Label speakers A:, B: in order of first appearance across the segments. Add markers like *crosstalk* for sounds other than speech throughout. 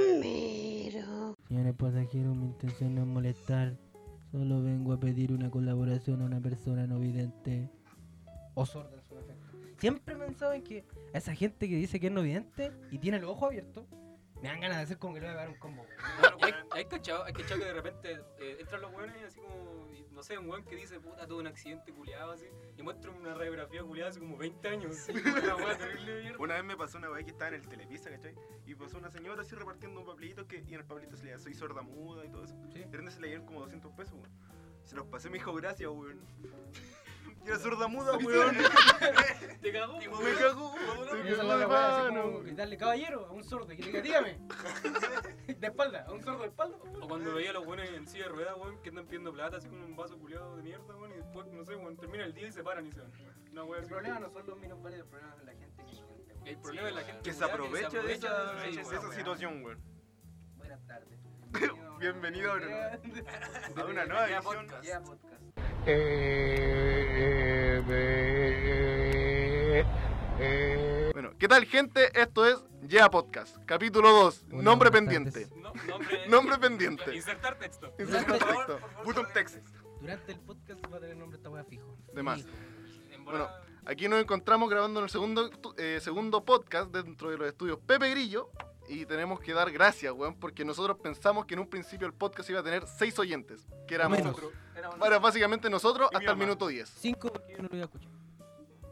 A: Homero.
B: Señores pasajeros, mi intención no es molestar. Solo vengo a pedir una colaboración a una persona no vidente. O sorda en su defecto. Siempre he pensado en que a esa gente que dice que es no vidente y tiene los ojos abiertos, me dan ganas de hacer como que le voy a pegar un combo.
C: Claro, hay, hay cachado, hay cachado que de repente eh, entran los hueones y así como, y no sé, un hueón que dice, puta, tuve un accidente culiado así, y muestra una radiografía culiada hace como 20 años, así, *laughs* una hueá terrible de *laughs* mierda.
D: Una vez me pasó una weá que estaba en el Televisa, ¿cachai? Y pasó una señora así repartiendo un papelito que, y en el papelito se leía, soy sorda muda y todo eso.
B: Sí.
D: De repente se le dieron como 200 pesos, weón. Se los pasé, me dijo, gracias, weón. *laughs* Y era sorda muda, weón.
C: *laughs* Te cagó,
D: *laughs* Me
C: weón.
D: cagó,
B: Y
D: me
B: esa es
D: cagó
B: la
D: de
B: weá, así
D: mano.
B: como gritarle caballero a un sordo y que le diga, dígame. *laughs* De espalda, a un sordo de espalda.
C: O cuando veía a los hueones en silla de ruedas, hueón, que andan pidiendo plata así con un vaso culiado de mierda, hueón, y después, no sé, hueón, termina el día y se paran y se van. Una hueá
B: El
C: así.
B: problema no son los minos varios, el problema es la gente que miente, weón.
C: El problema es la gente
D: Que se
C: culiada
D: aprovecha de esa,
C: sí,
D: de
C: weón.
D: esa situación, weón.
B: Buenas tardes.
D: Bienvenido a una nueva- A una nueva
C: Ya,
D: edición.
C: podcast.
B: Ya, podcast.
D: Bueno, ¿qué tal, gente? Esto es Ya Podcast, capítulo 2,
B: Hola,
D: nombre
B: buenas
D: pendiente.
C: No, nombre,
D: *laughs* Nombre pendiente.
C: Insertar texto. Por
D: Insertar
C: favor,
D: texto.
C: por favor,
D: Button
C: por favor.
D: text.
B: Durante el podcast va a tener nombre esta wea fijo.
D: De más.
B: Fijo.
C: En volada-
D: Aquí nos encontramos grabando en el segundo, eh, segundo podcast dentro de los estudios Pepe Grillo. Y tenemos que dar gracias, weón, porque nosotros pensamos que en un principio el podcast iba a tener 6 oyentes, que éramos
B: Menos.
D: nosotros.
C: Era un-
D: Bueno, básicamente nosotros
C: Y mi
D: hasta el
C: mamá.
D: minuto 10.
B: Cinco porque yo no lo iba a escuchar.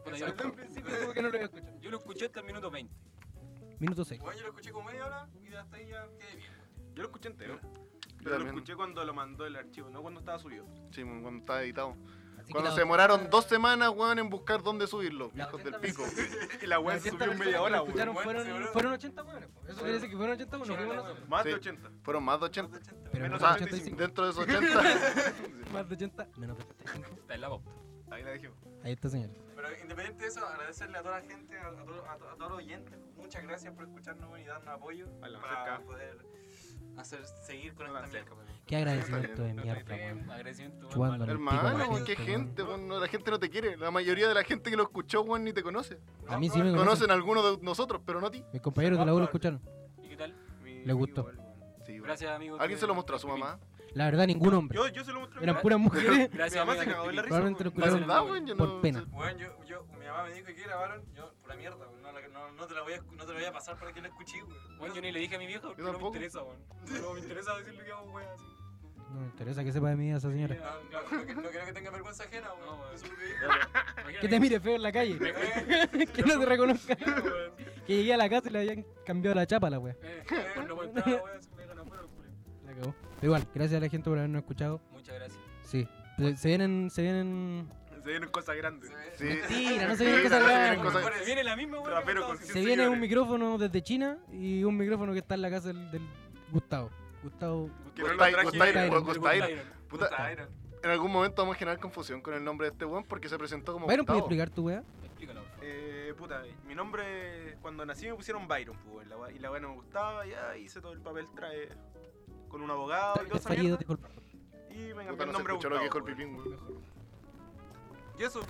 C: Bueno, yo,
B: Desde un principio como que no lo iba a escuchar.
C: yo lo escuché hasta el minuto 20.
B: Minuto seis.
C: Bueno, yo lo escuché como media hora y hasta ahí ya quedé bien.
E: Yo lo escuché entero.
D: Yo
E: Pero lo
D: también.
E: escuché cuando lo mandó el archivo, no cuando estaba subido.
D: Sí, weón, cuando estaba editado.
B: Así
D: Cuando
B: que
D: se
B: la-
D: demoraron dos semanas, weón, en buscar dónde subirlo,
B: La
D: hijos del
B: 80
D: pico.
E: Y la
B: la
E: weá
B: 80
E: se subió en
B: personas
E: media
B: que
E: hora,
B: lo escucharon
E: weón.
B: fueron, fueron 80 weones. po. Eso quiere decir que fueron 80 weones.
C: Sí,
B: fuimos
C: bueno,
B: nosotros.
E: Más
D: Sí.
E: de 80.
D: *laughs* Fueron más de 80.
B: Pero
E: menos
B: más de
E: 75.
B: 85.
D: Dentro de esos 80.
B: Más de 80. Menos de 85.
C: Está en la voz.
E: Ahí la dejé.
B: Ahí está, señor.
E: Pero independiente de eso, agradecerle a toda la gente, a, todos los oyentes. Muchas gracias por escucharnos y darnos apoyo
D: para
E: poder hacer, seguir con
C: esta
B: Qué agradecimiento de
D: Está
B: mierda, weón.
C: Este, Agradecimiento.
B: Chupando
C: hermano.
B: el
D: Hermano,
B: pico,
D: weón, qué gente, weón, no, la gente no te quiere. La mayoría de la gente que lo escuchó, weón, ni te conoce.
B: A mí
E: Ah,
B: sí me conocen.
D: Conocen a alguno de nosotros, pero no a ti.
B: Mis compañeros de la U lo escucharon.
C: ¿Y qué tal?
B: Le gustó.
D: Sí, weón.
C: Gracias, amigo.
D: Alguien
C: que-
D: se lo mostró a su
C: que-
D: mamá.
B: La verdad, ningún hombre.
E: Yo, yo se lo mostré. a mi
B: Eran
E: mamá.
B: puras
E: *laughs*
B: mujeres.
C: Gracias,
E: Mi mamá
C: amigo,
E: se
C: que
E: cagó de
C: te
E: la risa.
B: Probablemente lo
E: weón.
D: ¿La
B: Gracias,
D: verdad,
C: amigo.
D: weón? Yo
B: Por
D: no-
B: pena.
E: Weón, yo, yo, mi mamá me dijo que grabaron, yo, pura mierda, weón, no, la- no, no te la voy a, escu- no te la voy a pasar para que la escuché, weón.
C: Bueno, yo ni le dije a mi vieja porque
D: Yo
C: no me
D: tampoco.
C: interesa, weón. No me interesa decirle que hago weón así.
B: No me interesa que sepa de mí esa señora.
E: No, no, no, no quiero que tenga vergüenza ajena, weón.
C: No, weón.
E: Eso es lo que dije.
C: Imagínate
B: Que te mire feo en la calle. *laughs*
E: *laughs*
B: que no te reconozca.
C: weón.
B: Que llegué a la casa y le habían cambiado la chapa a la wea.
C: Eh, eh, No puedo entrar, weón, si me dejan afuera, culo.
B: La cagó. Pero igual, gracias a la gente por habernos escuchado.
C: Muchas gracias.
B: Sí. Se, se vienen. Se vienen.
E: Se vienen cosas grandes.
D: Sí.
B: Mentira,
E: *laughs*
B: no se vienen cosas
D: Sí, no se vienen
B: grandes.
D: cosas-
C: Bueno, Viene la misma, weón.
E: Trapero con
B: Se viene un micrófono desde China y un micrófono que está en la casa del, del Gustavo. Gustavo.
D: Que
E: Pero lo
D: no está-
E: traje-
D: no está
B: Iron,
D: Iron,
B: Gustavo
D: weón, está Iron. Puta,
E: Puta, Iron.
D: En algún momento vamos a generar confusión con el nombre de este weón porque se presentó como
B: Byron, ¿puedes
D: Gustavo.
B: explicar tu wea?
C: Explícalo, por favor.
E: Eh, puta, mi nombre cuando nací me pusieron Byron, pues, weón, la wea- y la weá no me gustaba, ya hice todo el papel trae con un abogado y
B: Está
E: todo esa
B: fallido,
E: mierda,
B: disculpa.
E: y me cambié
D: Puta,
E: el
D: no se
E: nombre a
D: escuchó lo que dijo el
E: Gustavo,
D: pipín, weón.
E: weón. Y eso,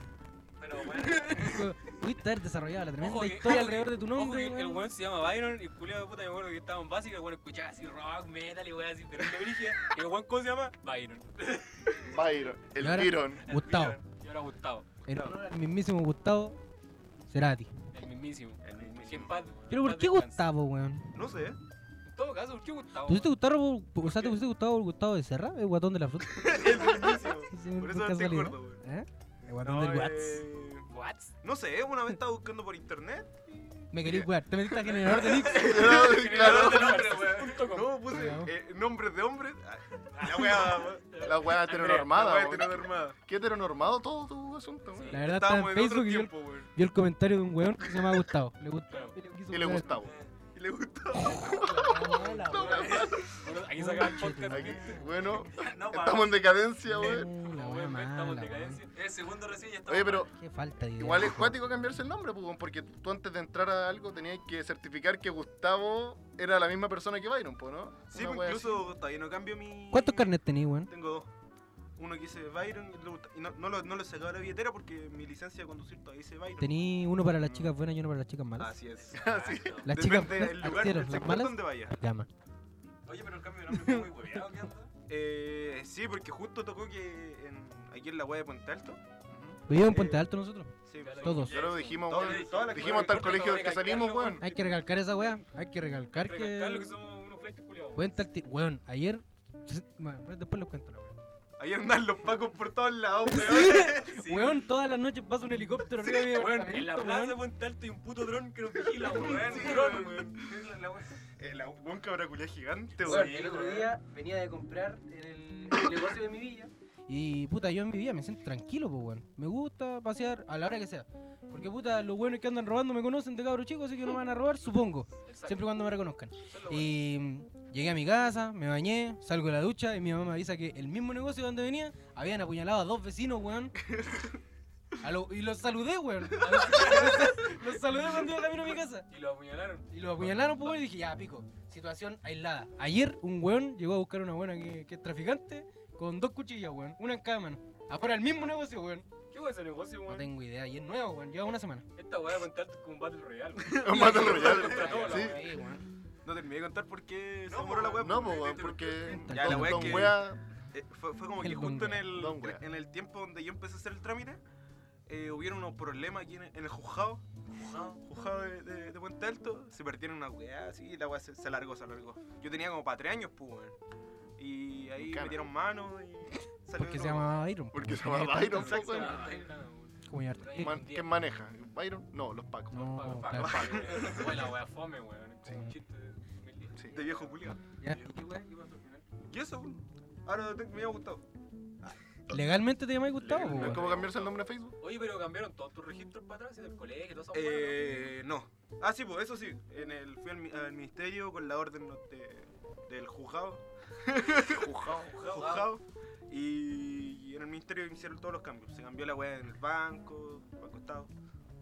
E: pero bueno,
B: Pudiste haber desarrollado la tremenda
C: Ojo que-
B: historia
C: ojo
B: alrededor de tu
C: que- ojo que
B: nombre.
C: el
B: weón.
C: weón se llama Byron y el culiado puta, me acuerdo que estaba en básica, el weón escuchaba así rock, metal y weón así, pero qué brígida. Y el weón, ¿cómo se llama? Byron.
D: Byron,
B: Y
D: el
B: ahora-
C: *laughs*
D: Byron. *laughs*
C: El
B: Gustavo.
C: Byron. Y ahora Gustavo,
B: El, el mismísimo Gustavo Cerati.
C: el mismísimo.
E: el
C: Que en
E: mismísimo.
C: paz-
B: Pero
C: en
B: ¿por
C: paz
B: qué
C: descanse.
B: Gustavo, weón? *laughs*
E: No sé, *laughs*
C: En todo caso, ¿por qué Gustavo?
B: ¿Tú te
C: weón?
B: Gustavo? O sea, ¿te pusiste Gustavo por Gustavo de Serra? El guatón de la fruta.
E: el mismísimo.
B: Sí,
E: Por eso no te
B: casualidad.
E: acuerdo, weón.
B: ¿Eh? El guatón
E: No,
B: del Whats.
E: eh,
C: What?
E: no sé, una vez estaba buscando por internet.
B: Me quería jugar. Te metiste a generador de Nix.
D: claro,
E: No, puse
B: Cuidado.
E: eh, nombres de hombres. Ah,
B: *laughs*
E: La wea
D: la weá heteronormada,
E: La wea
D: weón.
E: heteronormada.
D: Qué heteronormado todo tu asunto, weón.
B: La verdad estaba en
E: Estábamos en otro
B: Facebook y vio el,
E: tiempo, weón.
B: vio el comentario de un weón que se llamaba Gustavo. Le gustó.
D: Y le Gustavo.
E: Y le gustó.
C: Aquí se acaba el podcast.
D: Aquí,
C: ¿no?
D: bueno,
E: No, pa.
D: estamos en decadencia, weón.
B: La
C: Como
B: wea
C: pueden ver, estamos en
B: mala,
C: decadencia.
E: El segundo recién ya está.
D: Oye, pero
B: weón. Qué falta de idea.
D: igual es
B: weón.
D: cuático cambiarse el nombre, pues, weón, porque tú antes de entrar a algo tenías que certificar que Gustavo era la misma persona que Byron, pues, ¿no?
E: Sí,
D: Una
E: pues,
D: weá así.
E: incluso todavía no cambio mi.
B: ¿Cuántos carnets tenés, weón?
E: Tengo dos. uno que dice Byron y, lo- y no, no lo, no lo he sacado de la billetera porque mi licencia de conducir todavía dice Byron.
B: Tení uno para las chicas buenas y uno para las chicas malas.
E: Así es.
D: *laughs* Así.
C: Ah, no.
B: las chicas
E: Depende del lugar,
B: artieron,
E: del
B: las
E: sector
B: malas,
E: donde vaya.
B: llama.
C: Oye, pero el cambio de nombre fue muy hueveado, ¿qué onda?
E: Eh, sí, porque justo tocó que en- aquí en la web de Puente Alto.
B: Vivimos en Puente Alto nosotros.
E: Sí,
C: Ya lo
E: pues,
B: Todos.
D: Ya lo dijimos,
E: Todas-
D: weón.
E: todas las
D: Dijimos hasta el colegio del que salimos, weón.
B: Hay que recalcar esa weá. Hay que recalcar
C: Recalcarlo que
B: que.
C: somos unos flechas culiados.
B: Cuenta el ti- Weón, ayer. Bueno, después les cuento la weá.
E: Ahí andan los pacos por todos lados, weón. Sí.
B: Weón, todas las noches pasa un helicóptero arriba de mi
C: Weón, en la
B: apartamento,
C: plaza de
B: weón.
C: Puente Alto hay un puto dron que nos vigila,
D: *laughs*
C: weón.
E: Sí,
C: un dron,
E: weón.
C: weón. La weá.
E: Eh, la un cabraculá gigante,
C: Sí,
E: weón.
C: weón.
A: el otro día venía de comprar en el, en el negocio de mi villa.
B: Y puta, yo en mi vida me siento tranquilo, pues weón. Me gusta pasear a la hora que sea. Porque puta, los buenos que andan robando me conocen de cabro chico, así que no me van a robar, supongo.
C: Exacto.
B: Siempre y cuando me reconozcan.
C: Eso es lo bueno.
B: Y mm, llegué a mi casa, me bañé, salgo de la ducha y mi mamá me avisa que el mismo negocio donde venía habían apuñalado a dos vecinos,
C: *laughs*
B: weón. A lo- y los saludé, weón. A los, los saludé cuando iba camino a mi casa.
C: Y lo apuñalaron.
B: Y los apuñalaron, pues, weón, y dije, ya, pico. Situación aislada. Ayer un weón llegó a buscar una buena que, que es traficante con dos cuchillas, weón. Una en cada mano. Afuera el mismo negocio, weón.
C: ¿Qué weón ese negocio,
B: No
C: weón?
B: tengo idea. Y es nuevo, weón. Lleva una semana.
C: Esta weá de Puente Alto es como un Battle Royale, weón.
D: *laughs* Un Battle Royale.
C: Contra todos, la
D: Sí.
C: weá.
B: Sí, weón.
E: No terminé de contar por qué
C: No,
E: se demoró la web.
D: No, pues, weón, porque.
E: Ya, la
D: don-
E: wea
D: don
E: que-
D: wea-
E: Eh, fue, fue como
B: El
E: que
B: don
E: justo en
B: wea.
E: el,
D: Don wea.
E: en el tiempo donde yo empecé a hacer el trámite, eh, hubieron unos problemas aquí en el, en el juzgado, juzgado de, de- de Puente Alto, se perdieron una weá, así, y la weá se, se largó, se largó. Yo tenía como para tres años, pues, weón. Y ahí
D: Bacana.
E: metieron mano y *laughs* salió
B: Porque
E: de
B: se
E: nuevo.
B: llama Byron.
D: Porque se
B: Tenía
D: llama
B: que estar-
D: Byron, pues, weón.
C: Ah, ahí está, weón.
B: Como llevarte-
C: Byron.
D: Man- ¿Quién maneja? ¿Byron? No, los Pacos.
B: No,
C: Pago,
B: claro.
C: pago,
B: *laughs*
C: pago. Fue la weá fome, weón. Es como un chiste de mil días.
E: De viejo culiao.
B: Ya.
C: ¿Qué weá? ¿Qué pasó al final?
E: Y eso, ahora te- me había gustado.
B: Legalmente te llamáis Gustavo,
D: ¿No es
B: weón.
D: como cambiarse el nombre a Facebook?
C: Oye, pero cambiaron todos tus registros para atrás, del colegio, todas esas weas,
E: Eh, no. Ah, sí, pues eso sí. En el, fui al, mi- al ministerio con la orden de- del juzgado.
C: ¿no? Jujao, jujao, ah.
E: *laughs* juzgado, y, y en el ministerio me hicieron todos los cambios. Se cambió la weá en el banco, banco estado.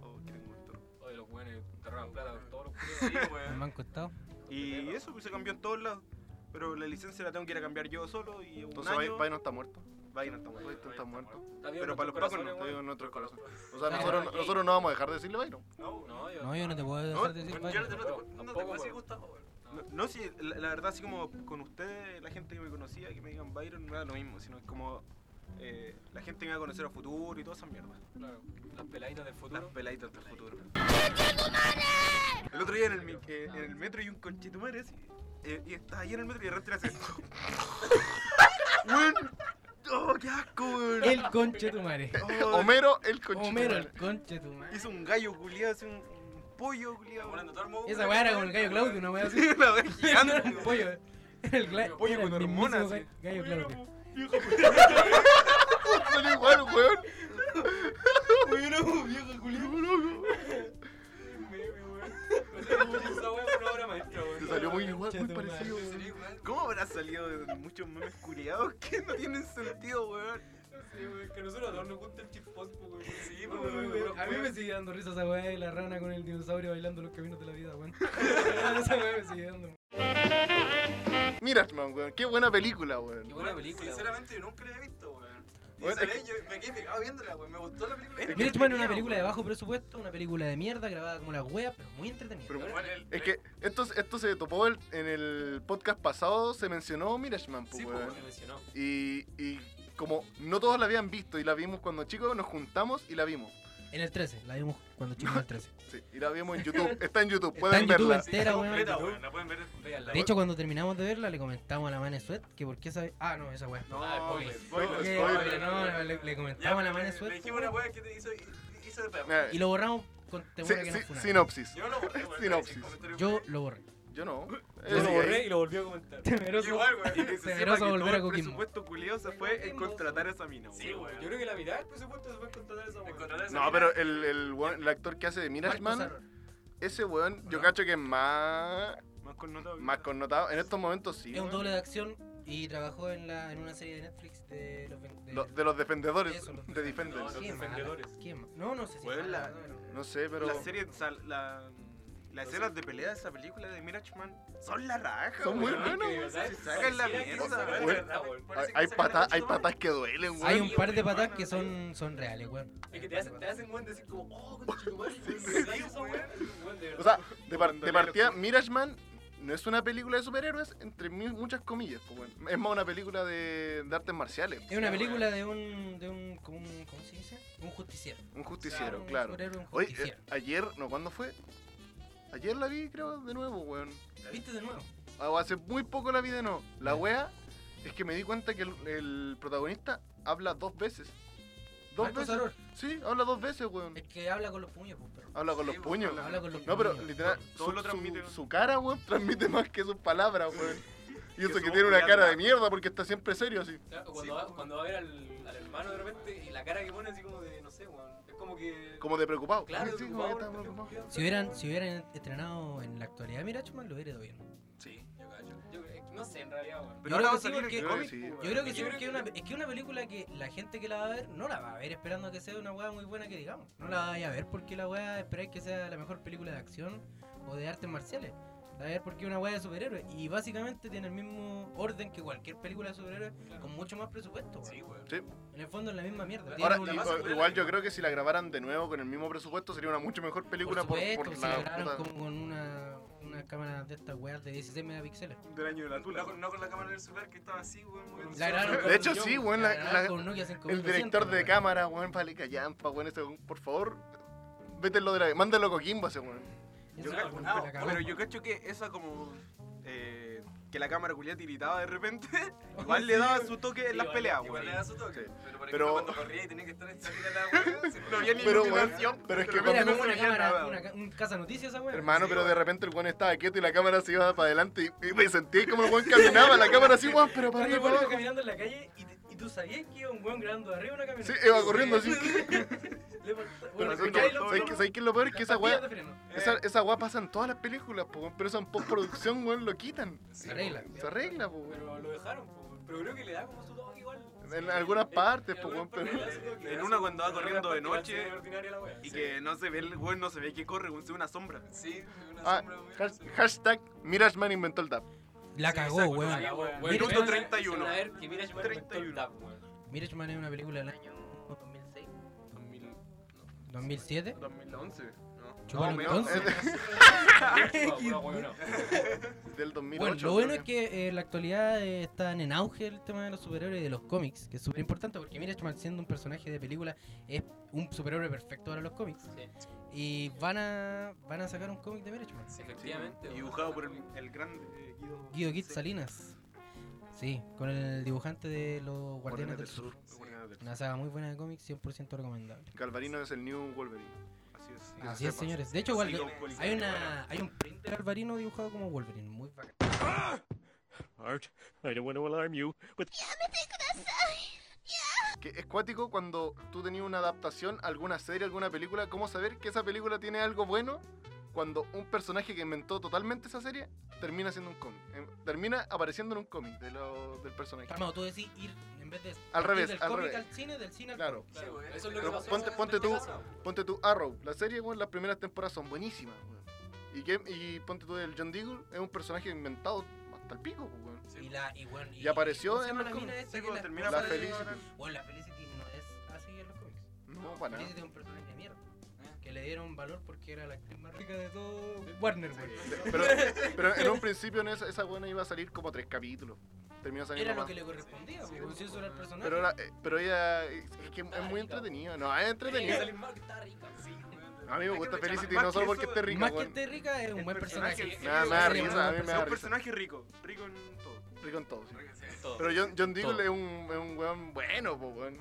E: Oh, que tengo un toro.
C: Oye, los weones enterraban plata por todos los culiados.
B: *laughs*
C: Sí,
B: Me han costado.
E: Y eso pues, se cambió en todos lados. Pero la licencia la tengo que ir a cambiar yo solo y un
D: Entonces,
E: año.
D: By- Byron está muerto.
E: va y no está
D: Byron
E: muerto.
D: está muerto.
E: Pero para los pacos no,
D: Está vivo en nuestro corazón. O sea,
B: Está
D: nosotros,
C: bien.
D: nosotros no vamos a dejar de decirle Byron.
C: No, no, yo
B: No, yo no te puedo
E: No,
B: dejar de decir
A: Bueno, yo no te,
B: Byron.
A: no te- no te puedo decir Gustavo. weón.
E: No, no, sí, la, la verdad, así como con ustedes, la gente que me conocía, que me digan Byron, no era lo mismo, sino como eh, la gente que me va a conocer a futuro y todas esas mierdas.
C: Claro, las peladitas del
E: Las
C: futuro.
E: peladitas del futuro. El otro día en el, mi- eh, en el metro y un conchetumare así. eh, y estaba ahí en el metro y de repente era así.
B: *laughs*
E: ¡Weón! ¡Oh, qué asco, weón!
B: El conche tu madre.
E: Oh,
D: Homero, el conchito.
B: Homero, el conche tu madre.
E: hizo un gallo culiado, así un, un pollo culiado. *laughs*
C: Volando todo el mundo.
B: Esa weá era como el gallo Claudio,
C: *laughs*
B: una weá así.
E: Sí, una vez
B: Era *laughs*
E: gigante.
B: un pollo. Era el gla-
E: Pollo
B: era el
E: con hormonas,
B: mismísimo
E: sí.
B: Gallo Claudio.
D: *laughs* Salió igual, weón.
C: Esa weá fue una obra maestra, weón.
D: Te salió muy igual, muy
B: Conchito, madre.
D: parecido, weón.
C: Sí, weón.
E: ¿Cómo habrá salido de muchos memes culiados que no tienen sentido, weón?
C: Sí, weón, Que nosotros no nos gusta el chip post, po, weón. Sí, po, weón.
B: A mí me sigue dando risa esa weá de la rana con el dinosaurio bailando los caminos de la vida, weón. *laughs* Esa weá me sigue dando.
D: Mira, man, weón. Qué buena película,
C: Qué
D: weón.
C: buena película. weón.
A: Sinceramente, yo nunca la he visto, weón. Y
D: Bueno,
A: salí,
D: es
A: yo me quedé pegado viéndola, weón. Me gustó la película.
E: Es
B: Mira, man, una película de bajo presupuesto, una película de mierda grabada como la wea, pero muy entretenida.
D: Pero-
C: Bueno, el-
D: Es que esto, esto se topó el- en el podcast pasado, se mencionó Mirage Man, pues,
C: Sí, po,
D: weón.
C: weón, se mencionó.
D: Y, y como no todos la habían visto y la vimos cuando chicos, nos juntamos y la vimos.
B: En el 13, la vimos cuando chicos en el 13.
D: Sí, y la
B: *laughs*
D: vimos en YouTube. Está en YouTube,
B: Está
D: pueden
B: en YouTube
D: verla.
B: entera,
A: Está
B: weón.
A: completa, weón. La pueden ver.
C: Véanla,
B: De hecho, cuando terminamos de verla, le comentamos a la Mane Sweat que por qué sabe. Ah, no, esa weá.
E: No,
C: Ah, spoiler,
D: spoiler,
B: Que-
D: spoiler.
B: No, no, le, le comentamos a la Mane
A: Le
B: Sweat
A: dijimos una weá que te hizo, hizo de perro.
D: Eh,
B: y lo borramos con
D: sí,
B: temor a que nos
D: sí,
B: funaran.
D: sinopsis.
A: Yo lo borré, weón.
D: Sinopsis.
A: en el comentario.
B: Yo lo borré.
D: Yo no.
C: Yo
D: Eh,
C: lo
D: sí,
C: borré
D: ahí.
C: y lo volví a comentar.
B: Temeroso.
A: Igual, weón.
E: Y que se
B: Temeroso
E: sepa que
B: volver
E: todo
B: a
E: el
B: Coquimbo.
E: presupuesto curioso fue en contratar a esa mina,
A: Sí,
E: weón.
A: weón.
C: Yo creo que la mitad del presupuesto se fue a contratar esa
A: Me
C: weón.
A: contraté esa
D: No,
A: mina.
D: pero el, el, weón- el actor que hace de Mirage
B: Marcos
D: Man,
B: Arrón.
D: ese weón, yo
E: ¿No?
D: cacho que es más,
E: Más connotado.
D: más connotado. En estos momentos sí.
B: Es un
D: weón.
B: doble de acción y trabajó en, la, en una serie de Netflix de los. ven- de-
D: Lo- de los defendedores.
B: Eso, los
D: de Defenders.
C: los
B: ¿Quién más?
C: defendedores.
B: ¿Quién más? No, no sé si.
E: Weón, la-
B: no, no, no.
D: No sé, pero.
E: La serie, o sea, la, Las escenas de pelea de esa película de Mirage Man son la raja,
D: Son muy
E: weón.
D: buenas.
E: sacan la mierda,
D: Hay, hay pata- hay patas que duelen, weón.
B: Hay un par de
E: weón,
B: patas
E: hermano,
B: que
E: sí.
B: son, son reales, weón.
C: Es que te hacen, te hacen weón decir como, oh, conchetumare, weón, esa weá, weón, de
D: O
C: verdad.
D: sea, de, par-
E: Cuando
D: de
E: lea
D: partida,
E: los
D: Mirage Man no es una película de superhéroes, entre mil- muchas comillas. pues, bueno. Es más una película de, de artes marciales.
B: Es una película de un, de un, como un ¿cómo se dice? Un justiciero.
D: Un justiciero,
B: Un
D: claro.
B: superhéroe, un
D: Oye, eh,
B: justiciero.
D: ayer, no, ¿cuándo fue? Ayer la vi, creo, de nuevo, weón.
B: ¿La ¿Viste de nuevo?
D: Ah, o hace muy poco la vi de nuevo. La wea es que me di cuenta que el, el protagonista habla dos veces. ¿Dos
B: Marco
D: veces?
B: Saror.
D: Sí, habla dos veces, weón.
B: El que habla con los puños, pues, pero.
D: Habla con
E: Sí,
D: los
E: pues,
D: puños.
E: habla-
B: Habla con los
D: No, pero
B: puños.
D: literal,
E: Todo
D: su,
E: lo transmite,
D: su-
E: ¿no?
D: su cara, weón, *laughs* transmite más que sus palabras,
E: *laughs*
D: weón. Y eso
E: Que
D: que
E: su
D: tiene una
E: voz
D: cara
E: real,
D: de mierda porque está siempre serio así.
C: Claro,
E: Sí,
C: cuando, va,
E: pues.
C: cuando va a ver al, al hermano de repente y la cara que pone así como de, no sé, weón. Es como que.
D: Como de preocupado.
C: claro,
D: Sí,
C: como,
D: como que
C: weón,
D: está
C: pendejo,
D: preocupado.
C: culiao.
B: Si hubieran, si hubieran estrenado en la actualidad Mirage Man, lo hubiera ido bien.
C: Sí, yo cacho. Yo, eh, no sé, en realidad, weón.
E: Pero
B: Yo creo
E: ahora va
B: que
E: a
B: sí,
E: salir
B: porque-
E: el
D: Yo
E: cómic,
D: creo que sí.
B: Yo
E: pues, weón.
B: creo que sí, porque es una, es que es una película que la gente que la va a ver no la va a ver esperando que sea una weá muy buena que digamos. No la vaya a ver porque la weá esperáis que sea la mejor película de acción o de artes marciales. La va a ver porque es una weá de superhéroes. Y básicamente tiene el mismo orden que cualquier película de superhéroes
C: Claro.
B: con mucho más presupuesto. weón.
C: Sí, weón.
D: Sí.
B: En el fondo es la misma mierda. Tiene
C: Ahora,
D: Ahora,
B: un-
C: la
D: i-
C: más
D: o-
C: buena
D: igual yo
C: película.
D: creo que si la grabaran de nuevo con el mismo presupuesto sería una mucho mejor película por,
B: supuesto,
D: por
B: si la
D: la
B: grabaron
D: puta-
B: como con una, una cámara de estas weas de 16 megapíxeles.
E: Del año de la
C: Tula.
E: tula. No, no con la cámara del celular que estaba así, weón. moviéndose.
B: La grabaron con
D: De hecho,
B: un
D: sí,
B: Nokia,
D: weón, la-
B: grabaron
D: la-
B: con un Nokia 5200,
D: El director
B: la
D: de
B: wea.
D: cámara, weón, vale callampa, weón, ese weón, por favor, vételo de la... Mándalo a Coquimbo ese weón.
E: Yo
B: Esa
E: cacho-
B: weá
E: no,
B: la cagó.
E: pero yo cacho que esa como... eh, que la cámara culia tiritaba
C: *laughs*
E: de repente, *laughs* igual le daba su toque
C: Sí,
E: en las
C: igual-
E: peleas,
C: igual
E: weón.
C: le da su toque.
D: Sí.
C: Pero, por
D: Pero-
C: ejemplo, cuando corría y tenía que estar en esa fila la weá, se
E: *laughs* No había ni
D: Pero, weón,
E: iluminación.
D: pero es que
E: de
B: Era
E: repente
B: como
E: no
B: una
E: se veía
B: cámara,
E: nada,
B: una,
E: weón.
B: ca- un casanoticias esa weá.
D: Hermano,
E: Sí,
D: pero de
E: weón.
D: repente el weón estaba quieto y la cámara se iba para adelante y, y me sentí como el weón caminaba, la cámara así, weón, pero para
B: Cuando
D: arriba,
B: el
D: para
B: weón iba caminando
D: abajo.
B: en la calle y, te- y tú sabías que iba un weón grabando de arriba una camioneta.
D: Sí, iba corriendo
B: *laughs*
D: así.
B: Le faltó-
D: Pero
B: bueno,
E: haciendo
B: escucháis
E: todo,
B: los-
D: ¿sabes
E: todo.
D: qué- ¿sabes qué es lo peor? Que esa
B: las pastillas
D: weá,
B: de freno.
D: esa, esa weá pasa en todas las películas, po, weón, pero eso en postproducción, weón, lo quitan.
C: Sí,
B: Se arregla.
D: Se arregla, po, weón.
C: Pero lo dejaron, po, weón. pero creo que le da como su toque igual.
D: En algunas partes, po,
C: algunas
D: weón,
C: partes
D: pero-
C: le da su toque, le
E: En
C: da
E: una
C: su-
E: cuando va
C: en algunas
E: corriendo de
C: partes le da
E: noche.
C: su ordinaria la weá.
E: Y
C: Sí.
E: que no se ve, el weón no se ve que corre, weón, se ve una sombra.
C: Sí, una
D: Ah,
C: sombra, weón,
D: has-
C: sí.
D: hashtag Mirage Man inventó el DAP.
B: La cagó,
E: exacto,
B: weón.
E: la cagó.
C: Minuto
B: eh, Minuto
E: 31.
C: A ver, que mira, yo me
E: 31.
C: el tap, weón.
B: Mirage Man es una película del año 2006, 2007.
E: 2011, ¿no?
B: Chupa,
D: No,
B: entonces.
C: No, weón, no.
D: Del 2008.
B: Bueno, lo bueno
D: creo
B: es que eh, en la actualidad eh, están en auge el tema de los superhéroes y de los cómics, que es súper importante porque Mirage Man siendo un personaje de película es un superhéroe perfecto para los cómics.
C: Sí.
B: Y van a van a sacar un cómic de Mirage Man.
C: Sí,
E: Sí,
C: efectivamente.
E: y
C: weón.
E: dibujado por el, el grande eh, Guido.
B: Guido Kit
E: Sí.
B: Salinas. Sí, con el dibujante de los Guardianes del Sur.
D: Guardianes del Sur.
B: Una saga muy buena de cómics, 100% recomendable.
D: Galvarino es el New Wolverine.
E: Así es.
D: Ah,
B: Así es,
D: sepas.
B: señores. De hecho,
E: Sí,
B: Wolverine-
E: con Wolverine.
B: hay, una, hay un print de Alvarino dibujado como Wolverine. Muy bacán.
F: Art, I don't want to alarm you, but
D: Que es cuático cuando tú tenías una adaptación a alguna serie, alguna película, ¿cómo saber que esa película tiene algo bueno cuando un personaje que inventó totalmente esa serie termina siendo un cómic? Eh, Termina apareciendo en un cómic de lo- del personaje.
B: Calmado, tú decís ir en vez de.
D: Al
B: ir
D: revés,
B: del
D: al
B: cómic
D: revés.
B: al cine, del cine al
D: Claro.
B: cómic.
C: Sí, weón,
E: Pero
C: Eso es lo que
D: pero
C: pasó.
D: ponte-
C: en-
D: ponte
C: en
D: tú-
C: esa-
D: Ponte tú Arrow, la serie, bueno, las primeras temporadas son buenísimas, weón. Y, que- y ponte tú el John Deagle, es un personaje inventado hasta el pico, pues, weón.
B: Y, la, y, bueno,
D: Y apareció
B: ¿cómo se
D: en
B: llama
D: los
B: la mina
D: cómics.
B: esa
E: Sí,
B: que
E: cuando
B: la-
E: termina
D: la
E: apareciendo
D: Felicity.
E: ahora-
B: Bueno, la Felicity no es así en los cómics.
D: No, para nada.
B: *laughs*
D: Ah.
B: Felicity es un personaje de mierda. ¿eh? Que le dieron valor porque era la actriz más rica de todo Warner, weón.
D: Pero, pero en un principio en esa, esa buena iba a salir como tres capítulos. Terminó saliendo
B: Era lo
D: más.
B: que le correspondía,
C: Sí,
B: porque si eso era el personaje.
D: Pero, era- eh, pero ella es que es muy entretenido. No, es
C: Tenía que
D: entretenido.
C: salir mal, que estaba rica. Sí, weón.
D: A mí me
E: Hay
D: gusta
E: que aprovechar
D: Felicity
E: más
D: no
E: que
D: solo porque
E: eso,
D: esté rica,
B: más que
D: weón.
B: esté rica, es un
E: El
B: buen
E: personaje,
B: personaje.
C: sí,
D: Nada más
B: Sí,
D: risa, a mí
B: es
D: me
E: Es
D: da
E: un
D: risa.
E: personaje rico, rico en todo.
D: Rico en todo, sí.
C: Todo.
D: Pero John, John
B: Todo.
D: Deagle es un, es un weón bueno, po, weón.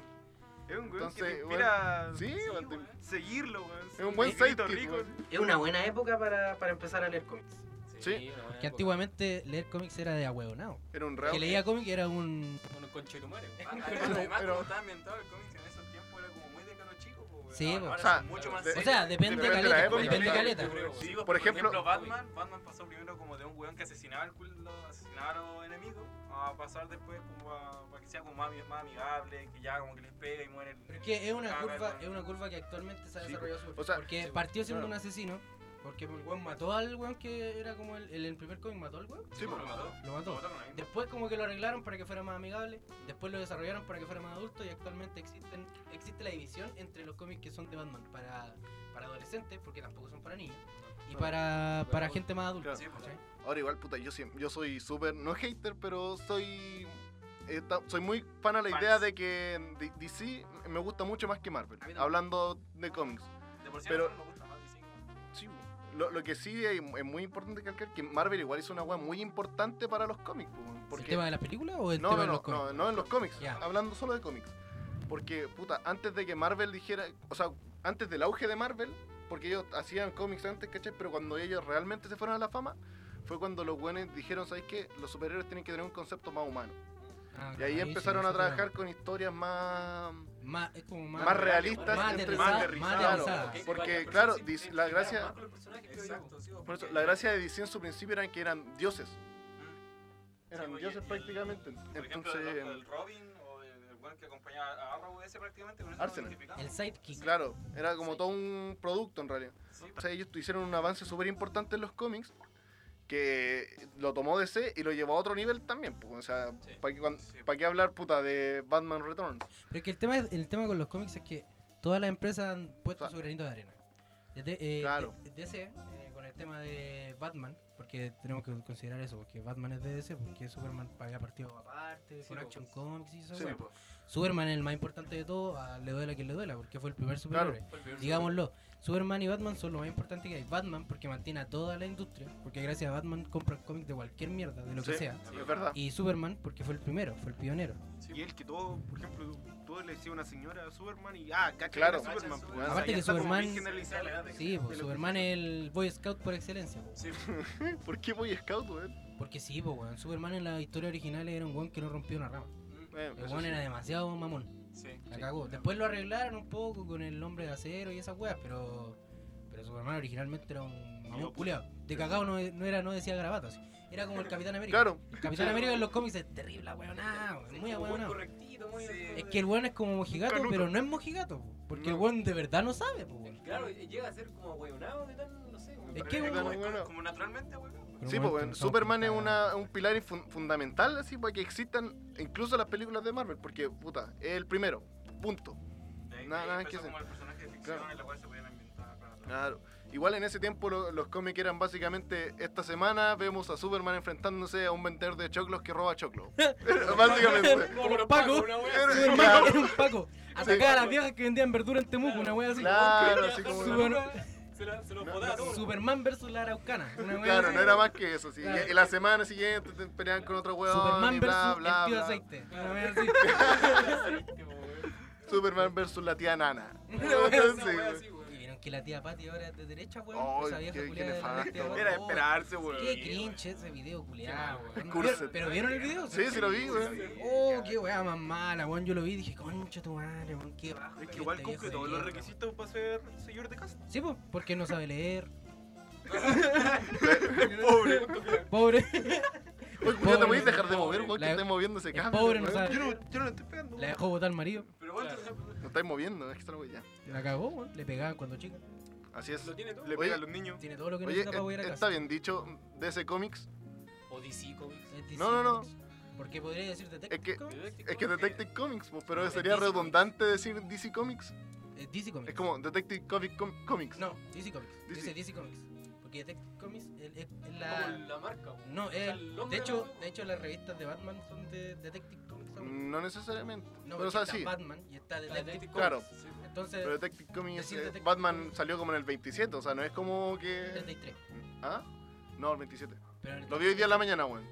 E: Es un weón que
D: Entonces,
E: te inspira
D: Sí,
E: a
D: weón, te-
E: seguirlo, weón.
D: Es un buen
E: Negrito
D: sidekick,
E: rico.
D: weón.
B: Es una buena época para, para empezar a leer cómics.
D: Sí. pues.
C: no, weón,
B: Que antiguamente leer cómics era de ahueonado.
D: Era un
B: Que
D: reo.
B: leía cómics era un.
C: Con un
D: *laughs*
C: conchetumare. weón.
D: Además,
C: Además,
D: pero- como
C: como estaba ambientado el cómic en esos tiempos, era como muy de cano chico,
B: weón. Sí, Ahora- weón.
D: ahora son
C: mucho
D: mucho
C: más
D: más
B: O sea, depende,
D: Depende de la
B: caleta.
D: época,
B: depende
D: claro.
B: caleta.
E: Sí,
D: Por
E: por,
D: ejemplo-
E: ejemplo, Batman, Batman pasó primero como de un weón que asesinaba al culo, asesinaba a los enemigos, a pasar después como a, para que sea como más, ami- más amigable, que ya como que les pega y mueren.
B: Pero es que es una curva, es una curva que actualmente se ha
D: Ah, Sí, pues.
B: desarrollado súper
D: o sea,
B: Porque
C: sí,
B: partió siendo
D: claro.
B: un asesino, Porque el weón mató al weón que era como el, el, el primer cómic, mató al weón.
D: Sí,
E: ¿Lo
D: pues.
E: mató?
B: Lo
E: ¿Lo
B: mató.
E: mataron ahí?
B: Después como que lo arreglaron para que fuera más amigable, después lo desarrollaron para que fuera más adulto y actualmente existen, existe la división entre los cómics que son de Batman para, para adolescentes, porque tampoco son para niños, y para, para gente más adulta.
D: Claro.
E: Sí, pues.
B: ¿cachai?
D: Ahora igual, puta, yo, siem- yo soy súper, no hater, pero soy... eh, ta- soy muy fan a la
E: Fans.
D: idea de que D- DC me gusta mucho más que
C: A
D: Marvel,
C: mí también.
D: hablando de cómics.
E: De por sí,
D: Pero-
E: a mí me gusta más DC.
D: Sí, po. lo, lo que sí es, es muy importante calcar que Marvel igual hizo una weá muy importante para los cómics. po,
B: ¿El
D: Porque,
B: tema de las películas o el
D: no,
B: tema
D: no,
B: de los
D: no,
B: cómics?
D: no, no en los cómics,
B: Ya.
D: hablando solo de cómics. Porque, puta, antes de que Marvel dijera, o sea, antes del auge de Marvel, porque ellos hacían cómics antes, ¿cachai? Pero cuando ellos realmente se fueron a la fama, fue cuando los buenos dijeron, ¿sabéis qué? Los superhéroes tienen que tener un concepto más humano.
B: Ah,
D: Y ahí
B: sí,
D: empezaron
B: sí,
D: a
B: sí,
D: trabajar con historias más,
B: Más, es como más,
D: más, realistas.
B: más
D: entre-
B: aterrizadas,
E: aterrizado,
B: más
D: claro.
B: aterrizadas.
C: Ok,
D: porque,
C: igual,
D: claro,
C: pero sí,
D: dis-
C: eh,
D: la
C: se
D: gracia-
C: queda más con los personajes, creo yo,
E: Exacto, sí,
D: Por eso,
E: porque-
D: la gracia de DC en su principio eran que eran dioses. Eran
E: Sí, oye,
D: dioses
E: y el-
D: prácticamente.
E: Por ejemplo,
D: Entonces, em,
E: el, el Robin o el, el weón que acompañaba a Arrow ese prácticamente con eso nos
D: Arsenal.
E: identificamos.
B: El sidekick.
D: claro, era como
B: Sí.
D: todo un producto en realidad.
E: Sí,
D: O sea, ellos hicieron un avance súper importante en los cómics que lo tomó DC y lo llevó a otro nivel también. pues, O sea,
C: Sí.
D: ¿para qué, cuan-
E: Sí.
D: pa' qué hablar, puta, de Batman Returns?
B: Pero es que el tema, el tema con los cómics es que todas las empresas han puesto
D: Claro.
B: su granito de arena. Desde, eh,
D: Claro.
B: de- DC, eh, con el tema de Batman, porque tenemos que considerar eso, porque Batman es de DC, porque Superman había partido aparte,
C: Sí,
B: con
C: po. pues.
B: Action Comics y eso.
D: Sí, pues,
B: bueno.
D: po.
B: Superman es el más importante de todo, a- le duela a quien le duela, porque fue el primer superhéroe.
C: Fue el primer
B: Digámoslo, Superman y Batman son lo más importante que hay. Batman porque mantiene a toda la industria, porque gracias a Batman compran cómics de cualquier mierda, de lo que
D: Sí,
B: sea.
D: es verdad. *laughs*
B: Y Superman porque fue el primero, fue el pionero.
E: Y el que todo, por ejemplo, todo le decía una señora a Superman y ah, cacha,
D: Claro.
E: era Superman.
C: Cacha,
E: pues,
D: Superman.
E: o sea,
B: Aparte
E: ya
B: que
E: está como
B: Superman-
E: bien generalizada la edad de-
D: *laughs*
B: Sí, po,
E: de lo que-
B: Superman es el Boy Scout por excelencia. po.
C: Sí,
D: ¿Por qué Boy Scout, weón? Eh,
B: Porque sí, po, weón. Superman en la historia original era un weón que no rompió una rama.
D: Eh,
B: El
D: eso
B: weón
D: sí.
B: era demasiado mamón.
C: sí.
B: La cagó. Después lo arreglaron un poco con el hombre de acero y esas weas, pero. Pero Superman originalmente era un mamón
E: Loco.
B: culeado. De cagado no, no era, no decía garabato así. Era como el Capitán América.
D: Claro,
B: El Capitán América en los cómics es terrible, weón. muy
C: como
B: weón.
C: correctito, muy
B: Es que el weón es como mojigato,
D: Canuto.
B: pero no es mojigato. po, Porque
D: No.
B: el weón de verdad no sabe, po, weón.
C: Claro, llega a ser como ahueonado de tan, no sé. como-
B: Es
E: Pero
B: que
E: era
B: uno-
E: como-
D: bueno.
E: como naturalmente, weón.
B: Pero
D: Sí,
B: weón,
D: pues, weón,
B: pensamos
D: Superman
B: que
D: es
B: está-
D: una- un pilar infun- fundamental así para que existan incluso las películas de Marvel, porque puta, es el primero, punto.
E: De ahí- de
D: Nada-
E: ahí
D: nada
E: empezó
D: que hacer.
E: como el personaje de ficción
D: Claro.
E: en la cual se podían inventar para atrás.
D: Claro. Igual en ese tiempo lo- los cómics eran básicamente esta semana vemos a Superman enfrentándose a un vendedor de choclos que
B: *laughs*
D: roba choclos. *laughs* Ah. básicamente.
C: *laughs* Como
B: Paco.
C: los pacos, una wea así.
D: Era-
B: Superman era un Paco. Atacaba a las
D: Claro.
B: viejas que vendían verdura en Temuco, una wea así.
D: Claro, así como-
C: Se la- se lo
D: No,
C: botaba todo.
B: Superman versus la Araucana. Una wea
D: Claro,
B: así.
D: no era más que eso. sí.
B: Claro.
D: Y la semana siguiente te pelean con otro hueón
B: Superman
D: y bla,
B: versus
D: bla,
B: el tío
D: bla.
B: aceite. Una wea así.
D: *laughs* Superman versus la
B: *laughs*
D: tía Nana.
B: Una wea así.
C: Una wea así,
B: Y
C: weón.
B: vieron que la tía Patty ahora es de derecha, weón.
D: Ay,
B: Esa vieja
D: qué- qué
B: culiada de la
D: nefasto.
B: tía Patty.
E: Era de
B: Oh,
E: esperarse, weón.
B: Qué cringe ese video culiado, weón.
D: Cursed.
B: Pero- Pero vieron el video,
D: Sí, sí lo vi, weón.
C: Sí,
B: Oh, qué weá más mala, weón. Yo lo vi y dije, concha tu madre, weón, qué bajo.
E: Es que
B: este
E: igual
B: viejo
E: cumple
B: de
E: todos los
B: mierda,
E: requisitos para ser señor de casa.
B: *laughs* weón. Sí, pues, porque no sabe leer.
E: Pobre.
B: Pobre. *laughs*
D: Oye, Julián, ¿te
B: Pobre,
D: podéis dejar de
C: pobre.
D: mover, weón? Que
B: La-
D: estáis moviendo ese
B: el
D: cable.
B: pobre no
D: weón.
B: sabe.
E: Yo no, yo no le estoy pegando.
B: La dejó botar al marido.
C: Pero bueno,
D: No estáis moviendo, es que está la weá ya.
B: La cagó, weón. Le pegaban cuando chica.
D: Así es.
C: lo tiene todo.
E: Le
D: Oye,
E: pega a los niños.
B: Tiene todo lo que
D: Oye,
B: necesita para volver a
D: eh,
B: casa.
D: está bien dicho de ese cómics.
C: O DC Comics.
B: Es DC
D: No, no, no.
B: Comics. Porque podría decir Detective
D: Es que-
B: Comics.
D: Es que Detective Comics, pues, pero
B: Es
D: sería
B: DC
D: redundante decir DC Comics.
B: Es DC Eh, Comics.
D: Es como Detective Comic Com- Comics.
B: Mm. No, DC Comics.
D: DC.
B: Dice DC Comics. Porque Detective Comics es es- es
C: Como
B: la...
C: la marca, weón.
B: No, es...
C: el
B: De
C: nombre de la
B: hecho,
C: marca.
B: de hecho las revistas de Batman son de Detective Comics. weón.
D: No necesariamente.
B: No,
D: Mm, pero o
B: porque
D: sea,
B: está
D: sí.
B: Batman y está
C: La
B: Detective
C: Detective
D: Claro.
C: Comics, sí, weón.
B: Entonces,
D: Pero Detective Comics,
B: Decir
D: eh,
B: Detective
D: Batman
B: Comics.
D: salió como en el 27, o sea, no es como que...
B: 33.
D: ¿Ah? No, el 27.
B: Pero el-
D: Lo vi hoy día en la mañana, weón.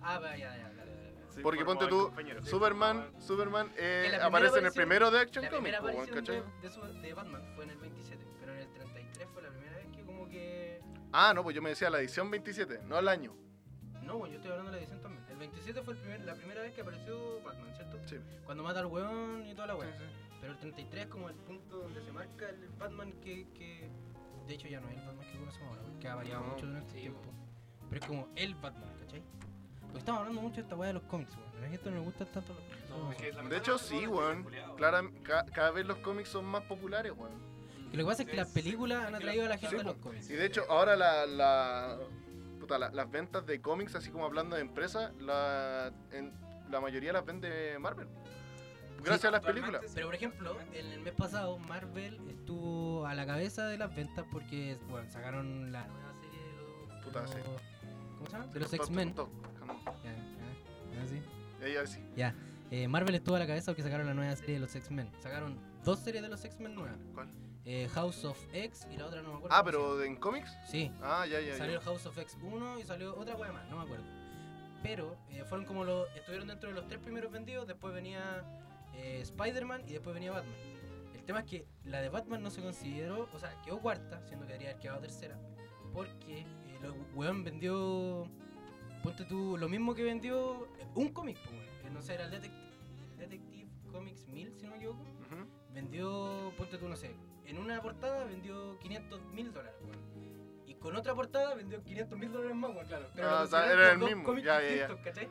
B: Ah, va, ya, ya, dale, dale, dale.
E: Sí,
D: Porque
E: por
D: ponte
E: favor,
D: tú,
E: compañero. Sí,
D: Superman,
E: por favor.
D: Superman eh,
B: Que la primera
D: aparece en el
B: aparición-
D: primero de Action
B: La primera
D: Comics, pues, weón,
B: aparición
D: ¿cachai?
B: de, de su- de Batman fue en el 27, pero en el 33 fue la primera vez que como que...
D: Ah, no, pues yo me decía la edición 27, no el año.
B: No, yo estoy hablando de la edición también. El 27 fue el primer- la primera vez que apareció Batman, ¿cierto?
D: Sí.
B: Cuando mata al weón y toda la weón. Pero el 33 es como el punto donde se marca el Batman que... que... De hecho ya no es el Batman que conocemos ahora, porque ha variado
D: No.
B: mucho durante
C: Sí,
B: el tiempo. Pero es como el Batman, ¿cachai? Porque estamos hablando mucho de esta weá de los cómics, weón. A la gente no le gustan tanto los cómics.
C: No, es que
E: la
D: De
E: verdad,
D: hecho,
E: no,
D: sí,
E: no,
D: weón.
E: culiao.
D: Clara- ca- cada vez los cómics son más populares, weón.
B: Que lo que pasa es que las películas han atraído a la gente
D: Sí,
B: a los
D: po.
B: cómics.
D: Y de hecho, ahora la, la- puta, la- las ventas de cómics, así como hablando de empresas, la, en- la mayoría las vende Marvel. Gracias a las películas.
B: Pero por ejemplo, en el mes pasado Marvel estuvo a la cabeza de las ventas porque bueno, sacaron la nueva serie de los...
D: Puta,
B: los-
D: sí.
B: ¿Cómo se llama? De los
D: Todo,
B: X-Men.
D: todo, todo.
B: Ya, ya, ya, sí.
D: Ella sí.
B: Eh, Marvel estuvo a la cabeza porque sacaron la nueva serie de los X-Men. Sacaron dos series de los X-Men nuevas.
D: ¿Cuál?
B: Eh, House of X y la otra no me acuerdo.
D: Ah,
B: cómo se
D: pero en cómics.
B: llama. Sí,
D: Ah, ya, ya,
B: salió
D: ya.
B: House of X 1 y salió otra hueá más, no me acuerdo. Pero eh, fueron como los. Estuvieron dentro de los tres primeros vendidos, después venía eh, Spider-Man y después venía Batman. El tema es que la de Batman no se consideró, o sea, quedó cuarta, siendo que debería haber quedado tercera, porque eh, lo- weón vendió. Ponte tú, lo mismo que vendió eh, un cómic, po, weón, que no sé, era el Detective, Detective Comics 1000, si no me equivoco
D: Ujú. *laughs*
B: vendió, ponte tú, no sé, en una portada vendió 500 mil dólares, weón. Y con otra portada vendió 500 mil dólares más, weón, claro.
D: Ah,
B: lo
D: o sea,
B: consideran
D: era
B: con
D: el
B: dos
D: mismo,
B: cómics
D: ya, ya, ya.
B: distintos, ¿cachai?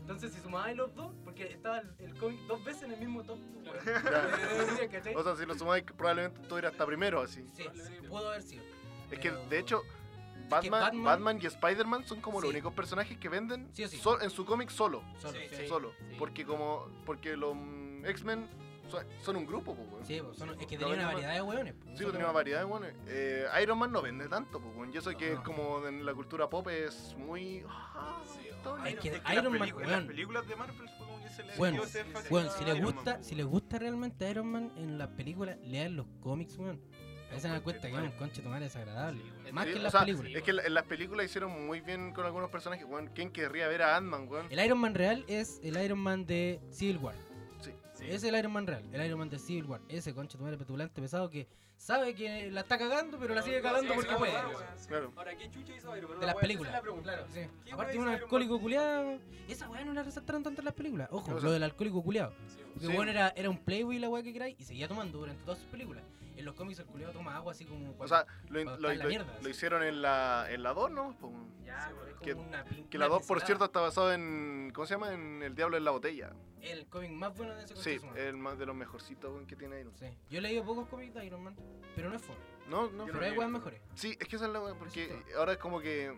B: Entonces, si sumabas los dos, porque estaba el, el cómic dos veces en el mismo top, weón.
D: Ya.
B: ¿Cachai?
D: O sea, si lo sumáis, probablemente tú irás hasta primero, así.
B: Sí, sí, pudo haber sido.
D: Es que,
B: Pero-
D: de hecho,
B: que
D: Batman,
B: Batman-
D: Batman... y Spider-Man son como los
B: Sí.
D: únicos personajes que venden
B: Sí o sí.
D: sol- en su cómic solo.
B: Solo,
C: Sí,
B: sí.
C: sí.
D: solo.
B: sí.
D: Porque como porque los mm, X-Men son, son un grupo, pues, weón.
B: Sí, pues, son- es que
D: No
B: tenía una
D: venía
B: variedad de weones. pues, no
D: Sí,
B: solo-
D: tenía una variedad, weón. Eh, Iron Man no vende tanto, pues, weón. Y eso
B: No,
D: que
B: no.
D: como en la cultura pop es muy... Ah,
E: Sí,
D: todo
B: Ay,
D: bien.
B: que
E: es
B: Iron Man,
E: las, películas, las
B: weón.
E: películas de Marvel fue como que se le
B: Weón,
E: dio ese
C: sí,
E: énfasis
B: Weón,
E: a
B: si les
E: Iron Man.
B: gusta, si les gusta realmente Iron Man en las películas, lean los cómics, weón. A veces se dan cuenta que es un conche tomar desagradable. Más
D: Sí,
B: que en
D: o
B: las
D: sea,
B: películas.
D: Es que la- en las películas hicieron muy bien con algunos personajes, weón. ¿Quién querría ver a Ant-Man, weón?
B: El Iron Man real es el Iron Man de Civil War.
D: Sí.
E: Sí.
B: Es el Iron Man real, el Iron Man de Civil War. Ese concha tu madre petulante pesado que sabe que la está cagando, pero la sigue cagando
C: sí,
B: porque
C: sí,
B: puede.
C: claro,
B: De
C: weón, sí.
D: Claro.
C: Ahora, ¿qué chucha hizo Iron
B: las
C: Man? Una weá, esa es
B: películas.
C: la pregunta.
B: sí.
C: ¿Qué
B: Aparte
C: weá
B: de un
C: hizo Iron
B: alcohólico culiado. Esa weá no la resaltaron tanto en las películas. Ojo,
D: O sea-
B: lo del alcohólico culiado.
C: Man? Sí, weón.
B: Porque
D: Sí.
B: bueno, era, era un playboy la weá que queráis y seguía tomando durante todas sus películas. En los cómics el culiado toma agua así como
D: O sea, lo,
B: Cuando está
D: lo-
B: en la
D: lo-
B: mierda,
D: lo
B: sí.
D: hicieron en la, en la 2, ¿no? Pues, weón.
B: ya, pero es como
D: que-
B: una pin-
D: Que la
B: una
D: 2, por
B: pincelada.
D: cierto, está basado en... ¿Cómo se llama? En El Diablo en la Botella.
B: El cómic más bueno de ese concha
D: Sí,
B: su madre.
D: el más de los mejorcitos, weón, que tiene Iron Man.
B: Sí. Yo he leído pocos cómics de Iron Man, pero no es fome.
D: No, no,
B: Pero hay weas mejores.
D: Sí, es que esa es la weá, porque
B: Eso es
D: ahora es como que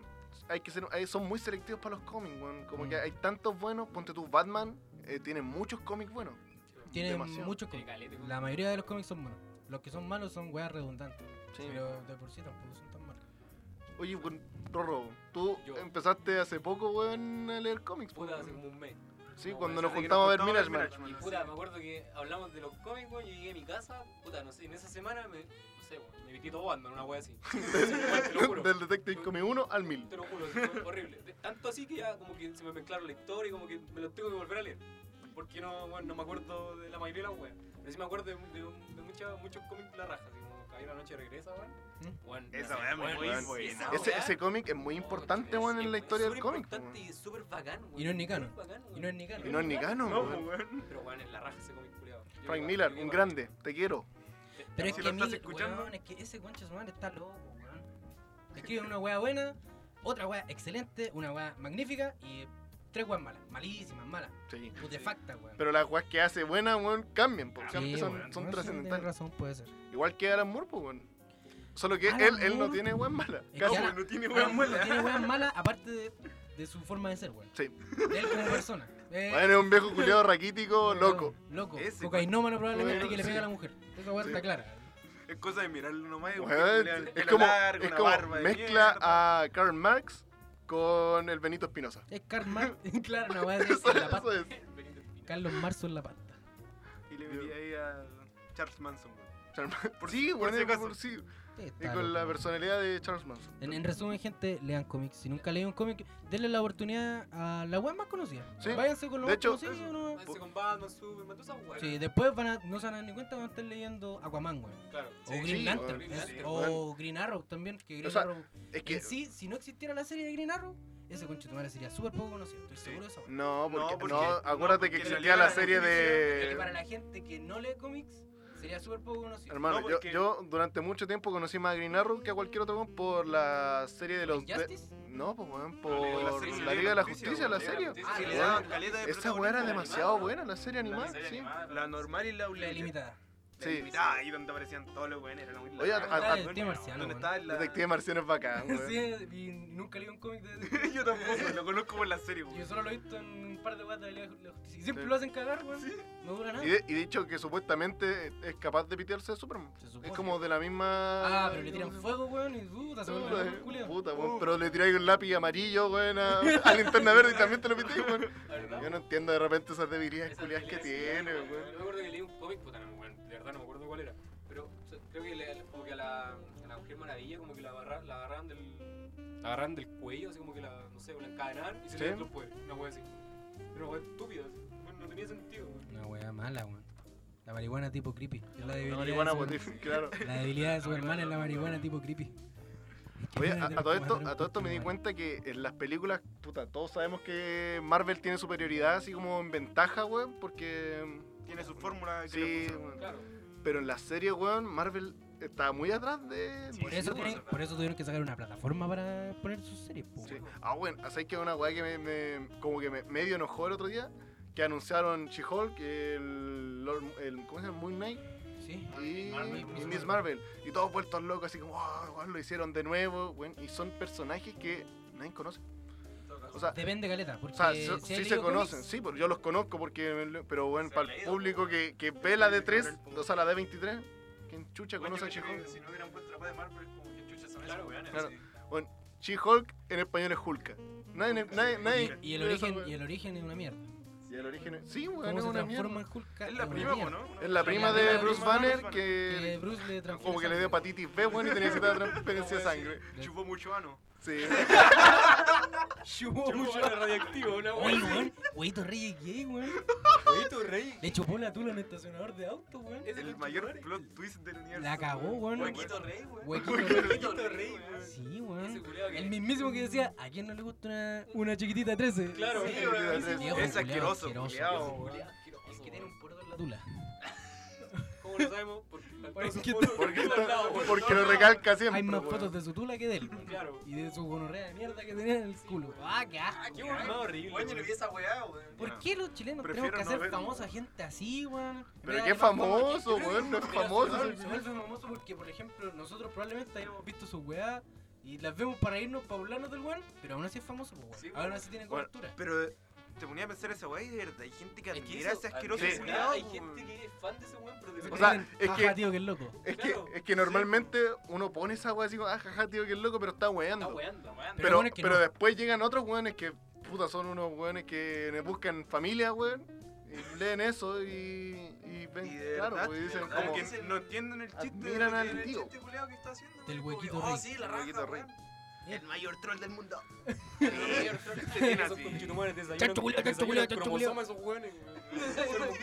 D: hay que ser, hay- son muy selectivos para los cómics, weón. Como
B: Mm.
D: que hay tantos buenos, ponte tú, Batman, eh, tiene muchos cómics buenos.
B: Tiene
D: Demasiado.
B: muchos
C: Tiene
B: cómics.
C: caleta, weón.
B: La mayoría de los cómics son buenos. Los que son malos son weas redundantes.
D: Sí.
B: Pero de por sí tampoco son tan malos.
D: Oye, weón, Rorro, tú
C: Yo.
D: empezaste hace poco, weón, a leer cómics,
C: Puta,
D: weón.
C: hace como un mes.
D: Sí,
C: no,
D: cuando
C: weón,
E: desde
D: nos
E: que
D: juntamos a ver
E: nos juntamos
D: Mirage
E: a ver
D: Man.
E: Mirage Man.
C: Y
E: Bueno,
C: puta,
E: sí.
C: me acuerdo que hablamos de los cómics, weón, yo llegué a mi casa, puta, no sé, en esa semana me, no sé, weón, me metí todo Batman, una wea así. *laughs* te lo
D: *laughs*
C: juro.
D: Del Detective Comic 1 al 1000.
C: Te lo juro, sí, fue *laughs* horrible. De- Tanto así que ya como que se me mezclaron la historia y como que me los tengo que volver a leer. Porque no, bueno, no me acuerdo de la mayoría de las weas. Pero sí me acuerdo de, de, de mucha- muchos cómics de la raja, así como Caballero de la Noche regresa, weón.
B: ¿Mm?
C: Weón,
E: Esa
C: no sé,
E: wea es
C: weón,
E: muy
C: esa
E: buena.
C: wea-
D: Ese, ese cómic es muy importante,
C: Oh,
D: weón, en la
C: es
D: historia del
C: súper
D: cómic.
C: importante
D: weón.
C: y súper bacán, weón.
B: Y no es ni
C: Súper
B: canon.
C: bacán, weón.
B: Y no es ni canon.
D: Y no es ni gano,
E: No,
D: weón.
E: weón.
C: Pero weón, en la raja ese cómic culiado.
D: Frank Miller, un grande, te quiero.
B: Pero es
E: si
B: que,
E: lo estás
B: mil-
E: escuchando-
B: weón, es que ese concha su madre está loco, weón. Escribe una wea buena, otra wea excelente, una wea magnífica y tres weas malas. Malísimas, malas.
D: Sí.
B: Putefacta, weón.
D: Pero las weas que hace buena, weón, cambian, porque
B: Sí,
D: son,
B: weón.
D: son
B: No, sí,
D: trascendentales.
B: tenés razón, puede
D: *laughs*
B: ser.
D: Igual que Alan Moore, pues, weón. Solo que
B: Alan
D: él, él no
B: Moore.
D: tiene weón mala.
B: Es que
D: Casi,
B: Alan-
E: No tiene
B: Pero
E: weón
B: no
E: muela.
B: Tiene weas malas aparte de, de su forma de ser, weón.
D: Sí.
B: De él como persona.
D: *laughs*
B: Eh,
D: Bueno, es un viejo culiado raquítico, loco.
B: Loco.
E: Ese,
B: Cocainómano probablemente
D: Bueno,
B: que le
D: sí.
B: pega a la mujer. Esa weá
D: Sí.
B: está clara.
E: Es cosa de mirarlo nomás. y
D: Weón,
E: culiao, el
D: es
E: pelo
D: como,
E: largo,
D: es
E: una
D: como
E: barba de
D: mezcla
E: mierda.
D: a Karl Marx con el Benito Espinosa.
B: Es Karl
D: *laughs*
B: Marx. *laughs* claro, una weá de
D: Eso,
B: en la pasta.
D: *laughs* eso es.
B: Carlos Marzo en la pasta.
E: Y le metí ahí a Charles Manson, weón.
D: Charles Manson. sí, weón,
E: si
D: es
E: acaso.
D: por- sí.
B: Sí,
D: Y
B: está
D: con
B: loco.
D: la personalidad de Charles Manson.
B: En, en resumen, gente, lean cómics. Si nunca leí un cómic, denle la oportunidad a la web más conocida.
D: Sí.
B: Váyanse con lo
D: De
B: más
D: hecho,
B: conocido. ¿no?
C: Ese con Batman, Superman, todas esas weas.
B: Sí, después van a, no se van a dar ni cuenta cuando estén leyendo Aquaman, weón.
C: Claro.
B: O Green
D: sí,
B: Lantern.
D: weón.
B: ¿eh?
C: Sí,
B: o Green Arrow también. Que Green
D: O sea,
B: Arrow.
D: Es
B: Que
D: que.
B: sí, si no existiera la serie de Green Arrow, ese conchetumare sería súper poco conocido. Estoy seguro de eso. weón.
D: No, porque. No,
E: No, porque-
D: acuérdate
E: no,
D: que
E: porque
D: existía
E: la
D: la serie
B: Y para
D: de.
B: la gente que no lee cómics, sería súper poco conocido.
D: *laughs* Hermano,
E: No,
D: yo,
E: porque-
D: yo durante mucho tiempo conocí más a Green Arrow que a cualquier otro weón por la serie de los. de-
B: Justice?
D: No, pues weón, por
E: Liga de la Justicia,
D: la Liga de la Justicia, la serie.
C: Sí,
B: Ah,
E: Sí,
C: sí,
E: le
C: weón.
E: daban caleta de
D: Esa weá era
E: protagonismo.
D: demasiado buena, la serie animada,
C: serie
D: sí.
C: animada,
E: La normal y la
B: La
E: ulilimitada.
B: ilimitada.
D: Sí.
E: Sí. Mirá, ahí donde aparecían todos los weones, era Ah, la muy
D: Oye,
E: la-
D: a- a-
B: Detective Marciano,
E: ¿Dónde
B: weón.
E: estaba la...
D: Detective Marciano es
B: *laughs*
D: bacán, weón.
A: Sí, y nunca leí un cómic de Detective
E: *laughs* Yo tampoco, lo conozco por la serie,
A: Yo
E: weón.
A: solo lo he visto en un par de guatas de la la justicia. Y siempre
D: Sí.
A: lo hacen cagar, weón. No dura nada.
D: Y, de- y dicho que supuestamente es capaz de pitearse de Superman.
A: Se supone.
D: Es como de la misma.
A: Ah, pero le tiran fuego, weón, y puta, se vuelve loco el
D: Puta,
A: culiao.
D: Puta, weón, pero le tiráis un lápiz amarillo, weón, a, a linterna verde y también te lo piteáis, weón.
C: ¿Verdad?
D: Yo no entiendo de repente esas debilidades
C: Esas
D: culiadas que
C: peleas,
D: tiene,
C: sí, weón.
D: weón.
C: Yo me acuerdo que leí un cómic, puta, no, weón, de verdad no me acuerdo cuál era. Pero o sea, creo que le- como que a la, a la Mujer Maravilla como que la, agarra- la agarraban del la agarraban del cuello, así como que la, no sé, la encadenaban y se
D: Sí.
C: le dieron los poderes, una wea así. Era una wea estúpida, así. Bueno, no tenía sentido, weón.
B: Una wea mala, weón. La marihuana tipo creepy. Es la
D: La
B: debilidad.
D: marihuana,
B: de
D: pues,
B: Superman.
D: dice, *laughs* claro.
B: La debilidad de Superman es la marihuana tipo creepy.
D: Oye, a, a todo esto, a todo esto me di cuenta que en las películas, puta, todos sabemos que Marvel tiene superioridad así como en ventaja, weón, porque.
E: Tiene su fórmula que
D: Sí,
E: le puso.
D: weón.
C: Claro.
D: Pero en la serie, weón, Marvel estaba muy atrás de.
E: Sí,
B: Por eso,
E: sí,
B: tienen-
E: weón.
B: por eso tuvieron que sacar una plataforma para poner sus series, po,
D: Sí.
B: weón.
D: Ah, bueno, ¿sabes que una weá que me, me- como que me medio enojó el otro día? Que anunciaron She-Hulk, el, Lord- el- ¿Cómo se llama? Moon Knight
B: Sí.
D: y,
C: Marvel,
D: y
C: Miss
D: Miss Marvel. Y todos vueltos locos, así como, "Oh, weón, lo hicieron de nuevo, weón. Y son personajes que nadie conoce. O sea,
B: Depende, Caleta, porque
D: ah. o sea, so-
B: has
D: sí se
B: Eh, leído
D: conocen,
B: cómics,
D: sí, porque yo los conozco, porque, pero bueno,
E: Se
D: para
E: ha
D: el
E: leído,
D: público
E: weón.
D: que, que ve la D3,
E: Marvel,
D: o sea, la D23, ¿quién chucha
E: Weón,
D: conoce
E: yo
D: a
E: creo que Si
D: She-Hulk?
E: no hubieran puesto la paz de Marvel, como que chucha son
C: Claro,
E: esos weones,
D: claro.
E: así.
D: She-Hulk en español es Hulka. Nadie, nadie, nadie.
B: Y, y el
D: ve esa
B: origen,
D: weá.
B: y el origen es una mierda.
D: Y el origen es- Sí, weón,
B: ¿Cómo
D: es
B: se
D: una mierda.
B: transforma en Hulk?
E: Es la
B: una
E: prima,
B: mierda.
E: ¿no?
D: Es la prima de Bruce Banner
B: Que
D: que
B: Bruce le transforma.
D: como que le dio hepatitis B, bueno, y tenía que dar transferencia de sangre.
E: Chupó mucho ah, ano.
D: Sí.
C: Chupó mucho era radiactivo, una wea
B: Oye,
C: así.
B: weón, huevito rey es gay, weón.
C: Huevito rey.
B: Le chupó la tula en el estacionador de auto, weón.
C: Ese
E: El
C: conchetumare.
E: mayor plot twist del universo.
B: La cagó, weón.
C: Huequito rey, weón.
B: Huequito
C: Huequito
E: rey.
C: rey, weón.
B: Sí,
C: Ese
B: weón.
C: culiao que-
B: El mismísimo que decía, ¿a quién no le gusta una, una chiquitita 13?
C: Claro,
D: Sí,
C: sí,
D: weón.
C: weón.
D: Es
B: Viejo
E: Es
B: culiao,
E: asqueroso,
B: asqueroso.
E: culiao,
C: Ese
E: weón.
C: culiao asqueroso,
B: El que tiene
C: weón.
B: un puerto en la tula.
C: ¿Cómo lo sabemos? Porque,
B: Porque-
C: todo su
D: Porque,
C: pueblo al lado, por
D: porque
C: todo
D: lo
C: lado.
D: recalca
B: Hay
D: siempre.
B: más
D: weón.
B: fotos de su tula que de él. weón.
C: Claro.
B: Y de su gonorrea de mierda que tenía en el culo. Ah, qué
C: Ah,
B: asco.
C: qué
B: weón.
C: weón más horrible.
E: Weón, yo le
C: weón.
E: vi esa weá, weón.
B: ¿Por
E: Ya.
B: qué los chilenos
E: Prefiero
B: tenemos que
E: no
B: hacer
E: verlo.
B: famosa gente así, weón?
D: Pero
B: Mira,
D: qué
B: lo más guapo que-
D: famoso, weón, no es
B: Mira,
D: famoso.
B: Se
D: es
B: vuelve, se
D: el-
B: vuelve famoso porque, por ejemplo, nosotros probablemente hayamos visto sus weá y las vemos para irnos, para burlarnos del weón, pero aún así es famoso, pues, weón.
E: Sí,
B: Ahora
E: weón.
B: aún así tiene
D: Bueno,
B: cobertura.
E: Pero eh, te ponía a pensar esa weá y de verdad hay gente que
C: Es que
E: admira
C: eso-
E: ese asqueroso
D: admira-
E: culiao,
C: Hay
E: weón.
C: gente que es fan de ese weón, pero de
D: O
C: verdad.
D: sea,
B: Tienen
D: es
B: paja,
D: que-
B: tío, que es loco.
D: Es que,
C: Claro.
D: es que normalmente uno pone esa weá así como, ah, jaja, tío, que es loco, pero está
C: Está
D: weando.
C: weando, weando.
B: Pero
D: Pero,
B: bueno, es que
D: pero
B: no.
D: después llegan otros weones que, puta, son unos weones que le buscan familia, weón. Y leen eso y, y ven,
E: Y de
D: claro,
E: verdad,
D: pues, y dicen
E: como
D: como,
E: que no entienden el chiste.
D: admiran al
E: el
D: tío.
E: chiste culiao que está haciendo. weón.
B: Del
E: Como que,
B: huequito
E: oh,
B: rey.
E: sí, la
D: El
E: raja,
D: huequito rey.
E: weón. El mayor troll del *laughs* mundo.
C: Esos conchetumares desayunan-
B: Chancho culiao, chancho culiao,
C: desayunan
B: chancho
C: cromosomas esos weones,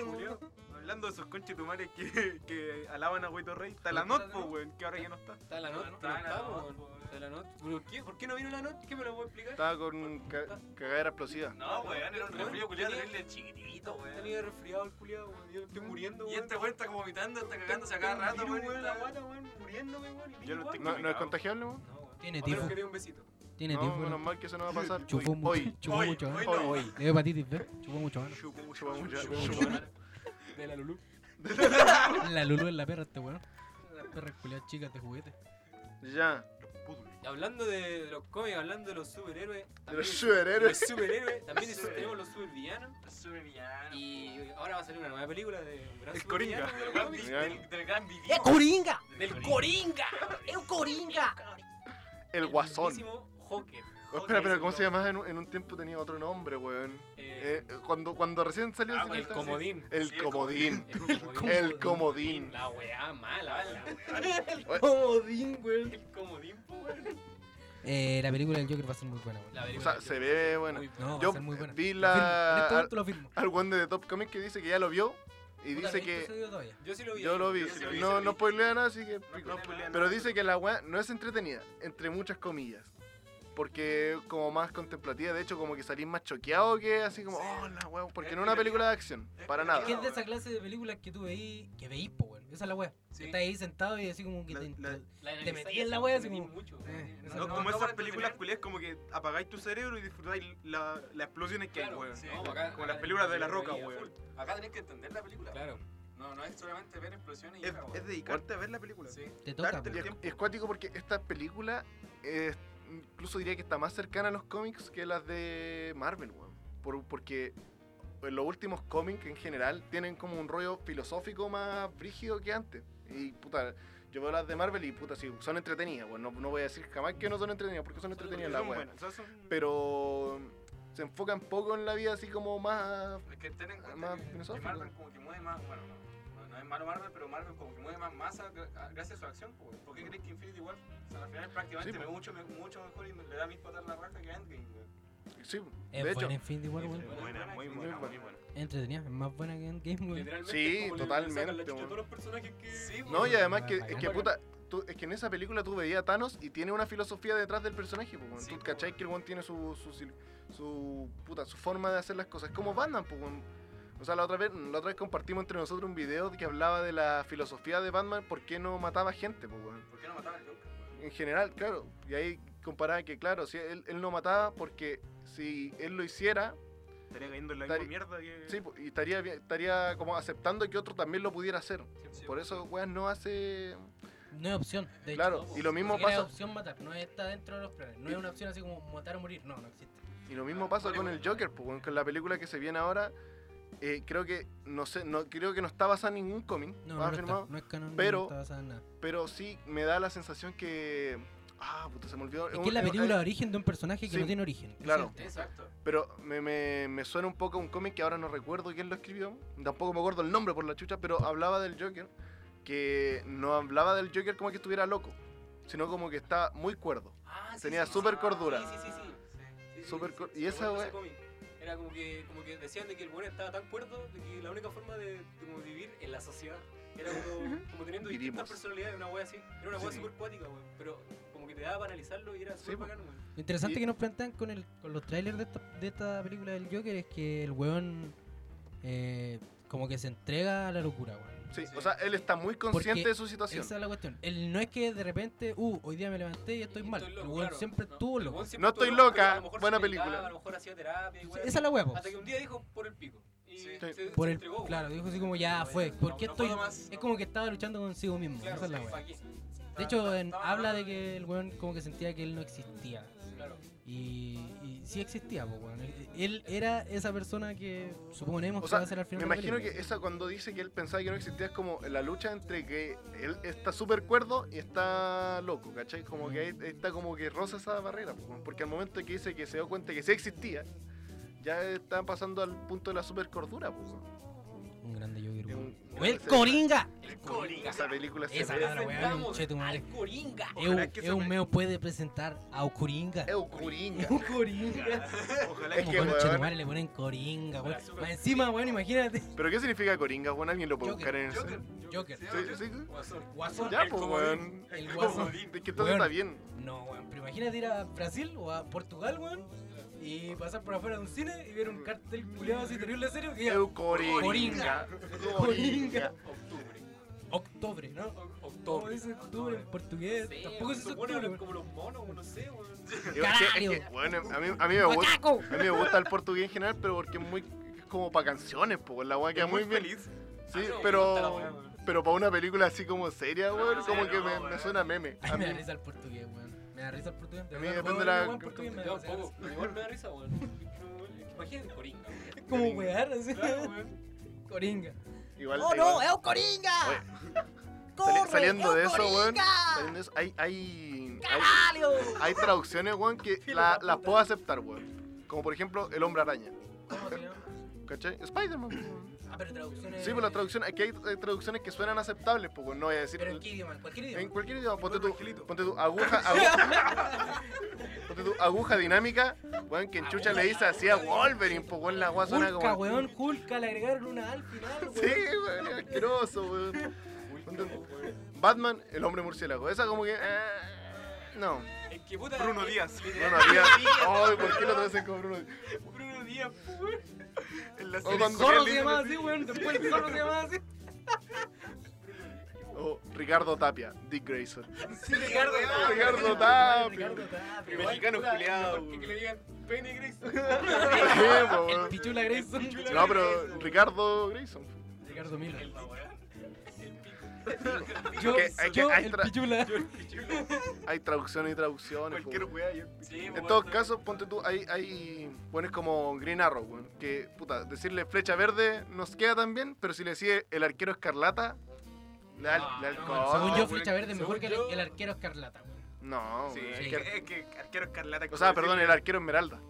C: weón.
E: Hablando de esos conchetumares que, que alaban a Huequito Rey, está la not, po, weón, que ahora ya no está.
C: Está la not, pero está, weón. Está la not. ¿Pero qué? ¿Por qué no vino la not? ¿Qué me lo voy a explicar?
D: estaba con ca- cagadera explosiva.
E: No,
C: weón, era un resfrío culiao terrible
E: chiquitito,
C: Tenía resfriado el culiao, weón. Yo estoy muriendo,
E: Y
C: weón.
E: este weón está como vomitando, está cagándose a cada rato,
C: Virus,
E: weón. y
C: weón, la
E: está-
C: guata, weón, muriéndome, weón, y
E: Yo no
C: virus,
E: estoy-
C: weón.
D: ¿No, no es contagiable, weón?
C: No, weón.
B: Tiene
C: A menos
B: tifo.
C: que le dé un besito.
B: Tiene
D: No,
B: tifo.
D: menos
B: weón.
D: mal que eso no va a pasar.
B: Chupó
D: Hoy-
B: mucho,
D: Hoy,
B: *laughs* chupó
E: hoy,
B: mucho, ¿eh?
E: hoy no.
B: Le dio hepatitis B, chupó mucho, ¿eh?
E: Chupó,
D: Chupó mucho.
E: chupó,
D: Chupó.
E: chupó.
C: De la Lulú.
B: La Lulu es la perra este weón. La perra culiada chica de juguete.
D: ya.
C: Y Hablando de de los cómics, hablando de los superhéroes. también-
D: los superhéroes.
C: de los superhéroes, También
E: Superhéroes.
C: tenemos los supervillanos.
E: Supervillano.
C: Y ahora va a salir una nueva película de un gran
E: El Coringa.
C: supervillano, weón,
D: Coringa.
E: Del del gran
B: ¡Es
E: villano.
B: Coringa!
C: Del Coringa.
B: ¡Es Coringa!
D: El guasón.
C: mismísimo Joker.
D: Oh, espera, pero ¿cómo se llamaba? En un, en un tiempo tenía otro nombre, weón.
C: Eh,
D: Eh, cuando, cuando recién salió
E: Ah,
D: ese
C: el
D: nombre,
C: comodín.
D: El
E: Sí, el
D: comodín.
C: El
D: El comodín.
C: La weá mala, la weá.
B: Comodín, weón.
C: El comodín, po, weón.
B: Eh, la película del Joker va a ser muy buena, weón.
C: La
D: O
C: película
D: sea, se ve, bueno.
C: muy buena.
B: No, va
D: Yo eh,
B: a ser muy buena.
D: vi
B: Lo
D: la-
B: firmo. En este momento lo firmo.
D: Al weón de Top Comic que dice que ya lo vio
B: Puta,
D: y dice
B: no he visto
D: que
B: ese video todavía.
C: Yo sí lo vi.
D: yo lo vi.
E: yo sí lo vi, sí
D: No,
E: lo
D: no
E: vi.
D: spoilea nada, así que.
E: No, no, spoilea
D: Pero
E: nada.
D: dice que la weá no es entretenida, entre muchas comillas. Porque como más contemplativa, de hecho, como que salís más choqueado que así como,
E: Sí.
D: oh, la weá. Porque
E: Es
D: no es una
E: que-
D: película de acción,
E: es
D: para
E: que-
D: nada.
B: Es que es de esa clase de películas que tú veís, que veís, po, weón. Esa es la weá.
C: Sí.
B: Estás ahí sentado y así como que
E: La-
B: te...
E: la-
C: La
B: Te metí en la wea, así
C: metí
B: como-
C: mucho.
B: Eh,
C: No,
B: esa-
E: No,
B: No,
E: como
B: no
E: esas películas culiadas como que apagáis tu cerebro y disfrutáis la, las explosiones que
C: Claro,
E: hay, weón.
C: sí.
E: ¿no?
C: Acá-
E: como
C: acá
E: las películas de La
C: tenés que
E: Roca,
C: ir a
E: weón.
C: full.
E: Acá tenés que entender la película.
C: Claro. No, no es solamente ver explosiones y
E: Es,
C: ya, weón.
E: es dedicarte a ver la película.
C: Sí.
B: Te toca.
E: Darte
B: po.
D: Y es, y es cuático porque esta película es- incluso diría que está más cercana a los cómics que las de Marvel, weón. Por- porque los últimos cómics en general tienen como un rollo filosófico más brígido que antes. Y puta, yo veo las de Marvel y puta, sí, son entretenidas, weón. No, no voy a decir jamás que no son entretenidas porque son entretenidas las
E: Son
D: weas.
E: buenas, o sea, son-
D: Pero se enfocan poco en la vida así como más
C: Es que ten en cuenta
D: Ah, Más
C: que- que,
D: filosófico.
C: Marvel como que mueve más, bueno, no, no- no es malo Marvel, pero Marvel como que mueve más masa gra- a- gracias a su acción. po, weón. ¿Por qué crees que Infinity War, o sea, al final prácticamente
D: Sí,
C: es
D: po.
C: mucho, me- mucho mejor y me- le da mis patas a la raja que Endgame, weón.
D: Sí,
B: Es
D: de hecho.
B: buena Infinity War, weón.
C: buena,
E: Buena, muy
C: muy
E: buena,
D: buena.
E: muy buena.
B: Entretenida, es más buena que Endgame, weón.
C: Literalmente
D: Sí,
C: es como le- le
D: totalmente,
C: sacan la chucha a
D: weón.
C: todos los personajes que...
D: No, y además que,
B: Bacán.
D: es que puta, tú- es que en esa película tú veías a Thanos y tiene una filosofía detrás del personaje, pues, weón.
C: Sí,
D: tú
C: po,
D: cachai
C: weón.
D: que el weón tiene su, su, sil- su, puta, su forma de hacer las cosas, como Batman, pues, weón. O sea, la otra, vez, la otra vez compartimos entre nosotros un video que hablaba de la filosofía de Batman, por qué no mataba gente, pues, weón.
C: ¿Por qué no mataban al Joker? weón?
D: En general, claro. Y ahí comparaba que, claro, si él, él no mataba porque si él lo hiciera,
E: Estaría cayendo en la
D: Estaría-
E: misma mierda que.
D: sí, pues, y estaría, bien- estaría como aceptando que otro también lo pudiera hacer. Por
C: pues,
D: eso, weón, no hace...
B: No es opción, de hecho.
D: Claro, y lo
B: Ni
D: mismo
B: siquiera
D: pasa...
B: es opción matar, no está dentro de los planes. No es una opción así como matar o morir, no, no existe.
D: Y lo mismo pasa
C: Vale,
D: con
C: bueno,
D: el Joker, pues, weón, con la película que se viene ahora. eh, creo que no sé, no creo que no está basada en ningún cómic,
B: No, no,
D: más
B: está,
D: afirmado,
B: no es canon,
D: pero-
B: no está basada en nada.
D: pero sí me da la sensación que ah, puta, se me olvidó.
B: Es
D: un-
B: que es la
D: un-
B: película de
D: eh,
B: origen de un personaje que
D: sí,
B: no tiene origen.
D: claro.
C: Exacto.
D: pero me, me, me suena un poco a un cómic que ahora no recuerdo quién lo escribió, tampoco me acuerdo el nombre por la chucha, pero hablaba del Joker, que no hablaba del Joker como que estuviera loco, sino como que está muy cuerdo.
C: Ah, sí,
D: Tenía
C: sí,
D: super
C: sí.
D: cordura.
C: Sí, sí, sí. sí. Sí, sí,
D: Super
C: sí,
D: cor-
C: sí,
D: y
C: me
D: esa
C: acuerdo ese
D: wea-
C: cómic. Era como que, como que decían de que el weón estaba tan cuerdo de que la única forma de, de como vivir en la sociedad era como, como teniendo distintas
D: Vivimos.
C: personalidades, una wea así. Era una wea
D: Sí.
C: super cuática, weón. Pero como que te daba para analizarlo y era súper
D: po.
C: bacán, weón.
B: Lo interesante
D: Y-
B: que nos plantean con, el, con los trailers de esta, de esta película del Joker es que el weón eh, como que se entrega a la locura, weón.
D: Sí,
C: Sí.
D: o sea, él está muy consciente de su situación.
B: Esa es la cuestión. El, no es que de repente, uh, hoy día me levanté y estoy mal.
C: Estoy
B: el
C: loco,
B: weón
C: claro.
B: siempre
C: No,
B: estuvo
C: el
B: loco.
C: weón siempre
D: No
C: estuvo
D: estoy
C: loco,
D: loca,
C: pero a lo mejor se
D: buena
C: medicaba,
D: película.
C: A lo mejor hacía terapia y
B: Sí,
C: wea
B: Esa es la
C: así.
B: wea, po.
C: Hasta que un día dijo por el pico. Y
D: Sí.
C: se- se
B: Por el,
C: entregó, weón.
B: claro, dijo así como ya
C: No,
B: fue.
C: no,
B: ¿Por qué
C: no
B: estoy.?
C: puedo más,
B: es
C: no.
B: como que estaba luchando consigo mismo.
C: Claro,
B: esa es la
C: sí,
B: wea.
C: pa' qué.
B: De hecho,
C: Estaba-
B: en-
C: estaba
B: habla de
C: hablando
B: que el weón como que sentía que él no existía.
C: Claro.
B: Y, y sí existía, po, weón. Él, él era esa persona que suponemos
D: O
B: que va
D: sea,
B: a ser al final.
D: me
B: de la
D: imagino que
B: película.
D: esa cuando dice que él pensaba que no existía es como la lucha entre que él está súper cuerdo y está loco, ¿cachai? Como que
B: Mm.
D: ahí- ahí está como que roza esa barrera, pues, weón, porque al momento que dice que se dio cuenta que sí existía, ya están pasando al punto de la super cordura, pues. weón.
B: Un grande Joker,
D: Es
B: weón.
D: un-
B: ¡O Mm. ¡El Coringa!
C: El Coringa.
D: Esa película se
B: Esa
D: ve.
B: la weá,
C: Defendamos
B: conche tu madre.
C: al Coringa.
B: Eu,
E: Ojalá que se
B: eu
E: me-
B: meo puede presentar a Coringa.
D: Eu, Coringa.
B: Un *laughs* Coringa.
E: Ojalá
D: *laughs* Es
B: Como
D: que,
B: conche tu
D: weón.
B: madre, le ponen Coringa, weón.
C: Hola, super-
B: Más encima, weón, imagínate.
D: ¿Pero qué significa Coringa? Bueno, alguien lo puede
B: Joker,
D: buscar en el...
C: Joker.
B: Joker.
C: Se llama
D: Sí, sí, sí.
C: Guasón.
B: Guasón.
D: Ya,
C: El
D: pues,
C: comodín.
D: weón. *laughs*
B: El
D: Como-
B: guasón.
D: Es que entonces
B: Weón.
D: está bien.
B: No, weón, pero imagínate ir a Brasil o a Portugal, weón, y pasar por afuera de un cine y ver un cartel culiado así terrible serio que diga
D: Eu, Coringa.
B: Coringa.
C: Octubre.
B: *laughs* octubre, ¿no? Como
C: Octubre.
B: dice octubre en portugués,
C: Sí,
B: tampoco se dice
C: bueno,
B: octubre, weón.
C: como los monos, no sé, weón.
D: Yo- es que- es que,
B: Carajo.
D: bueno, a mí, a mí me gusta. A mí me gusta el portugués en general, pero porque es muy es como para canciones, pues la weá queda muy,
E: muy
D: bien.
E: feliz.
C: Ah,
D: Sí,
C: no, me gusta la weá,
D: pero
C: weón.
D: pero para una película así como seria, weón,
C: No,
D: como
C: no,
D: que me,
C: weón.
D: me suena meme. A
B: Ay,
C: *laughs*
D: mí,
B: me da risa el portugués, weón. Me da risa el portugués.
D: A mí
B: verdad,
D: depende
B: no
D: la-
B: hablo, weón, portugués, me da
C: Yo
B: risa.
C: tampoco, pero igual me da risa, weón. No, Imagínate Coringa, weón.
B: Es como wear, así.
C: Claro, weón.
B: *laughs* Coringa.
D: igual,
B: ¡Oh, no!
D: igual.
B: ¡Es un coringa!
D: Oye, sali-
B: ¡Corre!
D: saliendo de
B: ¡Es un
D: eso, weón.
B: coringa!
D: saliendo de eso, hay, hay, hay,
B: ¡Caralho!
D: hay traducciones, weón, que
B: Hijo de
D: la-
B: puta.
D: las puedo aceptar, weón. Como por ejemplo, El Hombre Araña.
B: ¿Cómo se llama?
D: ¿Cachai? Spider-Man. weón.
B: Ah, pero traducciones...
D: Sí, pues la traducción, aquí hay hay traducciones que suenan aceptables, pues weón, no voy a decir.
B: Pero en qué idioma, en cualquier idioma.
D: En cualquier idioma, ponte
E: Puro
D: tu,
E: angelito.
D: ponte tu aguja, aguja, ponte tu aguja dinámica, weón, que en chucha le dice así a Wolverine, pues weón, la guasona suena
B: Hulka,
D: como...
B: weón, Hulka, le agregaron una A al final, weón.
D: Sí, weón, es asqueroso, weón. Ponte tu- Batman, el hombre murciélago, esa como que... eh, no,
C: Es que puta.
E: Bruno
C: eh,
E: Díaz.
D: no,
C: literal,
D: no había... Ay, ¿por qué lo traes con Bruno?
B: *laughs*
C: Bruno Díaz, pues.
E: En la
D: O
E: serie
B: El
D: cuando-
B: zorro se
E: coreana.
B: llamaba así, weón. Después el zorro se llamaba
D: *laughs*
B: así.
D: O Ricardo Tapia, Dick Grayson.
B: Sí, Ricardo Tapia.
D: Ricardo Tapia.
B: Ricardo Tapia.
E: Mexicano culiado.
C: Porque que le digan Penny
D: *laughs*
C: Grayson.
D: Sí, pues,
B: El
D: weón.
B: Pichula Grayson.
D: No, pero Ricardo Grayson.
B: Ricardo Miller.
C: El-
B: Yo,
D: que- hay que-
B: yo,
D: hay
B: el
D: tra-
B: pichula.
D: Hay traducciones y traducciones. po,
E: Cualquier
D: weón.
E: weá, yo.
C: Sí,
D: En todo caso, ponte tú, hay, hay bueno, es como Green Arrow, weón, que puta, decirle flecha verde nos queda tan bien, pero si le decide el arquero escarlata, le da,
C: Ah,
D: le da el
C: no,
D: codo.
B: Según yo,
D: weón.
B: Flecha Verde es mejor
C: según
B: que el,
C: yo-
B: el arquero escarlata. weón.
D: No, pues,
E: Sí,
D: weón,
E: es
D: es
E: que,
D: que-
E: es que arquero escarlata.
D: o sea, perdón, el arquero esmeralda.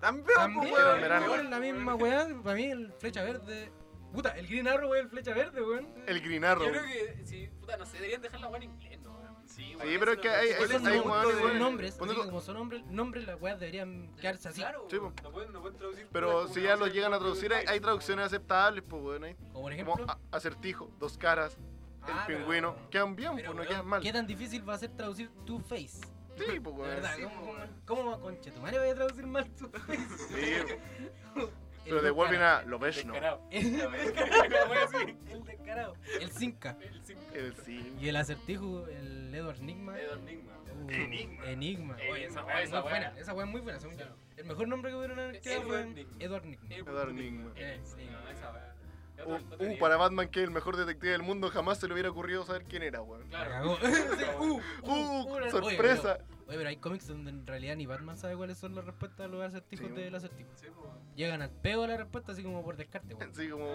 E: También,
B: También, weón,
D: weón,
E: pues,
D: verano.
B: weón, la misma weá. Para mí, el Flecha Verde. Puta, el Green Arrow es el Flecha Verde, weón.
D: El Green Arrow.
C: Yo creo que, sí, puta, no sé, deberían dejar la weá en inglés, ¿no? weón? Sí,
D: Sí, pero es que hay, hay,
E: ¿Cuál es
B: Esos
E: el
D: hay
B: nom-
D: weones,
B: esos
D: weón,
B: nombres,
D: ponte
B: así
D: tú-
B: que como son nombres, nombres las weas deberían quedarse así.
C: Claro,
D: Sí,
C: weón,
D: po.
C: no pueden, no pueden traducir.
D: Pero si ya lo llegan a traducir, hay, hay traducciones aceptables, pues, weón, hay
B: Como por
D: como
B: ejemplo,
D: a- acertijo, dos caras, el
B: Ah, pero-
D: pingüino, quedan bien,
B: pero,
D: pues, no
B: weón,
D: quedan mal.
B: ¿qué tan difícil va a ser traducir Two Face?
D: Sí, pues,
B: De
D: weón.
B: verdad,
D: sí,
B: ¿cómo, cómo, cómo, conche tu madre voy a traducir mal Two
D: *laughs*
B: Face? *laughs*
D: sí,
B: El
D: pero de
B: dos
D: Wolverine
B: caras.
D: a lo ves, ¿no?
C: *laughs* Descarado. *laughs*
B: El descarado. El Zinca.
C: El cinco.
D: El sí.
B: Y el acertijo, el Edward Nigma.
C: Edward Nigma.
B: Uh,
C: Enigma.
B: Enigma. Oye, esa
C: Enigma,
D: oh,
B: weá es
C: esa
B: muy
C: weá.
B: buena. Esa weá es muy buena, según yo. El mejor nombre que hubieron
C: Edward
B: quedado fue en
C: Nigma.
B: Edward Nigma.
D: Edward Nigma.
B: Eh, sí.
C: No, esa weá. Ya
D: Uh,
C: otra- otra
D: uh,
C: idea.
D: para Batman, que es el mejor detective del mundo, jamás se le hubiera ocurrido saber quién era, weón.
B: La
C: Claro.
B: cagó.
C: *laughs*
B: *laughs* Sí, uh,
D: ¡Uh!
B: uh, la-
D: ¡Sorpresa!
B: Oye pero, oye, pero hay cómics donde en realidad ni Batman sabe cuáles son las respuestas a los acertijos
D: Sí,
B: del acertijo.
C: Sí, po.
B: Llegan al peo de la respuesta así como por descarte,
D: *laughs*
B: weón.
D: Así como,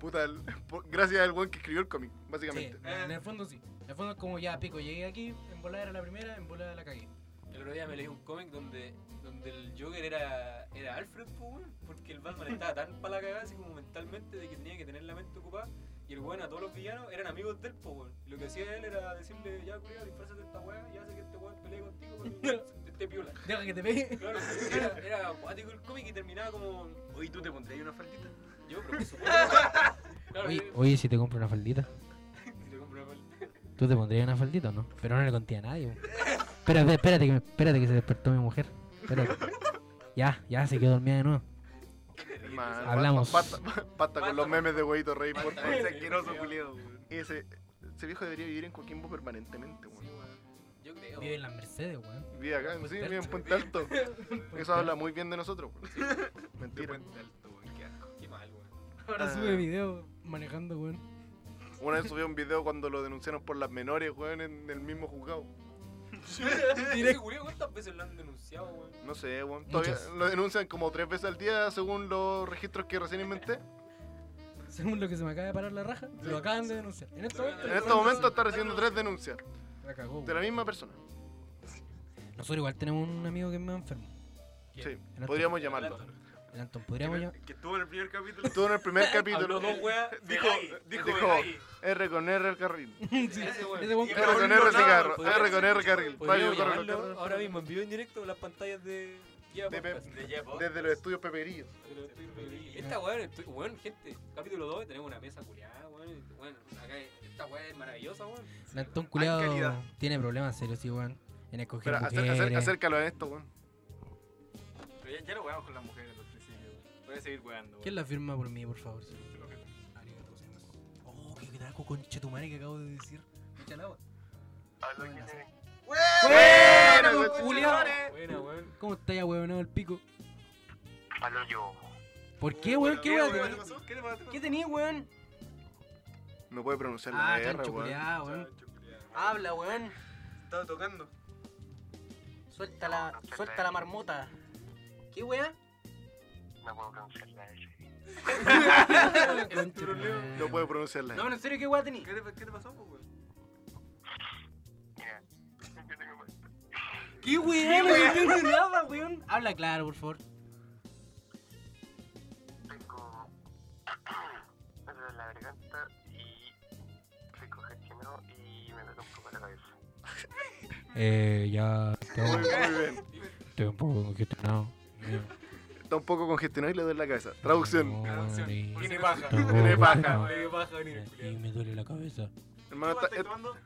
D: puta, el- por- gracias al weón que escribió el cómic,
B: Sí,
D: básicamente.
B: en el fondo sí. En el fondo es como ya pico, llegué aquí, en volada era la primera, en volada la cagué.
C: El otro día me leí un cómic donde, donde el Joker era, era Alfred, po, weón, porque el Batman estaba tan para la cagada, así como mentalmente, de que tenía que tener la mente ocupada. Y el weón a todos los villanos eran amigos del po, weón. Y Lo que hacía él era decirle, ya, culiao, disfrázate de esta weá, ya sé que este weón pelea contigo,
B: *laughs*
C: pero te, te piola.
B: Deja que te pegue.
C: Claro, era, era acuático el cómic y terminaba como
E: Oye, ¿tú te pondrías una faldita?
C: yo, pero por
E: *laughs*
C: supuesto. Claro,
B: Oye,
C: yo-
B: oye, si te compro una faldita,
C: si te compro una falda.
B: ¿tú te pondrías una faldita o no? Pero no le conté a nadie. weón. Espérate, espérate que, me- espérate que se despertó mi mujer. Espérate. Ya, ya se quedó dormida de nuevo.
D: Hermano,
C: Terrible,
D: pa-
B: Hablamos.
D: pa- Pata, pa- pata con
C: Pata,
D: los memes de huevito rey,
C: pata.
D: por favor.
E: Ese asqueroso culiado, weón.
D: *laughs* Ese, ese viejo debería vivir en Coquimbo permanentemente,
C: sí,
D: weón.
C: weón. Yo creo.
B: Vive en las Mercedes, weón.
D: Vive acá, sí, vive en Puente Alto. Eso habla muy bien de nosotros, weón.
E: Te
D: Mentira.
E: puente alto, weón, qué asco.
C: Qué mal,
B: *laughs*
C: weón.
B: Ahora
D: Ah.
B: sube video manejando, weón.
D: Una vez subí un video cuando lo denunciaron por las menores, weón, en el mismo juzgado.
C: Ese culiao, ¿cuántas veces lo han denunciado, weón?
D: No sé, weón. Todavía
B: Muchas.
D: lo denuncian como tres veces al día, según los registros que recién inventé.
B: Según lo que se me acaba de parar la raja, lo acaban de denunciar. En este momento,
D: En este momento está recibiendo tres denuncias
B: La cagó,
D: de
B: weón.
D: la misma persona.
B: Nosotros igual tenemos un amigo que es más enfermo.
D: Sí,
B: Anton.
D: podríamos llamarlo.
B: El Anton, podríamos ya.
E: Que estuvo en el primer capítulo.
D: Estuvo en el
B: *laughs*
D: primer capítulo.
C: Habló dos
D: *laughs*
C: weas.
E: Dijo, dijo,
D: Dijo,
E: "Ay".
D: *laughs* R con R
B: *laughs*
D: el carril.
B: Sí,
C: Ese weón.
B: ese weón
E: Y
D: R
E: Raúl
D: con
E: no
D: R
E: hablaba,
D: cigarro.
E: podría
D: R con
E: ser
D: R carril.
C: Podríamos
D: Rayo, corre,
C: llamarlo
D: corre, corre.
C: ahora mismo en vivo en directo las pantallas de Gia
D: De
C: Podcast.
E: De Jeff Bezos.
D: Desde los estudios peperillos.
C: Pero estoy feliz. Esta weón, estoy- weón, gente, capítulo 2 tenemos una mesa culiada, weón. Bueno, acá esta weón es maravillosa, weón.
B: El Anton
E: calidad.
B: culiado tiene problemas serios, sí, weón. En escoger
D: Espera, acer- acer-
B: mujeres.
D: acércalo en esto, weón.
E: Pero ya, ya lo weamos con las mujeres al principio, weón. Voy a seguir weando,
B: ¿Quién
E: weón.
B: la firma por mí, por favor? Oh, qué trago con chetumare que acabo de decir. Echa el agua.
D: ¡Buena,
B: ¡Buena,
D: conchetumare!
B: culiao!
C: Buena, weón.
B: ¿Cómo está ya, weón, el pico?
G: Al hoyo.
B: ¿Por qué, weón? ¿Qué weón?
E: ¿Qué te
B: tenés?
E: pasó? ¿Qué te pasó?
B: ¿Qué tenía, weón?
D: No puede pronunciar la
B: Ah,
D: R,
B: chancho
D: weón.
B: culiao, weón. Habla, weón.
E: Estaba tocando.
B: Suelta la, suelta la marmota. ¿Qué, weón?
G: No puedo pronunciar la S.
B: *laughs*
D: No puede pronunciar la
B: No,
D: R.
B: pero en serio, ¿qué weón tenía? *laughs*
E: ¿Qué te, qué te pasó, po, weón?
G: Mira. yo tengo más.
B: ¿Qué weón? No entiendo nada, weón. Habla claro, por favor.
G: Tengo. dolor de la garganta y. Soy congestionado y me duele un poco la cabeza.
B: Eh, ya.
D: Muy, muy bien.
B: Estoy un poco congestionado.
D: Está un poco congestionado y le duele la cabeza. *laughs* Traducción.
E: Tiene paja.
D: Tiene paja.
E: Tiene paja, venir, culiao.
B: me duele la cabeza.
D: Hermano,
E: ¿Qué más
D: está-
E: estáis
D: eh,
E: tomando?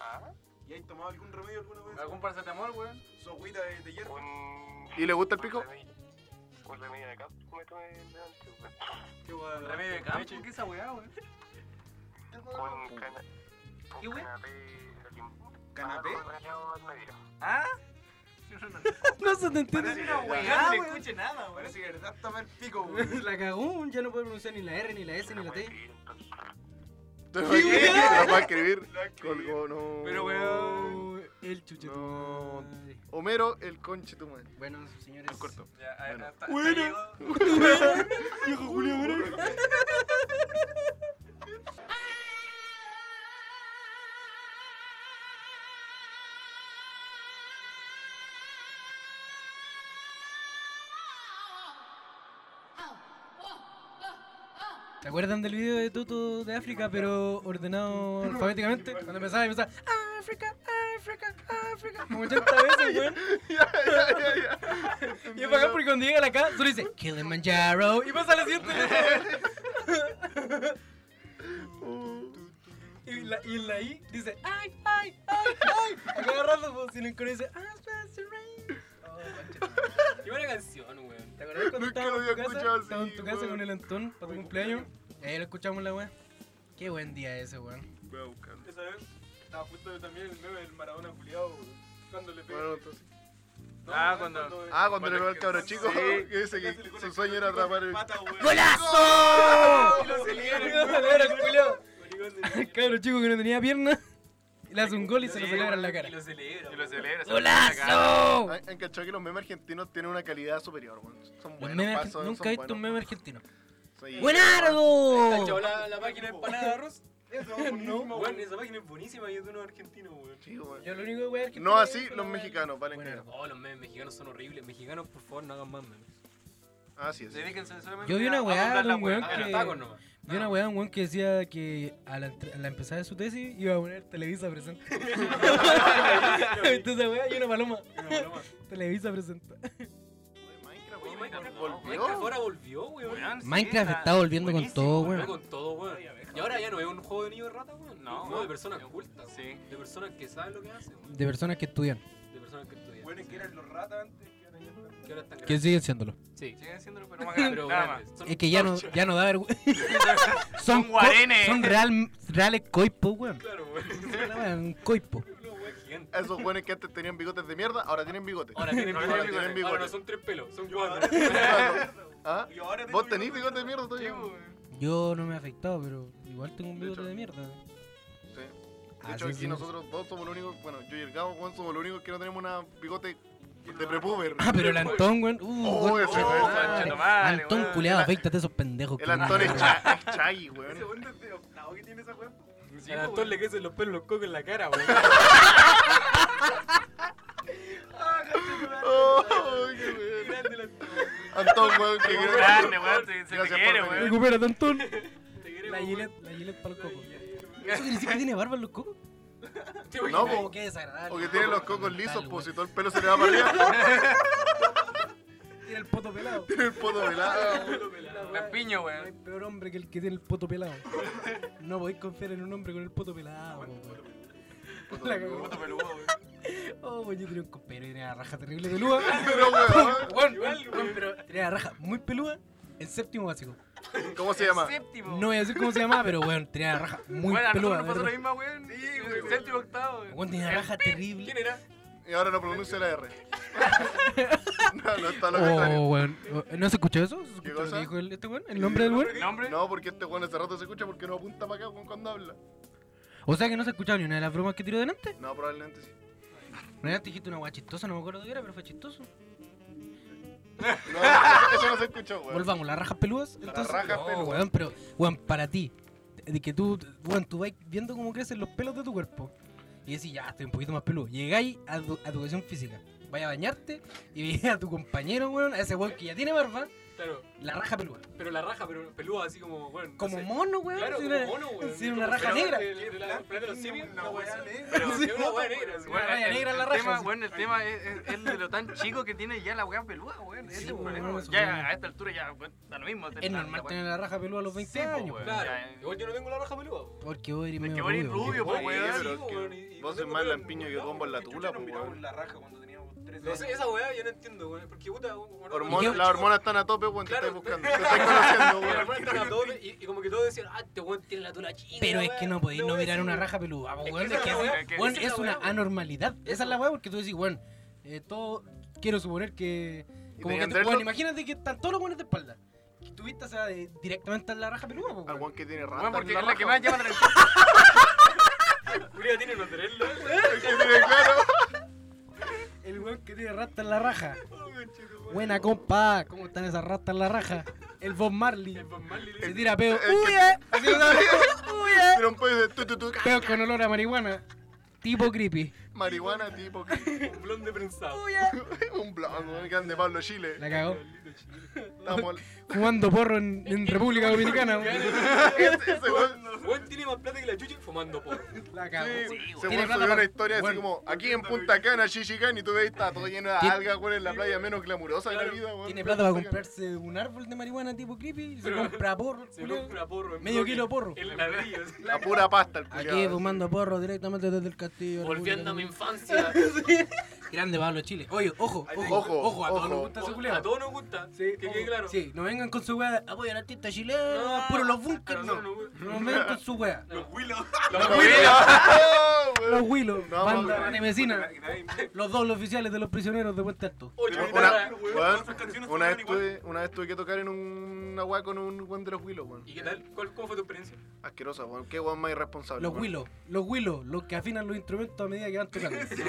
G: ¿Ah?
E: ¿Y has tomado algún remedio alguna vez?
C: ¿Algún paracetamol, weón?
E: ¿Su agüita de, de hierro?
G: Un.
D: ¿Y le gusta el pico?
G: un remedio- Un remedio de campo me tomé delante,
E: ¿Qué weón?
C: ¿Remedio de campo?
E: ¿Qué esa weá, weón?
G: weón. Un cana. Un canapé de limón.
E: ¿Canapé?
G: Algo rayado al medio.
E: ¿Ah?
B: No se te entiende.
E: Parece una
C: Ah,
B: weá,
E: weá, no
B: weón.
E: se escuche nada, weón. Parece que de verdad *laughs* toma el pico, weón.
B: La cagó, ya no puede pronunciar ni la R, ni la S,
G: No
B: ni la
G: puede
B: T.
G: escribir, entonces.
D: Te lo voy a escribir, te lo voy a escribir. Colgó, no.
C: Pero, weón.
B: El chuche.
D: No. Homero, el conche tu madre.
A: Bueno, señores.
E: Al corto.
C: Ya, a-
D: Bueno.
C: hasta- hasta
F: Bueno.
C: llegó-
F: Viejo Julio,
B: ¿Se acuerdan del video de Tutu de África, pero ordenado alfabéticamente? Cuando empezaba, empezaba África, África, África. Como 80 veces, weón.
D: Ya, *laughs* ya, ya, ya.
B: Y es bacán porque cuando llega la cara, solo dice Kilimanjaro. Y pasa a la *laughs* siguiente. Y la, y la I dice, ay, ay, ay, ay. A cada rato, pues, sin el coro dice, ah, that's right.
A: Oh, concha.
C: Qué buena canción, weón.
B: ¿Te acordás cuando
D: Nunca
B: estábamos en
D: lo
B: tu
D: había
B: casa?
D: escuchado
B: Estábamos en
D: así,
B: tu casa
D: weón.
B: con el Antón para tu cumpleaños. Y ahí lo escuchamos la weá. Qué buen día ese, weón.
D: Voy a buscarlo.
C: Esa vez estaba justo también el meme del Maradona culiado, weón. Cuando le pega.
D: Bueno, entonces-
E: Ah, cuando-
D: Ah, cuando le pegó al
E: que-
D: cabro chico,
E: Sí.
D: *laughs* que dice que su sueño era atrapar el.
B: ¡Golazo!
C: Y lo celebra,
B: Lo celebra el culiao. El cabro chico que no tenía pierna. Le hace un gol y se lo celebra en la cara.
C: Y lo celebra.
E: Y lo celebra. se lo pone en la cara.
B: ¡Golazo!
D: Han han cachado que Ah, los memes argentinos tienen una calidad superior, weón. Son
B: Los
D: buenos.
B: memes
D: pa,
B: argen-
D: son-
B: Nunca
D: son
B: he visto un
D: buenos.
B: meme argentino.
D: Sí.
C: Cachao,
B: ¡Buenardo!
C: la, la máquina de empanada de
B: *laughs*
C: arroz.
E: Eso,
C: No,
E: buenísimo,
C: weón, esa máquina es buenísima y es de unos argentinos, weón.
D: Sí, weón.
B: Yo lo único que
D: No así los mexicanos, valen
B: Buenardo.
D: cagado.
C: Oh, los memes mexicanos son horribles. Mexicanos, por favor, no hagan más memes.
D: Así es.
E: Dedíquense solamente
B: Yo vi una
E: a- a
B: Ah, weá
E: mandar
B: de
E: la
B: un weón
E: weá.
C: Hagan
B: que-
C: tacos nomás.
B: Vi una weá, un weón que decía que a la, entre- a la empezada de su tesis iba a poner Televisa presente. *laughs* ¿Viste esa weá? Y una paloma. Televisa presenta.
D: Minecraft,
C: Oye,
D: weón,
C: Minecraft Minecraft
D: volvió.
C: ahora volvió, weón.
B: Ah,
E: Weón, sí,
B: Minecraft
E: la-
B: está volviendo con
E: buenísimo,
B: todo,
C: Volvió
B: weón.
C: con todo, weón. Y ahora ya no es un juego de niños de rata, weón.
E: No,
C: No,
E: weón.
C: de personas cultas.
E: Sí.
C: De personas que saben lo que hacen, weón.
B: De personas que estudian.
C: De personas que estudian.
E: Weones que eran los ratas antes, que ahora ya están-
C: Que ahora están
B: Que siguen siéndolo.
C: Sí.
E: Siguen haciéndolo, pero más grandes,
C: Pero
E: nada
C: grandes. Son
B: Es que ya no,
C: torchas.
B: ya no da vergüenza.
E: más.
B: *laughs* Son, co-
E: guarenes.
B: Son real, reales coipos, weón.
C: Claro, weón.
B: La weá, Un coipo.
C: Unos weón gigantes.
D: Esos weones que antes tenían bigotes de mierda, ahora tienen bigotes.
C: Ahora tienen
E: Ahora
C: bigotes.
E: tienen
C: Ahora
D: bigotes. *laughs*
C: no son tres pelos, son
E: Yo
C: cuatro.
D: ¿Ah?
E: Y ahora
D: ¿Vos
E: tengo
D: tenés
E: bigote.
D: bigote de mierda
E: Sí,
D: todavía?
E: weón.
B: Yo no me he afectado, pero igual tengo un
D: De
B: bigote
D: hecho.
B: de mierda.
D: Sí. De
B: Ah,
D: hecho,
B: sí,
D: aquí
B: sí.
D: nosotros dos somos los únicos, bueno, yo y el Gabo, weón, somos los únicos que no tenemos una bigote de prepuber.
B: Ah, pero el Antón, weón. Uh,
D: Oh,
B: weón.
D: ese fue-
E: Oh, conchetumare,
B: Antón,
E: weón.
B: culiado,
D: El-
B: afectate a esos pendejos.
D: El
B: culiao.
D: Antón es cha- es chai, weón.
E: Ese weón es de octavo que tiene esa weá. Sí,
C: Al
E: weón.
C: Antón le crecen los pelos los cocos en la cara, weón.
D: Oh, qué weón.
C: Grande el Antón.
D: Antón, weón, que
E: Qué
D: grande.
E: grande, weón, se- se te
D: Gracias por
E: quiere,
D: venir.
E: weón.
B: Recupérate, Antón.
C: Te
B: La
C: queremos, weón.
B: Gillette, la Gillette para los cocos. ¿Eso quiere decir que tiene barba en los cocos?
D: No, po,
B: qué desagradable.
D: o que tiene los cocos lisos,
B: Tal,
D: pues
B: weón.
D: si todo el pelo se le va para arriba, *laughs*
B: Tiene el poto pelado.
D: tiene el poto pelado.
E: Lampiño,
B: No hay
E: weón.
B: peor hombre que el que tiene el poto pelado. No podéis confiar en un hombre con el poto pelado, weón.
D: Poto
B: *laughs* La
D: peludo.
E: Puto peludo, weón.
B: Oh, weón, yo tenía un compañero que tenía la raja terrible peluda.
D: Pero, weón,
B: Weón, weón, weón, pero tenía la raja muy peluda en séptimo básico.
D: ¿cómo se llama?
E: Séptimo.
B: No voy a decir cómo se llamaba, pero weón, tenía la raja muy
E: Bueno, Oh. a nosotros
B: peluda.
E: nos pasó
B: de
E: la
B: verdad.
E: misma, weón. Sí, weón. Séptimo, octavo, weón.
B: Weón, tenía la raja terrible.
C: ¿Quién era?
D: Y ahora no pronuncia la R. *laughs* No, no está lo
B: Oh,
D: contrario.
B: weón. Oh, ¿No se escuchó eso? ¿Se
D: ¿Qué
B: escuchó lo
D: cosa?
B: que dijo el, este weón? ¿El nombre del weón?
E: ¿Nombre?
D: No, porque este weón hace rato se escucha porque no apunta para acá weón, cuando habla.
B: O sea que no se ha escuchado ni una de las bromas que tiró delante.
D: No, probablemente sí.
B: Delante dijiste una weá chistosa, no me acuerdo qué era, pero fue chistoso.
D: No, eso no se escuchó, weón.
B: Volvamos, las rajas peludas. Entonces,
D: rajas
B: no,
D: peludas.
B: weón, pero, weón, para ti, de que tú, weón, tú vas viendo cómo crecen los pelos de tu cuerpo. Y decís, ya, estoy un poquito más peludo. Llegáis a, tu- a educación física. Vaya a bañarte y veis a tu compañero, weón, a ese weón que ya tiene barba,
C: Claro,
B: la raja peluda.
C: pero la raja, pero peluda así como, weón.
B: Como mono, weón.
C: Claro,
B: si
C: como
B: una-
C: mono, weón.
B: si una
C: Como
B: raja
C: pelota
B: negra.
C: De, de la planeta de los simios,
E: Una
C: una
E: weá
C: weá
E: negra.
C: Pero
E: Sí,
C: es una weá negra, sí.
E: Bueno,
B: La raya
E: el-
B: negra en
E: el
B: la raja,
E: tema-
B: sí.
E: Bueno, el tema es, es- es de lo tan chico que tiene ya la weá peluda, weón. Ese es el
B: weón,
E: problema. weón.
B: eso, weón.
E: Ya a esta altura ya weón, da lo mismo.
B: Es normal
H: Ah,
B: tener la raja peluda a los 20
E: Sí, po,
B: años,
E: weón.
B: weón.
C: Claro, igual yo no tengo la raja peluda. weón.
B: Porque vos eres medio
E: vos eres
B: weón.
E: rubio, po,
C: Oye,
E: weón.
C: sí,
D: pues, ¿eh? pero es que
C: weón, y- y
D: vos
C: no
D: sos
C: tengo
D: más
C: pelo,
D: lampiño que
C: weón.
D: combo en la tula, pues, po, weón.
E: la raja cuando teníamos 13
C: No sé, esa weá yo no entiendo, weón. Porque puta, weón,
D: Hormona-
C: yo-
D: las hormonas están a tope, weón, te
C: Claro. pues,
D: estáis buscando. Te estáis conociendo,
C: Y, la
D: weón.
C: weá estaba todo- y- y como que todos decían, ah, este weón tiene la tula chica.
B: Pero es
C: weón,
B: que no podéis no
C: weón,
B: mirar
C: sí,
B: una
C: weón.
B: raja peluda, po,
C: Es que
B: weón.
C: esa
B: Es que
C: es la
B: esa-
E: weá, que
B: weón,
C: esa es
B: es
C: la
B: una
C: weá, weón.
B: anormalidad. Esa es la
C: Eso.
B: weá porque tú decís, weón, eh, todo. Quiero suponer que. Como que
D: tenían
B: te- weón,
D: dreadlock?
B: imagínate que están todos los buenos de espalda. tuviste, o sea, de- directamente en la raja peluda, po,
D: Al
B: weón.
D: weón que tiene rata.
E: Bueno, porque
D: en
E: es la que
D: raja,
E: más llama la atención.
C: Julio tiene unos tres locos.
D: weón. Que tiene, claro.
B: El weón que tiene rata en la raja. Buena compa, ¿cómo están esas ratas en la raja? El Bob Marley.
C: El Bob Marley
B: Se
C: dice,
B: tira peo.
D: el que-
B: ¡Uy, eh! Así lo sabe. ¡Uy, eh!
D: Pero un pollo de tu, tu, tu, ¡ah!
B: Peo con olor a marihuana. Tipo creepy.
D: marihuana tipo que- *laughs*
C: un blonde prensado.
D: un blanco, un grande Pablo Chile.
B: La cagó.
D: Estamos *laughs*
B: Jugando porro en, en República Dominicana. weón.
D: ese, ese weón,
C: Juan tiene más plata que la chucha fumando
B: *laughs*
C: porro.
B: La cagó.
D: ese
B: Tiene
D: weón
B: plata
D: subió
B: para-
D: una historia
B: Bueno.
D: así como aquí en Punta Cana, Chichicán, y tú ves está todo lleno de
B: Tiene-
D: algas, weón, en la playa menos glamurosa de la vida, weón.
B: Tiene plata para comprarse un árbol de marihuana tipo creepy. Se
C: Pero-
B: compra porro.
C: Se
B: culiao.
C: compra porro. en
B: Medio
C: bloque,
B: kilo porro. *laughs*
C: En ladrillos.
D: La pura pasta, el
B: Aquí
D: culiado.
B: fumando porro directamente desde el castillo. de República
C: Volviendo a mi
B: Dominicana.
C: infancia.
B: Grande Pablo Chile. Oye, ojo,
E: Ahí
B: ojo,
E: tengo.
B: ojo, a todos
D: Ojo,
B: nos gusta ese
C: A
B: culiao.
C: todos nos gusta. que quede
B: ojo.
C: claro.
B: Sí, no vengan con su weá. Apoyan artistas chilenos,
C: No,
B: puro los
C: a
B: bunkers. No,
C: nosotros
B: no
C: nos gusta.
B: vengan con su weá.
C: Los Willow.
D: ¡Ah, weón!
B: Los Willows,
D: No,
B: banda
D: no,
B: de vecina,
E: Nadie-
B: los dobles oficiales de los prisioneros de Puente Alto.
C: Ocho
D: Una-
C: guitarras.
D: weón,
E: esas canciones
D: una, vez
E: suenan igual.
D: tuve, una vez tuve que tocar en un- una weá con un weón de los Willows, weón.
C: ¿Y qué tal? ¿Cuál, ¿Cómo fue tu experiencia?
D: Asquerosa, weón. Qué weón más irresponsable.
B: Los
D: weón.
B: Willows, los Willows, los que afinan los instrumentos a medida que van
D: *laughs*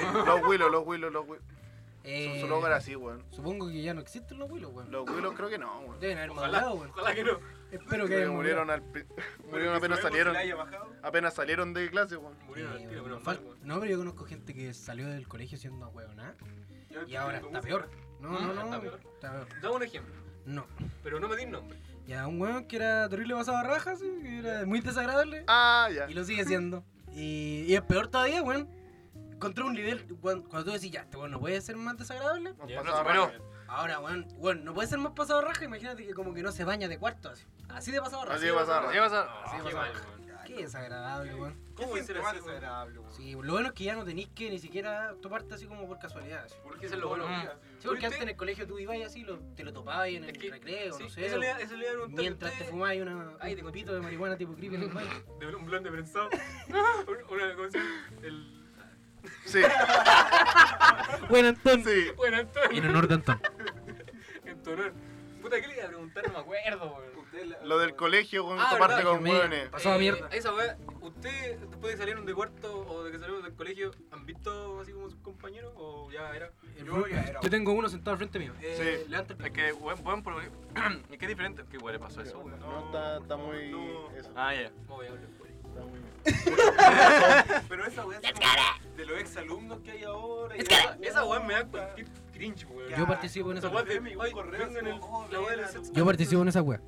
B: tocando.
D: Los Willows, los Willows, los Willows. Son
B: Eh,
D: su logo era así, weón.
B: Supongo que ya no existen los Willows, weón.
D: Los Willows creo que no, weón.
B: Deben haber
C: Ojalá,
B: madurado, weón.
C: ojalá que no.
B: Espero que
D: Creo que
B: hayan
D: murieron
B: madurado.
D: al pri-
E: Bueno,
D: *laughs* murieron apenas
E: que su ego se
D: salieron.
E: la haya bajado.
D: Apenas salieron de clase, weón.
C: Murieron al
B: Sí,
C: tiro,
B: weón,
C: menos mal,
B: fal-
C: weón.
B: No, pero yo conozco gente que salió del colegio siendo huevona y ahora está peor. No,
C: Ah,
B: no,
C: está
B: no.
C: peor.
B: Está peor.
C: Dame un ejemplo,
B: No.
C: pero no me di nombre.
B: Ya, un weón que era terrible pasado a rajas, que era muy desagradable.
D: Ah, ya.
B: Y lo sigue siendo. Y, y es peor todavía, weón. Encontré un nivel, weón, cuando tú decís, ya, este weón no puede ser más desagradable.
D: Nos
C: Ya,
D: pasaba
C: bueno,
D: rápido.
B: Ahora, weón, weón, no puede ser más pasado a raja. Imagínate que como que no se baña de cuarto así. Así de pasado a raja.
D: Así pasaba rápido.
C: Ah, qué mal, weón.
B: Qué desagradable, weón.
C: ¿Cómo
E: Qué
C: voy a hacer
E: más
C: eso?
E: desagradable, weón.
B: Sí, lo bueno es que ya no tenís que ni siquiera toparte así como por casualidad. así.
C: Porque eso es lo bueno.
B: Sí, porque
C: Usted-
B: antes en el colegio tú ibas y así, lo- te lo topabas en el
C: Es que-
B: recreo,
C: sí,
B: no sé.
C: Eso
B: o-
C: le, eso le iba a preguntar.
B: Mientras te
C: ¿Usted-
B: fumabas una,
C: Ay,
B: Ay,
C: te
B: de copito de marihuana tipo creepy en
C: *laughs*
B: el baño.
C: De un
B: *laughs*
C: blonde prensado. Un- una cosa. El.
D: Sí,
B: *laughs* Bueno, entonces.
D: sí.
C: Bueno, Antonio.
B: honor de Antón.
C: En tu honor. Puta, ¿qué le iba a preguntar? No me acuerdo, weón.
E: Ustedes la-
D: Lo del colegio, weón.
C: Ah,
D: Toparte
C: verdad,
D: con
B: que me-
D: weones.
B: Pasado a mierda.
C: Esa weá, ¿ustedes después de que salieron de cuarto o de que salieron del colegio, han visto así como sus compañeros? ¿O ya era?
E: Yo ya era.
B: Yo tengo uno sentado al frente mío.
D: Eh,
B: sí. Levanta el
H: Es que, weón, weón,
E: *clears throat*
H: por... es que es diferente. ¿Qué weón le pasó a eso, weón?
D: No, está, está muy.
E: no.
D: Eso,
H: Ah, ya.
C: No voy a hablar por ahí.
D: está muy.
E: Pero esa weá es como de los exalumnos que hay ahora. y
C: Esa- Esa weá me da cualquier cringe, weón.
B: Yo participo en
C: Esa
B: esa
C: weá
B: wea.
C: de.
E: Correo,
C: Ay,
E: correo,
C: vengo en el.
E: oh,
C: La weá del
E: vela,
C: sexto.
B: Yo participo en esa wea.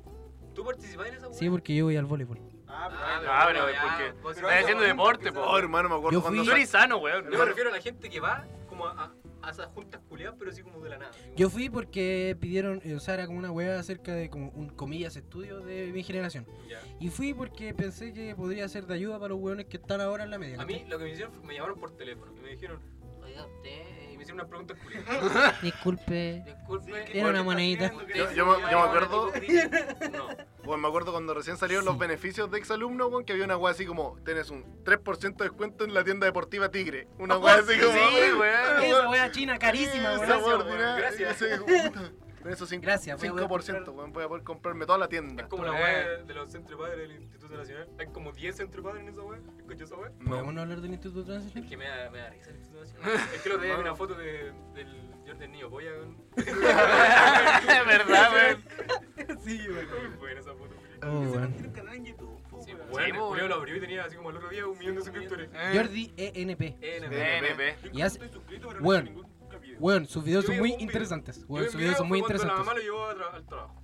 C: ¿Tú participás en esa weá?
B: Sí, porque yo voy al voleibol.
E: Ah,
H: Ah, pero ¿por qué?
C: vos-
E: Estás
H: Estás haciendo deporte, po.
D: Oh, hermano, me acuerdo
B: Yo
D: cuando.
B: fui-
H: Tú eres sano, weón.
C: Yo me refiero a la gente que va como a, a- a esas juntas culiadas, pero así como de la nada. así como-
B: Yo fui porque pidieron, eh, o sea, era como una wea acerca de como un comillas estudio de mi generación.
C: Ya.
B: Y fui porque pensé que podría ser de ayuda para los weones que están ahora en la media.
C: A
B: ¿cachai?
C: mí lo que me hicieron fue, me llamaron por teléfono y me dijeron, oiga usted, y me hicieron unas preguntas culiadas.
B: Disculpe.
C: Disculpe.
B: Tiene una monedita.
E: haciendo
C: usted
E: que-
D: Yo-
C: se
D: yo me-
C: llama
D: yo me acuerdo-
C: Juanito Gris. No.
D: Weón, me acuerdo cuando recién salieron los
B: Sí.
D: beneficios de exalumno, weón, que había una weá así como: tenés un 3% de descuento en la tienda deportiva Tigre. Una weá Pues, así como.
H: Sí, weón.
B: Esa wea china carísima,
D: Esa
B: weón.
D: weá
C: weón.
D: ordinaria,
C: Gracias.
D: ese, puta. Con esos cinco-
B: Gracias, voy a poder
D: 5%, weón, voy a poder comprarme toda la tienda.
C: Es como la weá de los centros padres del Instituto Nacional. Hay como 10 centros padres en esa weá. ¿Escuchó esa weá?
B: ¿Podemos no hablar del Instituto Transicional?
C: Es que me da, me da risa el Instituto Nacional. Es que lo tenía una foto de, del Jordan Niño Polla. weón. *laughs*
H: Es *laughs* verdad, weón.
B: Sí,
C: Muy buena esa foto.
B: Oh, weón.
E: un canal en YouTube, po,
C: Sí,
E: weón.
C: weón, el
H: po,
C: culiao
H: weón.
C: lo abrió y tenía así como el otro día un millón de suscriptores.
B: Eh. Jordi ENP.
C: Eh, no,
D: Eh,
H: NP.
E: Yo
B: Y hace-
E: estoy suscrito, pero
B: weón.
E: no veo ningún capítulo.
B: Weón, sus videos
C: Yo
B: son
C: vi
B: muy
C: un video.
B: interesantes.
C: Yo
B: Weón,
C: vi
B: sus
C: un
B: videos
C: video
B: son muy
C: fue cuando
B: interesantes.
C: La mamá lo llevó a tra- al trabajo.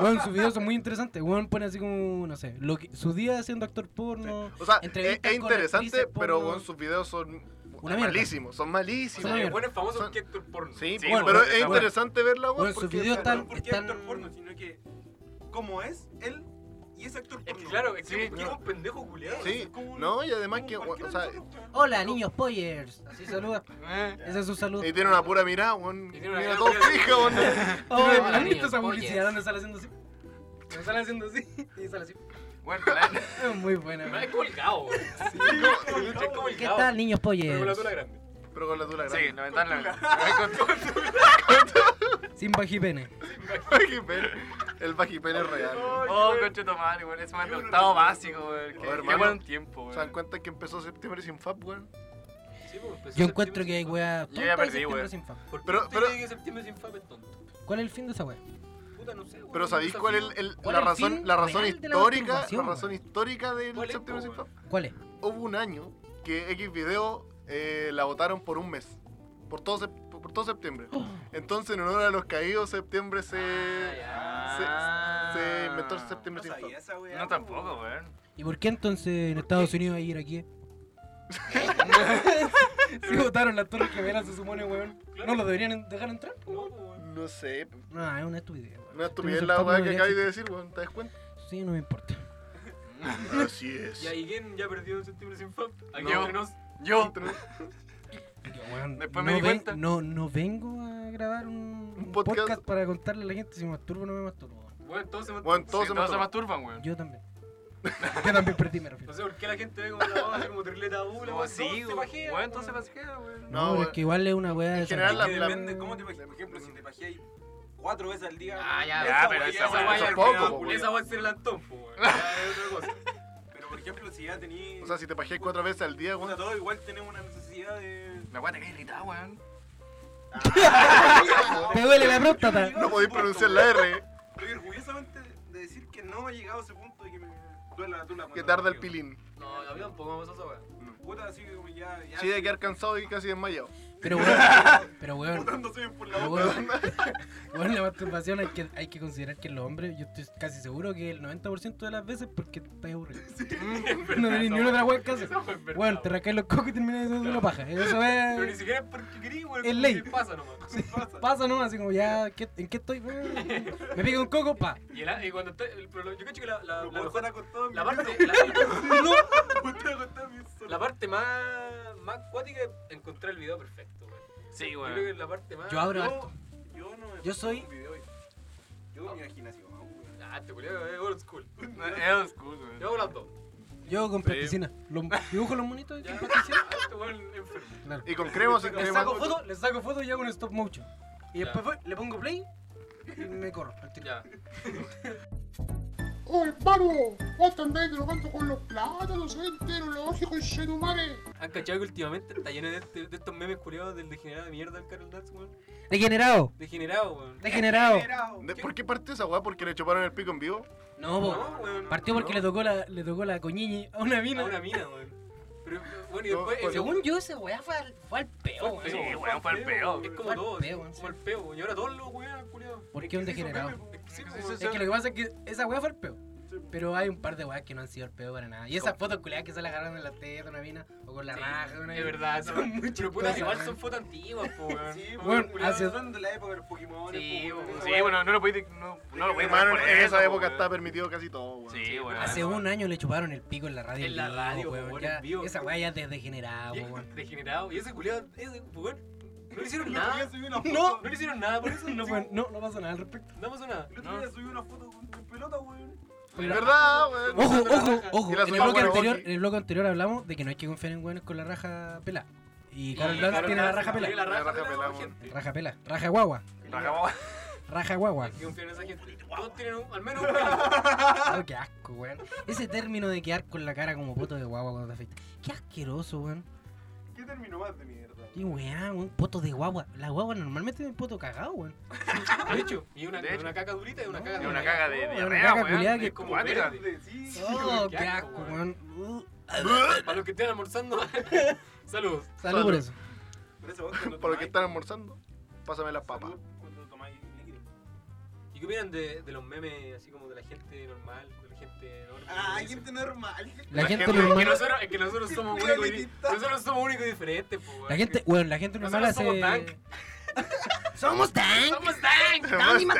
B: Weón, sus videos son muy interesantes. Weón pone así como, no sé, lo que, su día siendo actor porno.
D: O sea, es,
B: Entrevistas
D: es
B: con
D: interesante,
B: actrices
D: pero
B: porno.
D: weón, sus videos son
B: Una mierda.
D: malísimos, son
C: O
D: malísimos.
B: Son una
C: sea,
B: mierda.
C: el bueno es famoso
D: Son-
C: porque actor porno.
D: Sí,
H: Sí,
D: pero
B: bueno,
D: es
B: bueno.
D: interesante verla, weón.
B: Bueno, sus
D: porque
B: videos
E: No
B: están-
E: porque
B: están-
E: actor porno, sino que cómo es él y ese actor
C: Es
E: porno.
C: que claro, es que
H: Sí,
C: es que es un pendejo culiado.
D: Sí, no, y además que, weón, o sea, oh,
B: Hola, niños pollers. Así saluda. *laughs*
C: Eh,
B: Ese es su saludo.
D: y tiene una pura mirada, weón.
C: Y tiene una
D: Mira
C: mirada
D: todo
C: culiada.
D: fija, weón.
B: Oh,
H: Hola,
B: ¿han visto
H: niños
B: esa
H: pollers.
B: publicidad donde sale haciendo así? Donde sale haciendo así y sale así.
H: Bueno, la-
B: Es muy buena.
C: No es
B: weón.
C: colgado, güey. Es como el
B: ¿Qué
C: gao,
B: tal, niños
C: Pero con la
B: pollers?
C: cola grande.
D: Pero con la tula
H: Sí,
D: grande.
H: la
D: *laughs*
H: ventana. la ventana.
B: Sin bajipene.
D: Ay, qué pena. El bajipene es real.
H: Oh, coche tomar, weón. Eso me ha gustado básico, weón.
D: Oh,
H: Que
D: hermano.
H: qué buen tiempo,
D: ¿Se dan
H: weón.
D: cuenta que empezó septiembre sin FAP, weón?
C: Sí, pues, empezó
B: Yo encuentro que hay
C: septiembre
B: weá.
H: Yo ya
B: tonta de
H: perdí,
B: septiembre
H: wea.
B: sin fab.
C: sin FAP. ¿Por qué
D: Pero-
C: usted
D: pero-
C: cree que septiembre sin FAP es tonto?
B: ¿Cuál es el fin de esa weá?
C: Puta, no sé, weón.
D: Pero ¿sabéis
C: Nunca
D: cuál es
C: fui.
D: el- el-
B: ¿Cuál
D: la
B: es el
D: razón,
B: fin
D: la razón
B: real de la
D: histórica? La,
B: masturbación,
D: razón histórica del
C: ¿Cuál es,
D: septiembre
C: po,
D: sin
C: weón?
D: FAP.
B: ¿Cuál es?
D: Hubo un año que X video eh, la votaron por un mes. Por todo, sep- por todo septiembre. Entonces, en honor a los caídos, septiembre se,
H: Ah.
D: se, se inventó el septiembre
E: No
D: sin FAP.
E: sabía esa weá.
H: No tampoco, weón.
B: ¿Y por qué entonces en Estados Unidos hay *laughs* iraquíes? Si votaron las torres gemelas, se supone, weón. ¿No lo deberían dejar entrar?
C: No, po, weón.
D: No sé,
B: No, es una estupidez, weón.
D: una estupidez
B: sin
D: la
B: FAP no
D: weá que
B: debería
D: acabáis de decir, weón. ¿Te das cuenta?
B: Sí, no me importa.
D: Así es.
C: Ya, ¿y quién ya perdió septiembre sin FAP? Aquí
H: No.
C: entre nos.
H: Yo.
B: Weón,
H: Después
B: no
H: me di
B: ven-
H: cuenta.
B: No, no vengo a grabar un,
D: Un
B: un
D: podcast.
B: podcast. para contarle a la gente si me masturbo o no me masturbo. weón.
C: Weón, todos se matan.
D: Weón, todos
H: Todos se
D: se mataron.
H: masturban, weón.
B: Yo también. Yo también perdí, me
C: No
B: refiero.
C: sé por qué la gente ve como la voz, como trileta U, la
H: No,
C: voz.
H: Oh, sí,
C: se
H: weón.
C: pajea,
H: Weón, entonces
C: weón.
H: se
D: No,
H: weón.
B: No,
D: weón.
B: es que igual es una weá de.
D: En general,
E: Es
D: la-
E: que
D: la-
E: depende cómo te pajeas. Por ejemplo, si te pajeas cuatro veces al día.
H: Ah, ya,
E: esa
H: pero
E: weá-
H: esa weá-
E: weá
D: eso
E: ya
D: es
E: es
D: poco,
E: culiao,
D: po,
E: culiao.
C: Esa va a ser el Antón, po, weón. Ya, es otra cosa.
E: Pero por ejemplo, si ya tenías.
D: O sea, si te pajeas cuatro veces al día,
E: Puta,
D: weón.
E: todos igual tenemos una necesidad de.
H: La weá te cae irritada, weón.
B: Me duele la
D: *laughs*
B: próstata.
D: No podéis pronunciar la R,
E: Estoy orgullosamente de decir que no he llegado a ese punto de que me duela la tula.
D: que
E: cuando
D: tarda el
E: pajeo.
D: pilín.
C: No, a mí tampoco me pasó esa weón.
E: Puta, así que como ya. ya
D: Sí, de quedar cansado y casi desmayado.
B: Pero weón, *laughs* pero weón,
E: botándose bien por la
B: pero
E: boca.
B: weón, *laughs* weón, la masturbación hay que, hay que considerar que los hombres, yo estoy casi seguro que el 90% de las veces porque estás aburrido. *laughs* no tenés ni una
C: *laughs*
B: otra weá en casa. Weón, te rascáis los cocos y terminas haciendo una paja. Eso
C: Pero ni
B: es.
C: siquiera es porque quería, weón.
B: Es
C: como
B: ley.
C: que Pasa nomás.
B: Pasa, ¿no? Así como ya, ¿qué- ¿en qué estoy? Me pica un coco, pa.
C: *laughs* Y, el, y cuando está, el- pero lo- yo cacho que la, la, la,
E: Pero puedo
C: mejor-
E: estar acostado en
C: la
E: mi
C: parte,
E: pieza,
C: *laughs* la,
E: puedo estar acostado en mi sofá.
C: la parte más, más cuática es encontrar el video perfecto, weón.
H: Sí,
C: Yo creo que
H: weón.
C: es la parte más.
B: Yo abro harto.
E: Yo, yo no me
B: Yo soy-
E: un video, Yo mi imaginación, ah, weón.
C: Ah, te culeo, es old school.
H: Es cool, weón.
C: Yo hago las dos.
B: Yo con
H: Sí.
B: plasticina. Los- dibujo los monitos y
C: Ya,
B: con
C: ah, *laughs*
B: plasticina.
C: este weón enfermo.
B: Claro.
D: Y con crema o sin
B: Les
D: crema.
B: saco foto, les saco foto y hago un stop motion. Y
C: Ya.
B: después voy, le pongo play y me corro al tiro.
C: Ya.
I: ¡Oh, hermano! ¡Vos andáis drogando con los plátanos, gente! ¡Lo lógico y ser humano!
C: ¿Han cachado que últimamente está lleno de, este- de estos memes culiados del degenerado de mierda del Carol Dance, weón?
B: Degenerado,
C: Degenerado, weón.
B: degenerado.
D: ¿De- ¿Por qué partió esa weá? ¿Porque le chuparon el pico en vivo?
B: No, po.
C: No, weón.
B: partió porque le tocó la le tocó la coñiñi a una
C: A
B: mina.
C: una mina, weón. Pero, bueno, y
D: No,
C: después.
D: pues,
C: el segundo
B: Según yo, ese weá fue al, fue al
C: fue
B: peo,
C: al
B: weón.
C: peo,
H: Sí, weón, fue al peo.
C: Es como
B: Fue al
C: todo,
B: peo,
C: así,
B: sí.
C: como el peo. Y ahora todos los weón, culiados.
B: ¿Por qué un degenerado?
C: Es que sí,
H: Sí,
C: weón.
H: sí, sí.
B: Es que lo que pasa es que esa weá fue al peo. Pero hay un par de weas que no han sido al peo para nada. Y esas fotos culiadas que se la agarraron en la teta de una mina o con la
C: Sí,
B: raja de una
C: Es
B: mina.
C: verdad,
B: Son
C: son
B: muy
C: Pero puta,
B: chistosas,
C: igual
B: weón.
C: son fotos antiguas, po, weón.
E: Sí,
B: Bueno,
E: bueno, bueno
B: hacia-
E: son de la época de los Pokémon.
H: Sí,
E: po,
H: weón.
E: esa
H: Sí,
E: weá.
H: bueno, no lo podéis. No, no lo podéis.
D: Hermano,
H: poner
D: en esa
H: eso,
D: época
H: weón.
D: estaba permitido casi todo, weón.
H: Sí, weón.
B: Hace un año le chuparon el pico en la radio.
C: En la
B: vivo,
C: radio,
B: weón.
C: weón,
B: Ya-
C: en vivo.
B: Esa weá ya es degenerada,
C: Viejo
B: weón.
C: Degenerado. Y ese culiado, ese weón. No le hicieron
E: El otro día
C: nada.
E: subí una
C: No,
E: foto.
C: no le hicieron nada, Ah, por eso
B: *laughs* No,
C: sí,
B: weón, no, no pasa nada al respecto.
C: No pasó nada.
E: El otro día subí una foto con con pelota, weón.
D: Es ¿Verdad, weón?
B: Ojo, ojo, ojo.
D: Y la
B: En el,
D: sopa
B: bloque
D: buena
B: anterior,
D: boqui.
B: en el bloque anterior hablamos de que no hay que confiar en weones con la raja pelá. Y Carol Dance
C: Carol
B: tiene la
C: Dance
B: raja
C: tiene
B: pelá.
C: La raja,
D: La raja
C: pelá,
D: pelá,
C: gente.
B: Raja pelá. Raja guagua.
H: Acabamos.
B: *laughs* Raja guagua.
C: Hay que confiar en esa gente. Todos tienen un- al menos un pelito.
B: Oh, qué asco, weón. Ese término de quedar con la cara como poto de guagua cuando te afeitas. Qué asqueroso, weón.
E: ¿Qué término más de mierda?
B: Qué weá, un poto de guagua. La guagua normalmente es un poto cagado, weón.
C: De hecho, y una,
H: De hecho.
C: una caca durita y una caca
H: Es
C: dura.
H: una caga de
B: Una
H: diarrea,
B: caga
H: weón.
B: culiada que
H: Es como cuática.
E: Verde, *laughs* Sí,
B: Oh,
C: qué
B: qué
C: asco,
B: asco, weón. Uh,
C: Para los que estén almorzando, saludos.
B: Salud por eso.
E: Por eso vos cuando
D: Por lo que
E: tomáis-
D: están almorzando. Pásame las papas.
E: Cuando tomáis líquido.
C: ¿Y qué opinan de, de los memes así como de la gente normal, de la gente normal?
E: Ah, gente normal.
B: La, gente,
D: gente-
C: Que
B: normal.
C: nosotros, es que nosotros somos
E: Mira,
C: únicos y,
E: mitad.
C: nosotros somos únicos y diferentes, po, weón.
B: La gente, weón, la gente normal
C: Nosotros
B: hace.
C: somos tank.
B: Somos tank.
C: ¡Somos tank!
D: Además,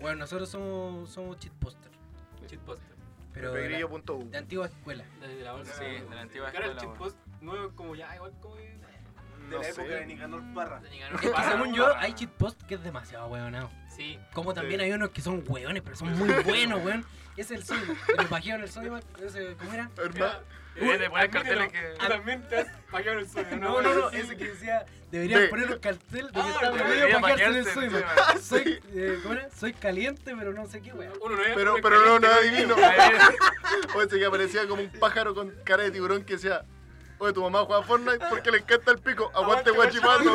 B: Bueno, nosotros somos, somos cheat poster,
C: Cheat poster.
B: pero de, la-
D: Pepegrillo.u.
B: de antigua escuela.
C: De la bolsa.
H: Sí, de la antigua
C: Cara, el
H: escuela,
C: cheat
H: weón.
C: post nuevo es como ya, igual como... que-
E: De
D: No
E: la época de
D: sé.
E: Nicanor *laughs* Parra.
C: *laughs*
B: Es que pues, según yo, hay cheat post que es demasiado weonado.
C: Sí.
B: Como también hay unos que son weones, pero son muy buenos, weón. Es el Sonic, el bajeo en el Sonic, ese, ¿cómo era?
D: Hermano,
H: Eh, de poner carteles que.
C: Admítelo, tú También te has pagado el sueño,
A: No, no, no, ese que decía, deberían
D: Ve.
A: poner un cartel de que
C: Ah,
A: estaba
C: debería
A: prohibido pajearse en el
H: pajearse
A: sueño.
H: encima.
A: Soy, eh, ¿cómo era? Soy caliente, pero no sé qué, weón.
C: Uno no es-
D: Pero,
C: uno es
D: pero no, no
C: caliente,
D: adivino.
H: Eh,
D: Oye, que aparecía como un pájaro con cara de tiburón que decía, oye, tu mamá juega a Fortnite porque le encanta el pico, aguante guachipato.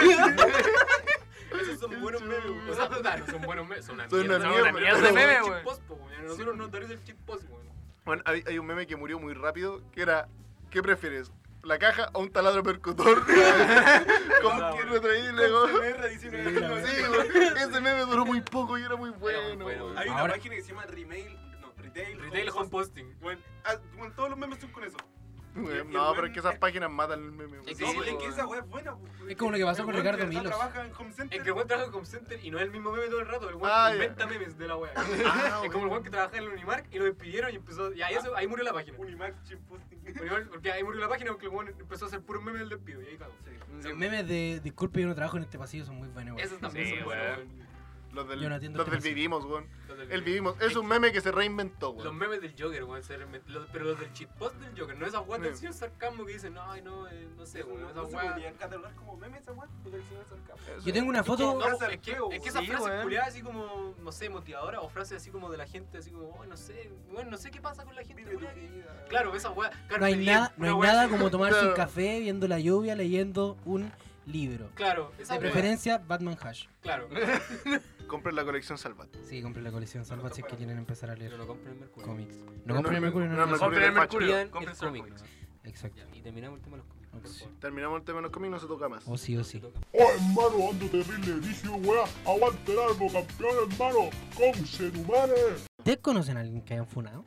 C: Esos son buenos memes, güey. O sea, puta, no son buenos memes, son una
D: Son una
C: mierda.
H: Son una
D: mierda.
H: mierda de meme, güey.
C: Chip pospo, güey. A Nosotros nos daremos el chip post, güey.
D: Bueno, hay, hay un meme que murió muy rápido, que era, ¿qué prefieres? ¿La caja o un taladro percutor? *laughs* como que retraíble, güey.
C: CMR
A: Sí, la
C: 19.
D: Sí, güey. Ese meme duró muy poco y era muy
C: Era muy
D: bueno.
C: bueno,
D: güey.
E: Hay una
B: Ahora-
E: página que se llama Remail. No, Retail.
C: Retail home posting.
E: Bueno, ah, bueno, todos los memes son con eso.
D: Güey,
E: Y el
D: No, pero
E: buen-
D: es que esas páginas matan el meme, güey.
H: Sí,
E: no, pero
H: güey.
E: es que esa weá es buena. pues,
B: Es como lo que pasó
E: el
B: con
E: weón de
B: Ricardo
E: verdad
B: Milos.
E: trabaja en Home Center.
C: Es que el weón trabaja en home center y no es el mismo meme todo el rato. El weón
D: Ah, ya.
C: inventa memes de la wea.
D: Ah,
C: es como el weón que trabaja en el Unimark y lo despidieron y empezó. Y ahí, eso, ahí murió la página.
E: Unimac chip posting.
C: Pero igual, Porque ahí murió la página porque el weón empezó a hacer puro meme del despido. Y ahí cagó.
B: Los memes de disculpe, yo no trabajo en este pasillo son muy buenos, weón.
C: Esos también
H: Sí,
C: son
H: güey.
C: buenos, güey.
D: Los del,
B: Yo no atiendo
D: los del
B: este mensaje.
D: vivimos, güey.
C: Los del
D: El
C: video.
D: vivimos. Es un meme que se reinventó, güey.
C: Los memes del Joker, weón, se remet- los- pero los del shitpost del Joker, no esa weá del señor sarcasmo que dicen, ay no, eh, no sé, weón, esa
E: No se
C: weá.
E: podían catalogar como memes esa weá. porque el señor Sarcasmo.
B: Yo tengo una foto.
C: No, pues, es que, es que esas
H: Sí,
C: frases
H: weón.
C: culiadas así como, no sé, motivadora o frases así como de la gente, así como, oh, no sé, weón, no sé qué pasa con la gente,
E: Vive tu
C: culiada que-".
E: vida.
C: Claro, esa weá, carpe
B: No hay
C: diem,
B: nada, no
C: una
B: hay
C: weá
B: nada
C: así.
B: como tomarse un
D: Claro.
B: café viendo la lluvia leyendo un libro.
C: Claro, esa
B: De
C: weá,
B: preferencia, Batman Hash. *laughs*
C: claro.
D: Compren la colección Salvat.
B: Sí, compré la colección Salvat si es que quieren empezar a leer
A: no compren el Mercurio.
B: cómics.
D: No,
B: No compré
D: no,
B: el Mercurio,
D: no,
B: no,
D: no,
B: no.
H: Compren el Mercurio.
A: Pidan
H: Compren
A: el cómic.
H: Starbucks.
B: Exacto.
A: Ya, Y terminamos el tema de los cómics. por
B: Ok.
A: favor.
D: Terminamos el tema de los cómics y no se toca más.
B: O sí, o sí.
I: Oh, hermano, ando terrible vicio, weá. Aguante el algo, campeón, hermano. Con Serumare.
B: ¿Ustedes conocen a alguien que hayan funado?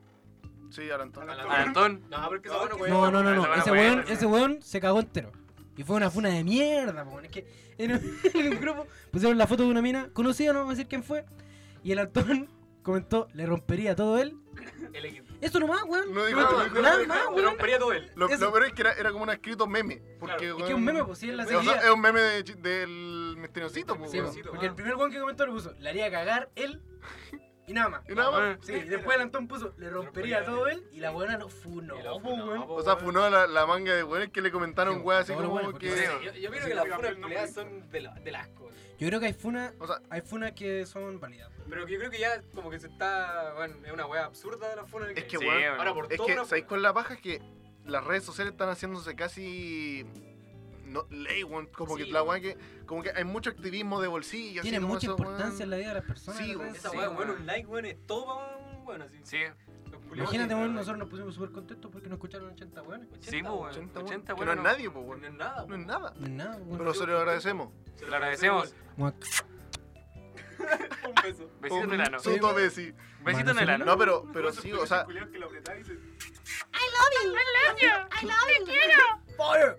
D: Sí, ahora entonces.
H: Ah, Antón.
C: No, pero es que esa
E: No,
C: weá no
E: que-
C: puede-
B: No, no, no,
H: esa
B: no.
H: buena
B: Ese
H: buena,
B: weón,
H: esa.
B: ese weón se cagó entero. Y fue una funa de mierda, po, Es que en un, *laughs* en un grupo pusieron la foto de una mina conocida, no vamos a decir quién fue. Y el Antón *laughs* comentó, le rompería todo él.
C: el equipo.
B: Eso nomás, weón.
D: No dijo
B: No,
D: nada, dijo
B: nada
D: nada.
B: más,
C: Lo
B: weón.
C: rompería todo él.
D: Lo,
B: Eso.
D: lo peor es que era, era como un escrito meme. Porque,
C: Claro,
B: Es que es un meme, pues, sí, es la
D: O sea,
B: seguida.
D: es un meme de chi- del misteriosito, pues.
B: Sí,
D: weón.
B: po,
C: Pobrecito,
B: porque
C: ah.
B: el primer weón que comentó le puso, le haría cagar él y nada más.
D: *laughs* y nada más.
B: Sí, y después el Antón puso, le rompería todo él y la buena lo funó.
C: Y lo
B: po,
C: funaba,
B: pues, weón.
C: po,
D: O sea,
C: pues, weón.
D: funó la, la manga de weones que le comentaron
B: Sí,
D: weas así
B: todos los
D: como
B: weones,
D: que.
B: porque-
C: Sí, yo, yo creo que las funas culiadas son de, la, de las cosas.
B: Yo creo que hay funas,
D: O sea-
B: hay funas que son válidas.
C: Pero que yo creo que ya como que se está, bueno, es una weá absurda de la funa.
D: Es que,
H: Sí,
D: weón.
H: weón.
C: Ahora, por
D: Es
C: todo
D: que,
C: una
D: ¿sabéis
C: funa.
D: cuál es la paja? Es que las redes sociales están haciéndose casi. No, ley, weón. Como
C: Sí,
D: que la wea que. Como que hay mucho activismo de bolsillo. así
B: Tienen
D: como
B: mucha
D: eso, weón.
B: importancia en la vida de las personas.
D: Sí,
B: las
D: weón.
B: redes
C: Esa
H: Sí,
C: weá,
B: sociales.
C: bueno,
H: weón.
C: un like, weón, es todo para un weón así.
H: Sí,
C: Los culiados
B: Imagínate,
C: que-
B: weón, nosotros nos pusimos súper contentos porque nos escucharon 80 weones.
H: sí, pues,
C: weón.
H: weón.
D: 80,
H: 80,
D: que no
H: bueno.
D: es nadie, pues,
C: No
D: weón.
C: es nada,
D: No es
C: weón.
D: nada.
B: No es nada, weón.
D: Pero se lo agradecemos.
C: Se
H: lo agradecemos.
B: Mua.
C: Un *laughs* beso.
H: Besito en el ano.
B: Sí.
D: Soto Bessi.
H: Besito en el ano.
D: No, pero, pero sí, o
C: *laughs*
D: *laughs* sea,
E: Culeados que lo apretáis y se-
B: ¡Fire!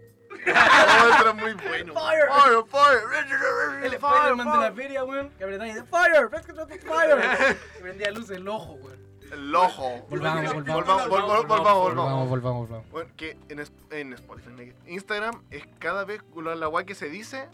D: otro muy bueno. Fire,
B: El
D: fire.
B: Spider-Man de la feria, weón. Que apretaba y decía, ¡Fire! ¡Fresco, fresco,
D: *laughs*
B: fire! Y prendía luz el ojo, weón.
D: El ojo.
B: Volvamos, volvamos.
D: Volvamos, volvamos, volvamos, volvamos.
B: Volvamos, volvamos, volvamos.
D: Bueno, que en, es- en Spotify, en Instagram, es cada vez la, la weá que se dice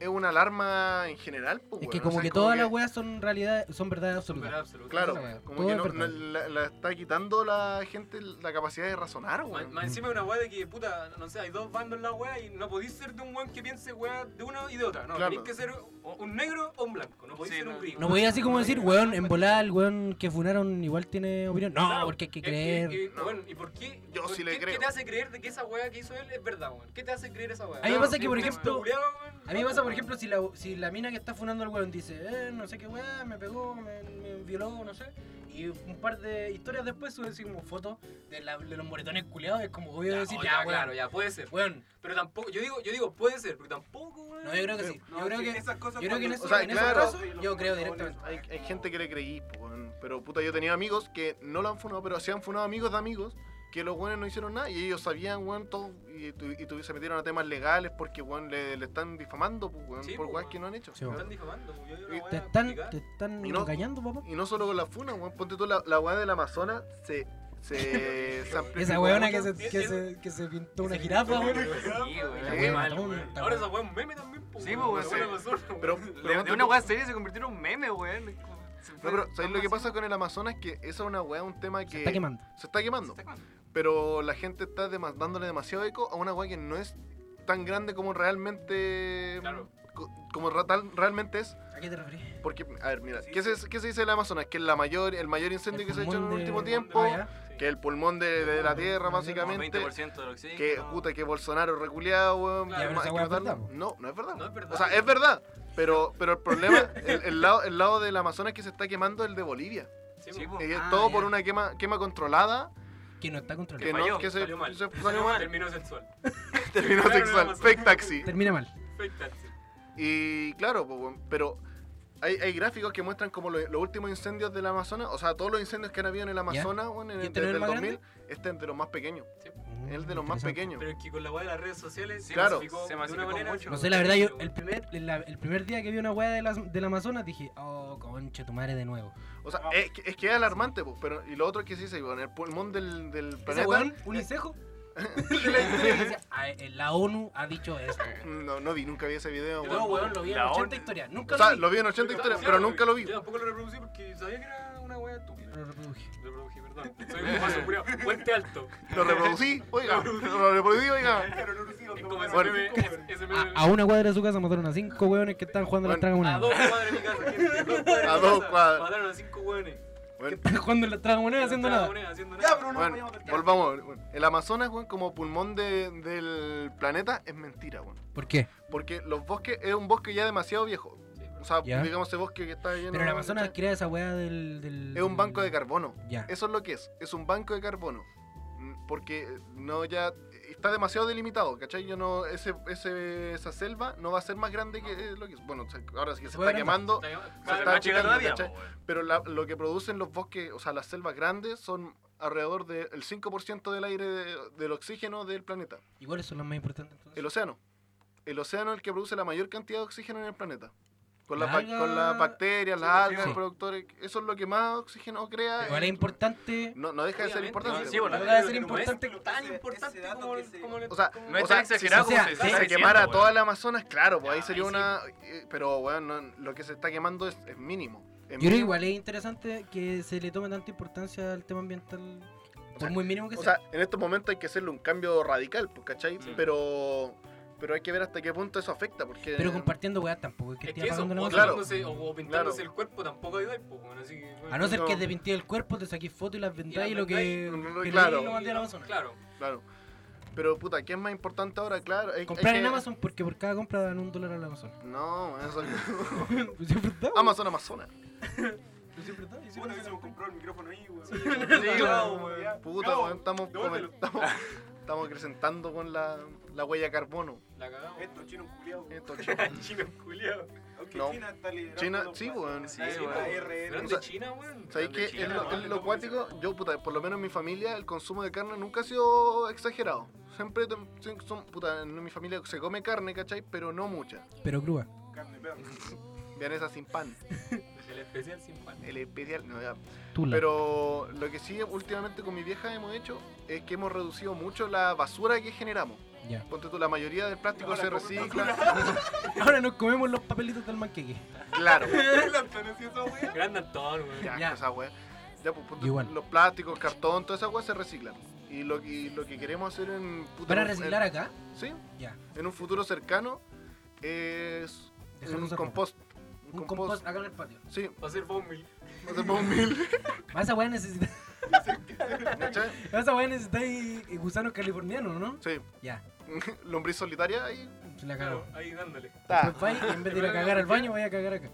D: es una alarma en general. pues,
B: Es
D: weón,
B: que
D: o
B: como
D: sea,
B: que todas las weas son realidad, son verdades
C: Pero
B: absolutas.
C: absoluto.
D: Claro,
B: esa weá,
D: como
B: todo
D: que
B: es
D: no,
B: verdad.
D: no- la, la está quitando la gente la capacidad de razonar,
C: Más,
D: weón.
C: más encima es una weá de que, puta, no sé, hay dos bandos en la weá y no podís ser de un weón que piense weá de una y de otra. No,
D: Claro.
C: tenés que ser o- un negro o un blanco. No podís
H: Sí,
C: ser un
H: no.
C: gringo.
B: No podía así como decir, weón, en volada el weón que funaron igual tiene opinión. No,
C: Claro,
B: porque hay que
C: eh,
B: creer.
C: eh, eh, bueno, ¿y por qué?
D: Yo
C: por
D: sí le
C: qué-
D: creo.
C: ¿Qué te hace creer de que esa weá que hizo él es verdad, weón? ¿Qué te hace creer esa weá?
B: A mí me pasa que, por
C: Un
B: ejemplo,
C: culiao, weón,
B: A mí me
C: no,
B: pasa, por
C: weón.
B: ejemplo, si la, si la mina que está funando al weón dice, eh, no sé qué weón, me pegó, me, me violó, no sé. Y un par de historias después sube así como fotos de, la- de los moretones culiados. Es como obvio
C: Ya,
B: decir,
C: oh,
B: ya,
C: ya,
B: weón,
C: claro, ya, puede ser.
B: weón.
C: Pero tampoco, yo digo, yo digo, puede ser, pero tampoco, weón.
B: No, yo creo que sí.
E: No,
B: Yo creo
E: sí,
B: que,
E: esas cosas
B: yo creo que en, eso,
E: cuando-
D: o sea,
B: en esos
D: claro,
B: casos,
E: y los
B: yo creo
E: mormones,
B: directamente.
D: Hay, hay gente que le creí, po, weón. pero puta, yo tenía amigos que no lo han funado, pero sí han funado amigos de amigos que los buenos no hicieron nada y ellos sabían, weón, todo y, tu- y tu- se metieron a temas legales porque, weón, le, le están difamando, po, weón,
C: Sí,
D: por
C: po,
D: weas
C: weón.
D: que no han hecho.
B: Sí,
C: Me
B: weón.
C: están difamando, weón. Yo digo, una weá
B: Te están,
C: complicada.
B: te están
D: Y no-
B: engañando, papá.
D: Y no solo con la funa, weón, ponte tú la, la weá del Amazonas, se, *laughs* se, se amplificó
B: Esa weona que
D: mucho.
B: se, que, se, que se pintó una jirafa, weón.
H: Sí, weón.
D: Sí,
H: Muy mal,
B: weón.
H: weón.
C: Ahora esa weá es un meme también, po,
H: Sí,
C: weón,
H: po,
C: la
H: sí.
C: weá de Amazon, weón.
D: Pero,
H: De
D: pero
H: de una weá seria se convirtió en un meme, weón.
D: No, pero ¿sabéis lo que pasa con el Amazonas? Que esa es una weá, un tema que
B: Se está quemando.
D: se está quemando. Pero la gente está demas- dándole demasiado eco a una weá que no es tan grande como realmente.
C: Claro.
D: co- Como ra- tal- realmente es.
B: ¿A qué te referís?
D: Porque, a ver, mira, ¿qué, se, qué se dice del Amazonas? Que es la mayor, el mayor incendio que se ha hecho en el último tiempo. Que es el pulmón de, de la tierra, básicamente.
H: 20% del oxígeno.
D: Que puta que Bolsonaro reculeado, weón.
C: Claro,
D: que
B: pero
D: ma-
B: esa
D: hay que
B: weá es
D: matarlo.
B: verdad, po.
D: no, no es verdad.
C: No es verdad.
D: O sea, es verdad. Pero, pero el problema, el, el lado, el lado del Amazonas que se está quemando es el de Bolivia.
C: Sí,
H: Sí,
C: po.
H: po.
D: Y es
B: Ah,
D: todo
B: ya.
D: por una quema, quema controlada
B: Que no está
D: que,
B: controlado.
D: no,
H: falló,
D: que se,
C: salió mal.
D: se salió mal.
C: Terminó sexual.
D: Terminó
C: Claro, el
D: sexual.
C: Amazonas.
D: Fake taxi.
B: Termina mal.
C: Fake taxi.
D: Y claro, pues, weón, pero hay, hay gráficos que muestran como lo- los últimos incendios del Amazonas, o sea, todos los incendios que han habido en el Amazonas, weón, en
B: ¿Y
D: el,
B: este no era
D: desde el
B: el más
D: 2000, este es de los más pequeños. Es de los más
B: Mm, Interesante.
D: pequeños.
C: Pero es que con la weá de las redes sociales se
D: Claro.
C: masificó
H: Se
C: de una
H: masificó
C: manera.
H: mucho.
B: No sé, la verdad, yo el primer, el, la- el primer día que vi una weá de las- del Amazonas dije, oh, concha tu madre de nuevo.
D: O sea, es, que- es que es alarmante, pues, pero y lo otro que sí se en el pulmón del, del
B: Ese
D: planeta.
B: weón, un
D: *laughs*
B: licejo. de la inteligencia, "Ah, eh, La ONU ha dicho esto.
D: No, no vi, nunca vi ese video. weón.
B: No, weón, lo vi en
H: La
B: 80
H: ONU.
B: historias. Nunca
D: O sea,
B: lo
D: lo vi en 80 historias, pero nunca lo vi.
C: Yo tampoco lo reproducí porque sabía que era una weá estúpida.
H: *laughs*
B: vi. Lo reproduje.
C: Lo reproduje, perdón. Soy un paso curado. Puente alto.
D: Lo reproducí, oiga, lo reproducí, oiga.
C: Es como ese
D: Bueno.
C: meme. Ese meme.
B: A, a una cuadra de su casa mataron a cinco weones que estaban jugando a la traga
C: A dos
B: moneda.
C: cuadras de mi casa, gente. dos cuadras de
D: A
C: mi
D: dos
C: casa.
D: cuadras.
C: Mataron a cinco hueones.
D: Bueno,
B: Estaban *laughs* jugando a la traga moneda haciendo
C: No
B: nada.
C: estaban haciendo nada.
D: bueno, volvamos. weón. El Amazonas, weón, como pulmón de- del planeta, es mentira, weón.
B: ¿Por qué?
D: Porque los bosques es un bosque ya demasiado viejo. O sea,
B: Ya.
D: digamos ese bosque que está lleno
B: Pero el Amazonas
D: ¿cachai?
B: crea esa weá del, del-
D: es un banco de carbono.
B: Ya.
D: Eso es lo que es. Es un banco de carbono. Mm, Porque eh, no ya está demasiado delimitado, ¿cachai? Yo no ese, ese- esa selva no va a ser más grande que eh, lo que es. Bueno, se- ahora sí que se
B: puede
D: está
B: agrandar.
D: quemando,
C: Cada
D: está
C: vez más
D: chica
C: chica
D: todavía,
C: todavía.
D: ¿cachai? pero la- lo que producen los bosques, o sea, las selvas grandes son alrededor del 5% del aire de- del oxígeno del planeta.
B: ¿Y cuáles son las más importantes entonces?
D: El océano. El océano es el que produce la mayor cantidad de oxígeno en el planeta. Con las
B: La
D: bac-
B: alga-
D: con las bacterias, las algas,
B: sí.
D: los productores, eso es lo que más oxígeno crea.
B: Igual es importante.
D: No, no deja de ser importante.
H: sí, bueno,
B: No
H: la-
B: debe ser
C: no es
B: importante.
C: Tan importante como el- como el.
D: O sea,
H: No es
D: o sea,
H: tan exagerado
B: si se- o sea,
H: como se
D: si
H: está
D: se
H: diciendo,
D: quemara
H: weón.
D: toda el Amazonas, claro, pues ahí
H: Ya,
D: sería
H: ahí sí.
D: una... eh, Pero, bueno, no- lo que se está quemando es, es mínimo. Es
B: Yo creo que
D: mínimo.
B: igual es interesante que se le tome tanta importancia al tema ambiental, por
D: sea,
B: muy mínimo que
D: O
B: sea.
D: sea, en estos momentos hay que hacerle un cambio radical, pues, ¿cachai?
H: Sí.
D: Pero, pero hay que ver hasta qué punto eso afecta, porque...
B: Pero compartiendo weá tampoco, es que
C: Es
B: esté
C: que eso,
B: apagando la
C: o,
B: música.
D: Claro.
C: tatuándose, o- o pintándose
D: Claro.
C: el cuerpo tampoco ayuda, pues, bueno, así que... bueno.
B: A no ser que
D: No.
B: te pinté el cuerpo, te saquís fotos y las vendáis
C: Y
B: y
C: las
B: lo que.
D: vendáis.
B: que
D: Claro.
B: leí lo mandé a la Amazon.
C: Claro.
D: Claro. Pero, puta, ¿qué es más importante ahora? Claro, hay, hay
B: Comprar
D: que-
B: en Amazon porque por cada compra dan un dólar a la
D: *laughs*
B: Amazon. *laughs*
D: No, eso...
B: Pues es verdad,
D: Amazon, Amazonas.
B: pues es verdad, es
E: Puta,
B: verdad.
E: hubiésemos comprado el micrófono ahí, weón.
D: Puta,
E: Gabo,
D: weón, estamos,
E: devuélvelo.
D: estamos, estamos acrecentando con la, la huella de carbono.
C: La cagamos.
E: Estos chinos
D: *laughs*
E: culiados.
D: Esto, chico.
H: *laughs*
E: Chinos culiados. Aunque
D: No.
E: China está liderando.
D: China-
E: los
D: sí,
E: pasos.
D: weón.
H: Sí,
E: La
H: weón.
E: RR.
C: Pero es de China, weón.
D: ¿Sabéis
H: Grande
D: que
H: China,
D: es lo,
H: ¿no?
D: es lo cuático? Yo, puta, por lo menos en mi familia el consumo de carne nunca ha sido exagerado. Siempre, tem- sien- son, puta, en mi familia se come carne, ¿cachai? Pero no mucha.
B: Pero grúa.
E: Carne, perro.
D: Vean esa sin pan.
C: El especial sin pan.
D: El especial, no, ya.
B: Tula.
D: Pero lo que sí últimamente con mi vieja hemos hecho es que hemos reducido mucho la basura que generamos.
B: Ya.
D: Ponte tú, la mayoría del plástico se recicla.
B: Ahora nos comemos los papelitos del manqueque.
D: *laughs* Claro.
C: *laughs* Grande Antón, weón.
D: Ya,
B: Ya.
D: esa wea. Ya, pues, ponte
B: Igual.
D: tú, los plásticos, cartón, toda esa wea se reciclan. Y lo, y lo que queremos hacer en... puta,
B: ¿Van a
D: en-
B: reciclar acá?
D: Sí,
B: Ya.
D: en un futuro cercano es
B: Dejar
D: un
B: un
D: compost. Un,
B: Un
D: compost.
B: compost acá en el patio.
D: Sí,
C: Va a ser Bombay.
D: hacemos
B: *laughs*
D: un mil.
B: A esa weá necesita,
D: ¿cachai?
B: a esa weá necesita y- y gusanos californianos, eh, ¿no?
D: Sí,
B: Ya,
D: *laughs* lombriz solitaria ahí
B: se la cagó.
C: Ahí dándole.
D: está.
B: Pues vais y en vez de ir a cagar al baño, voy a cagar acá.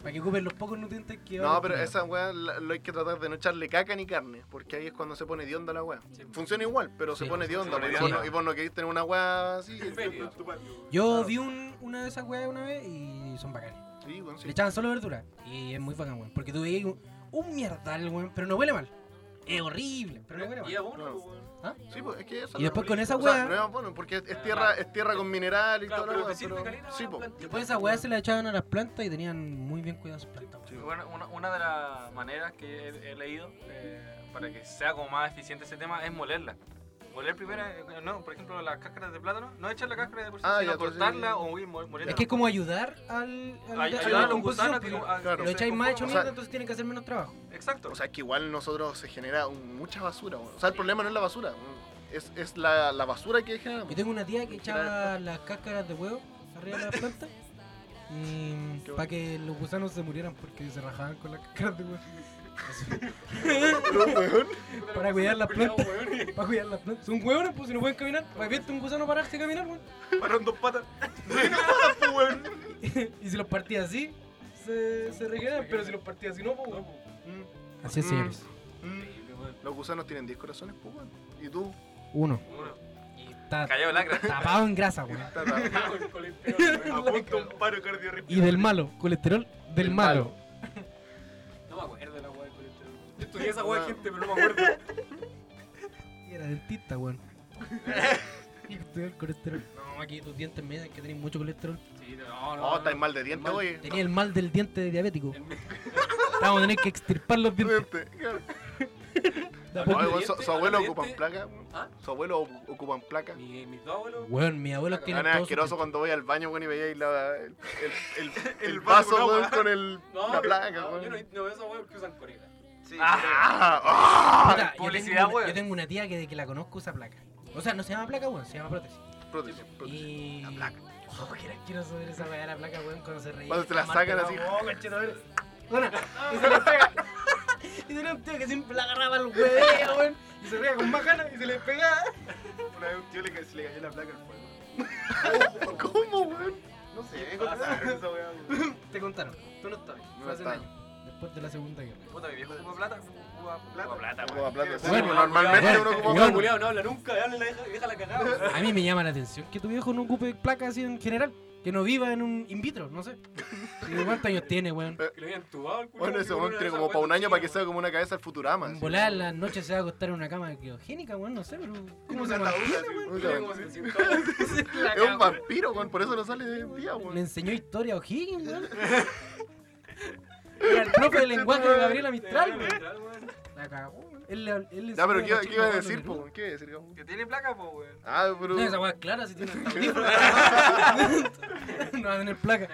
B: Para que ocupen los pocos nutrientes que van
D: No,
B: a
D: pero
B: tener.
D: esa weá la- lo hay que tratar de no echarle caca ni carne, porque ahí es cuando se pone de onda la weá. Funciona igual, pero se
B: Sí,
D: pone de onda.
H: pone
D: porque
H: de
D: vos
H: onda.
D: no- y vos no querés tener una weá así.
C: Feria.
B: Yo
D: Claro.
B: vi un- una de esas weas una vez y son bacanes.
D: Sí, bueno, sí.
B: Le echaban solo verdura y es muy bacán, weón. Porque tú veías un, un mierdal, weón, pero no huele mal. Es horrible, pero no huele
C: Y
B: mal.
C: a uno, weón.
D: pues, Sí, pues, es que eso
B: Y después con esa
D: o sea,
B: weá,
D: no es bueno, porque es- es tierra, es tierra con mineral y
C: Ah, Claro,
D: toda la
C: pero
D: weá.
C: te sirve
D: pero-
C: caleta,
D: Sí,
C: la
D: pues.
C: plantita.
B: después esa wea se la echaban a las plantas y tenían muy bien cuidadas sus plantas. weón.
H: Bueno, una, una de las maneras que he, he leído eh, para que sea como más eficiente ese tema es molerla.
C: Moler primero, eh, no, por ejemplo, las cáscaras de plátano, no echar la cáscara de por sí,
D: Ah,
C: sino
D: ya, entonces-
C: cortarla o muy mo- molerla.
B: Es que es como ayudar al, al-
C: Ay-
B: a la
C: ayudar a los
B: composición,
C: gusanos ah, a que
B: pues,
C: no- a-
D: Claro.
B: Lo
C: se
B: echáis más hecho
C: descompongan.
D: O sea-
H: *laughs*
B: mierda, entonces tienen que hacer menos trabajo.
C: Exacto.
D: O sea, que igual nosotros se genera un- mucha basura. weón. O sea, el problema no es la basura. weón. Es, es la, la basura que generamos.
B: Yo tengo una tía que echaba las cáscaras de huevo arriba de la planta y
D: Qué
B: para que los gusanos se murieran porque se rajaban con las cáscaras *laughs* de huevo. para cuidar las plantas. Para cuidar las plantas. Son huevones, pues si no pueden caminar. Para que viste un gusano pararse a caminar, weón. *laughs*
E: Pararon dos patas.
B: y si los partía así, *laughs* se, se regeneran, pero si los Mm. partía así no, pues weón. Así
D: es, señores. mm,
C: pues,
D: Los gusanos tienen 10 corazones, pues, weón. Y tú.
B: Uno.
C: Uno.
B: Y está
C: Callado lacra.
B: *laughs* tapado en grasa, weón.
D: tata,
B: *laughs*
C: *laughs*
E: Apunta un paro cardiorrespiratorio.
B: Y del malo, colesterol del malo.
C: No me acuerdo la weá del colesterol. Yo estudié esa weá, gente, pero no me acuerdo.
B: Y era dentista, *laughs* weón. y estudió el colesterol. No, aquí tus dientes me dicen que tenés mucho colesterol.
C: Sí, no,
D: Oh, estáis mal de dientes,
C: Mal.
D: oye. *laughs*
B: Tenía el mal del diente diabético. Vamos a tener que extirpar los dientes. De a
D: Oye,
B: poco.
C: Hablando de
D: weón, su,
C: dientes,
D: su abuelo
C: hablando de
D: ocupan placa. weón.
C: ¿Ah?
D: Su abuelo ocu- ocupan placa.
C: Mi, mis dos abuelos.
B: Weón, mis abuelos tienen
D: Era
B: todo su
D: asqueroso
B: tiempo.
D: cuando voy al baño, weón, y veía ahí la-
C: *laughs*
D: el, el, el- el
E: El vaso
D: vaso,
E: con
D: weón,
E: agua.
D: con el,
C: No,
D: la
C: pero-
D: placa,
C: no,
D: weón.
C: Yo no, no veo esa weá porque usan corega.
E: Sí,
D: ¡Ah! ¡Ah!
B: Puta, yo,
C: publicidad,
B: tengo una,
C: weón.
B: yo tengo una tía que de que la conozco usa placa. O sea, no se llama placa, weón, se llama prótesis.
D: Prótesis, prótesis.
B: Y... La placa. Oh, que era asqueroso ver esa weá de la placa, weón, cuando se reía.
D: Cuando te la
B: Amarte
D: sacan
B: la oh,
D: así.
B: boca, conchetumare. Bueno, y se la pega. *laughs* Y tenía un tío que siempre la agarraba al hueveo, weón. Y se reía con más ganas y se le pegaba.
E: Una vez un tío le, ca- se le cayó la placa al fuego.
D: ¿Cómo, weón?
E: No sé, contaron esa weá. weón.
B: Te contaron, tú no estabas.
D: No
B: fue hace un
D: estaba.
B: año, Después de la Segunda Guerra.
C: Puta, mi viejo ocupa plata. Ocupa plata. plata.
D: Ocupa plata, sí,
B: Bueno,
D: pues, normalmente
B: bueno,
D: uno ocupa
B: bueno.
D: placa.
C: Culeado, no habla nunca, habla y la deja, deja la cagada. weón.
B: A mí me llama la atención que tu viejo no ocupe placa así en general. Que no viva en un in vitro, no sé. ¿Y ¿Cuántos años tiene, weón?
C: Que lo habían entubado al culo.
D: Bueno, ese weón tiene como para un año para que sea como una cabeza al Futurama.
B: En
D: así.
B: volar en las noches se va a acostar en una cama criogénica, weón, no sé, pero. ¿Cómo se
E: ataúd,
B: mantiene,
E: así,
B: weón?
D: O sea,
B: *laughs*
C: como 600
D: Es un vampiro, weón, por eso no sale de día,
B: Le
D: weón.
B: enseñó historia a O'Higgins,
D: *laughs*
B: weón. Era el profe de lenguaje de Gabriela Mistral,
D: *laughs*
B: weón. La cagó, weón. Él, le hab- él le
D: Ya, pero
B: enseñó
D: ¿qué,
B: los
D: qué iba a
B: chicos
D: decir, po,
B: hablando
D: weón? ¿Qué iba a decir, weón?
C: Que tiene placa, po, weón.
D: Ah,
B: de
D: pero.
B: Neruda. No, esa weá es clara, si
D: *laughs*
B: tiene hasta audífonos. *laughs* No va a tener placa.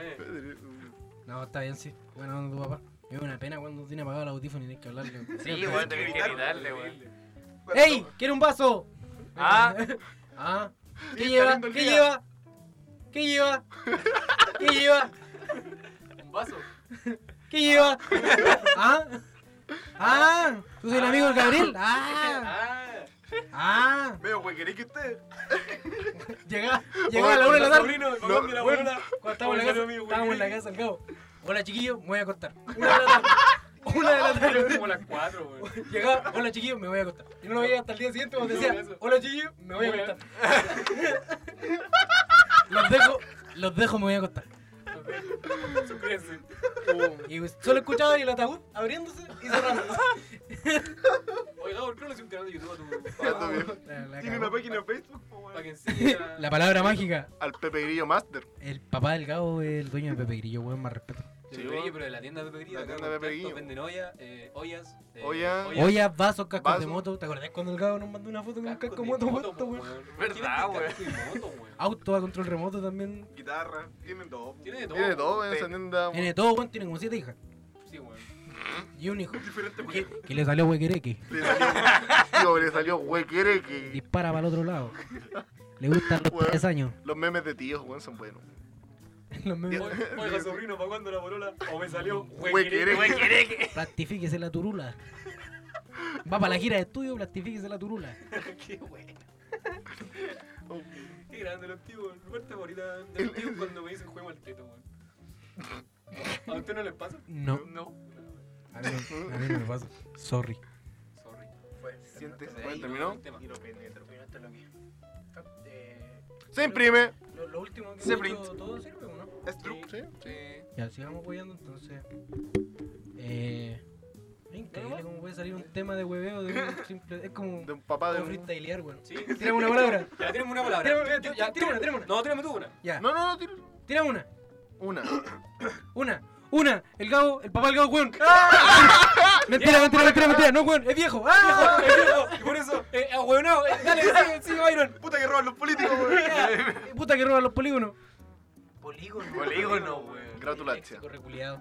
B: No, está bien, sí. Bueno, tu papá. Es una pena cuando tiene apagado el audífono y tienes que hablarle.
H: Sí, weón, tenés que gritarle, weón.
B: ¡Ey! ¿Quiere un vaso?
H: Ah.
B: *laughs* ah. ¿Qué
E: Sí,
B: lleva?
E: está lindo el
B: ¿Qué
E: día.
B: lleva? ¿Qué lleva? ¿Qué lleva?
C: Un vaso.
B: ¿Qué lleva? ¿Ah? ¿Ah? ¿Tú soy el amigo del Gabriel? ¡Ah!
C: Ah,
B: ¡Ah!
E: Veo, weón, ¿queréis que usted?
B: Llegaba, llegaba a la una de la tarde.
C: sobrino, el papá de la
B: Bueno,
C: abuela.
B: Cuando estábamos en la
C: Hola,
B: casa,
C: amigo,
B: estábamos en la
C: ¿qué
B: casa al cabo. Hola chiquillos, me voy a acostar. Una de la tarde. Una de la
C: Pero
B: tarde.
C: como las cuatro, weón.
B: Llegaba, hola chiquillos, me voy a acostar. Y no lo veía hasta el día siguiente cuando
C: No,
B: decía,
C: eso.
B: hola chiquillos, me voy a
C: Muy
B: acostar. Los dejo, los dejo, me voy a acostar.
C: Suscríbanse.
B: Y solo escuchaba el ataúd abriéndose y cerrándose.
C: Oiga, ¿por qué no le hice un canal de YouTube a tu
D: Ya, tu
C: papá?
B: *laughs*
D: viejo.
B: *laughs* La- la
E: Tiene una
B: cagó.
E: página de Facebook, po,
C: Para que
E: weón.
C: enseñe
B: *laughs*
C: a-
B: La palabra mágica.
D: Al Pepe Grillo Master.
B: El papá del Gabo es el dueño de Pepe Grillo, weón, más respeto.
C: De
D: Sí,
C: Pepe
D: weón.
C: Grillo, pero de la tienda de Pepe Grillo.
D: La
C: acá
D: tienda de
C: con
D: Pepe
C: tanto
D: Grillo.
C: Venden ollas, eh, ollas. eh,
D: Olla.
B: Ollas, vasos, cascos
D: Vasos.
B: de moto. ¿Te acordás cuando el Gabo nos mandó una foto con un
C: cascos
B: casco
C: de
B: moto
C: moto,
B: puesto,
C: po,
B: weón? Ah.
H: Verdad,
C: ¿Quién
H: weón.
C: tiene casco de moto, weón?
B: Auto a control remoto también.
E: Guitarra, tienen todo. po.
C: Tiene de todo.
D: Tiene todo en
E: Sí.
D: esa tienda.
B: Tiene todo, weón, tiene como siete hijas.
C: Sí, weón.
B: Y un hijo.
E: Diferente
B: Que, que le salió huequereque.
D: Le salió, tío, le salió huequereque.
B: Dispara para el otro lado. Le gustan los
D: Weón.
B: travesaños.
D: Los memes de tíos, weón, son buenos.
B: *laughs* Los memes.
C: O- Oiga, sobrino, ¿para cuándo la polola? O me salió
D: Huequereque.
B: Plastifíquese la turula. Va para la gira de estudio, plastifíquese la turula.
C: *laughs* Qué bueno. Qué grande los tíos. Mi parte favorita de los tíos cuando me dicen juego al teto, weón. ¿A usted no les pasa?
B: No,
C: No.
B: a mí no, a mí no me pasa. Sorry.
C: Sorry.
E: Sientes
D: Bueno, terminó.
C: Tema.
D: Se imprime.
B: este, Lo, lo último que
E: Se
B: hemos
E: print.
B: hecho, todo sirve, ¿o ¿no?
E: Es true.
D: Sí.
C: Sí.
B: Ya, sigamos hueveando entonces. Eh, es increíble cómo puede salir un tema de hueveo de *laughs* un simple. Es como.
D: De un papá de
B: como
D: un.
B: freestylear, weón.
C: Sí.
B: Tírame una palabra.
C: *laughs* Ya tenemos
B: Tírame,
C: una palabra.
B: tírame, tírame una, tírame una.
C: No, tírame tú una.
B: Ya,
D: No, no, no, tira.
B: tira una.
D: Una.
B: Una. Una, el Gabo, el papá del Gabo, *laughs* weón. Mentira, mentira, mentira, mentira. No, weón, es viejo. ¡Ah!
C: ¡Ah! Y por eso, eh, ahueonado, eh, dale, sigue, sigue, Byron.
E: Puta que roban los políticos, weón.
B: Eh, Puta que roban los polígonos.
A: Polígono.
H: Polígono, weón.
D: Gratulancia.
A: Reculeado.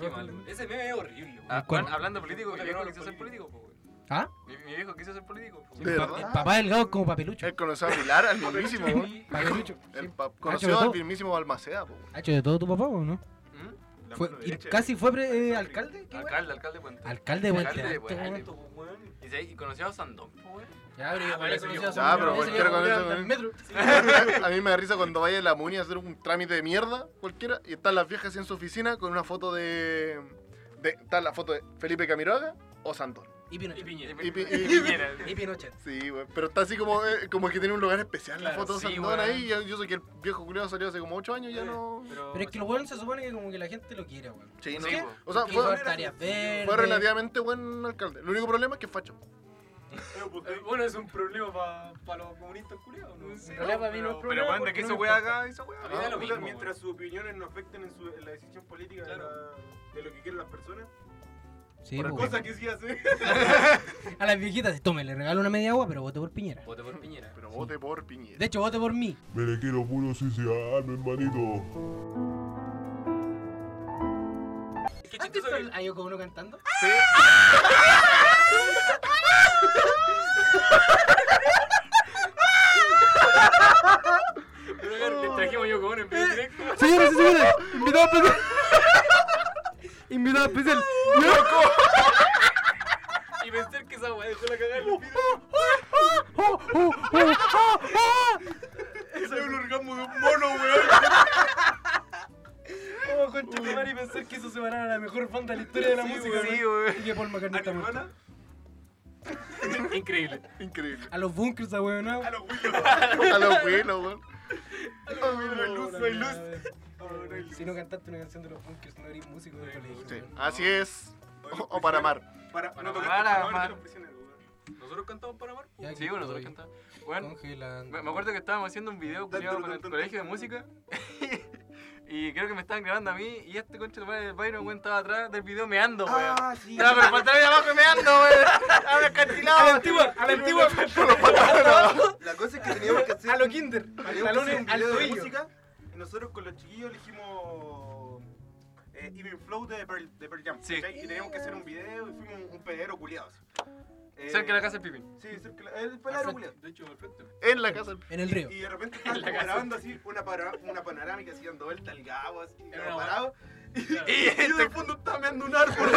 C: Qué mal, weón. Ese meme es horrible, weón.
H: Ah,
B: ¿cuál?
H: bueno, hablando de político, mi
C: Oye,
H: viejo
C: no, Eh,
H: quiso ser político, po, weón.
B: ¿Ah?
H: Mi, mi viejo quiso ser político, pues. po,
D: ¿De
H: weón.
B: El
D: verdad?
B: papá del Gabo es como papelucho.
D: Él conoció a Pilar, al
B: *laughs*
D: mismísimo, weón.
B: Papelucho.
D: El pa-
B: Ah,
D: Conoció
B: sobre
D: al
B: todo.
D: mismísimo Balmaceda, po, weón.
B: ¿Ha hecho de todo tu papá o no?
E: La
B: Fue-
E: mano
B: y
E: derecha.
B: casi fue pre- eh, alcalde. ¿Qué weón?
H: Alcalde, alcalde de Puente.
B: Alcalde de Puente
H: Alcalde de
B: Alto,
H: Puente
C: eh,
B: weón.
H: Alto, po, weón. Y, se- y conoció a Sandón, po, weón.
B: Ya, pero igual he conocido a su
D: Ya,
B: mamá.
D: pero
B: Ese
D: cualquiera
B: que
D: con
B: era
D: eso,
B: del
D: weón.
B: metro.
D: A mí me da risa cuando vaya a la MUNI a hacer un trámite de mierda, cualquiera, y están las viejas en su oficina con una foto de. de está la foto de Felipe Camiroaga o Santón.
B: Y
H: Y
B: Pinochet.
H: Piñera.
D: Y Pi- y-
B: Y Pinochet.
D: Sí, güey. Pero está así como, eh, como que tiene un lugar especial la
H: Claro,
D: foto de
H: sí,
D: Santón
H: weón.
D: ahí. Yo, yo sé que el viejo culiado salió hace como 8 años, ya no.
B: Pero es que los weones se supone que como que la gente lo quiere, weón.
D: Sí,
H: Sí,
D: no.
H: weón.
D: O sea,
B: Quiso
D: fue,
B: hectáreas
D: fue
B: verdes.
D: relativamente buen alcalde. El único problema es que es facho.
C: Eh, Bueno, es un problema para los comunistas culiados, ¿no?
H: Sí,
C: sé.
H: no,
B: para mí no es
E: Pero
B: problema
E: bueno,
B: porque
E: de que
B: no
E: hizo
B: me
E: weá
B: importa.
E: acá, hizo weá.
H: A mí
D: Ah,
H: da lo mismo,
E: mientras sus opiniones no afecten en, su, en la decisión política de la- de lo que quieren las personas.
B: Sí,
D: Por
B: po,
E: Cosa que sí
H: *laughs*
E: hace.
B: weón. A las viejitas, sí, tome, le regalo una media agua, pero vote por Piñera.
H: Vote por Piñera.
D: Pero vote por Piñera.
B: De hecho, vote por mí.
I: Me le quiero puro suicidarme, hermanito.
C: Qué
B: ¿Has
C: chistoso
B: visto
C: que-
B: el Ayoko Ono cantando?
D: Sí.
H: Pero claro, le trajimos yo con en
B: Eh,
H: vivo directo.
B: Señores y señores, invitado especial. invitado especial.
H: Y pensar que esa weá dejó la cagada en el video.
B: Oh, oh, oh, oh, oh.
E: Ese es un orgasmo de un mono, weón.
B: Oh, concha tu madre, y pensar que eso se van a la mejor banda de la historia de la música.
E: weón.
B: Sí,
E: weón.
B: y que Paul McCartney
E: A
B: está muerto.
E: Nirvana,
H: Increíble.
D: Increíble.
B: A los bunkers, a weón.
E: a los Willows.
D: A los buenos, weón.
H: *laughs*
E: No hay luz, no hay luz.
B: Si no cantaste una canción de los bunkers, no eres músico de colegio.
D: Sí.
B: weón.
D: Así es. O, o para amar.
E: Para,
H: Para
E: no tocar
H: amar,
E: para
H: amar.
E: los prisioneros, weón.
H: ¿Nosotros cantamos para amar?
B: Ya
H: Sí,
B: que
H: bueno, nosotros
B: estoy
H: cantamos. Bueno,
B: Congelando.
H: Me me acuerdo que estábamos haciendo un video
E: Tan,
H: culiado
E: tan,
H: con el
E: tan, tan,
H: colegio de
E: tan.
H: música. y creo que me estaban grabando a mí. Y este concha de madre del Byron, weón, estaba atrás del video meando, weón.
E: Ah, sí.
H: Estaba con el pantalón de abajo y meando, weón. Habla cantilado. A la antigua, a la antigua.
E: La cosa es que teníamos
H: *laughs*
E: que hacer.
B: A lo kinder.
E: Teníamos que hacer
B: Pantalones
E: un
B: al
E: video de
B: tobillo.
E: música. Y nosotros con los chiquillos elegimos. Eh, Even Flow de Pearl, de Pearl Jam.
H: Sí.
E: ¿cachai? Y teníamos que hacer un video y fuimos un, un pedero culiados. Eh,
H: Cerca de la casa del Pipi.
E: Sí, cerca de la. El pedero culiado.
H: De hecho, al frente.
D: En la casa.
B: En el río.
E: Y de
H: *laughs*
E: repente estaban como grabando así una, para, una panorámica así dando vuelta al gabo así,
H: una
E: como
H: buena-
E: parado.
H: Claro.
E: *laughs* Y en el fondo estaba meando un árbol.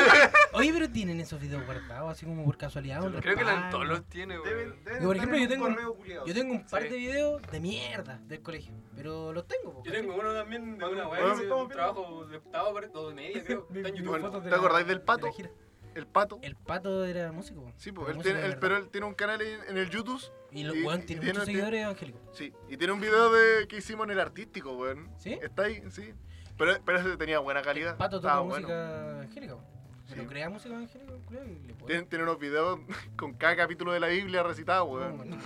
B: Oye, pero tienen esos videos guardados, así como por casualidad. un
H: Creo que la
B: respaldo.
H: Antolos tiene, weón.
E: Deben, deben
B: Yo, por
E: estar
B: ejemplo, yo
E: en un
B: tengo un-
E: correo culiado.
B: Yo tengo un par
H: Sí.
B: de videos de mierda del colegio, pero los tengo. po,
C: Yo tengo uno también de una weá
D: Bueno,
C: que hice
E: estamos
C: un trabajo de octavo, parece, o de media, creo. Está en YouTube.
D: Bueno,
B: fotos de
D: ¿Te
B: la-
D: acordáis del
B: ¿cachai? De
D: pato?
B: la gira.
D: El pato.
B: El pato era músico. po,
D: Sí,
B: era
D: pues, él
B: músico
D: tiene,
B: de
D: él-
B: verdad.
D: pero él tiene un canal en, en el YouTube.
B: Y lo,
D: y-
B: weón,
D: y
B: tiene
D: tiene-
B: muchos
D: tiene-
B: seguidores evangélicos.
D: Sí, y tiene un video de que hicimos en el artístico, weón.
B: ¿Sí?
D: Está ahí, sí. Pero, pero ese tenía buena calidad.
B: Pato toca
D: Estaba
B: música
D: bueno.
B: evangélica. po.
D: Sí.
B: Pero crea música evangélica, creo, y le puede-
D: Tiene, tiene unos videos *laughs* con cada capítulo de la Biblia recitado,
B: No,
D: weón.
B: bueno, no,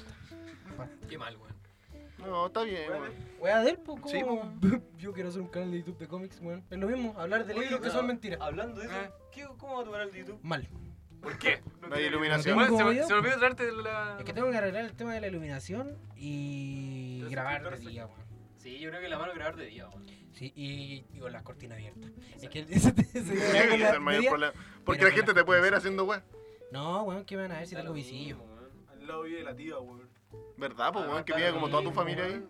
B: basta, basta.
H: Qué mal, weón.
D: No, está
B: *laughs*
D: bien, weón.
B: Wea de él, po, ¿cómo?
D: Sí,
B: *laughs* Yo quiero hacer un canal de YouTube de cómics, weón. Es lo mismo, hablar de
C: Oye,
B: libros que
C: no.
B: son mentiras.
C: Hablando de
H: Eh.
C: eso, ¿qué- ¿cómo va tu canal de YouTube?
B: Mal.
H: ¿Por qué?
D: No hay
B: ¿Sí?
D: iluminación.
B: ¿Cómo
H: Weón, se, me-
B: yo?
H: se me olvidó traerte la.
B: Es que tengo que arreglar el tema de la iluminación y
E: Pero
B: grabar de
E: suscriptores
B: día, weón.
C: Sí, yo creo que la mano es grabar de día, weón.
B: Sí, y, y con las cortinas abiertas. Es que *laughs* ese,
D: *laughs*
B: ese- ese-
D: Ese
B: con
D: es
B: la-
D: el mayor
B: media-
D: problema. Porque
B: Pero
D: la gente
B: mira.
D: te puede ver haciendo weón.
B: No, weón, que me van a ver si
C: Da
B: tengo
C: lo
B: visillo.
C: mismo, weón.
E: Al lado vive la tía, weón.
D: ¿Verdad, pues,
C: Ah,
D: weón? Que
C: está
D: pide
C: lo
D: como toda tu
B: mismo,
D: familia ahí.
C: weón.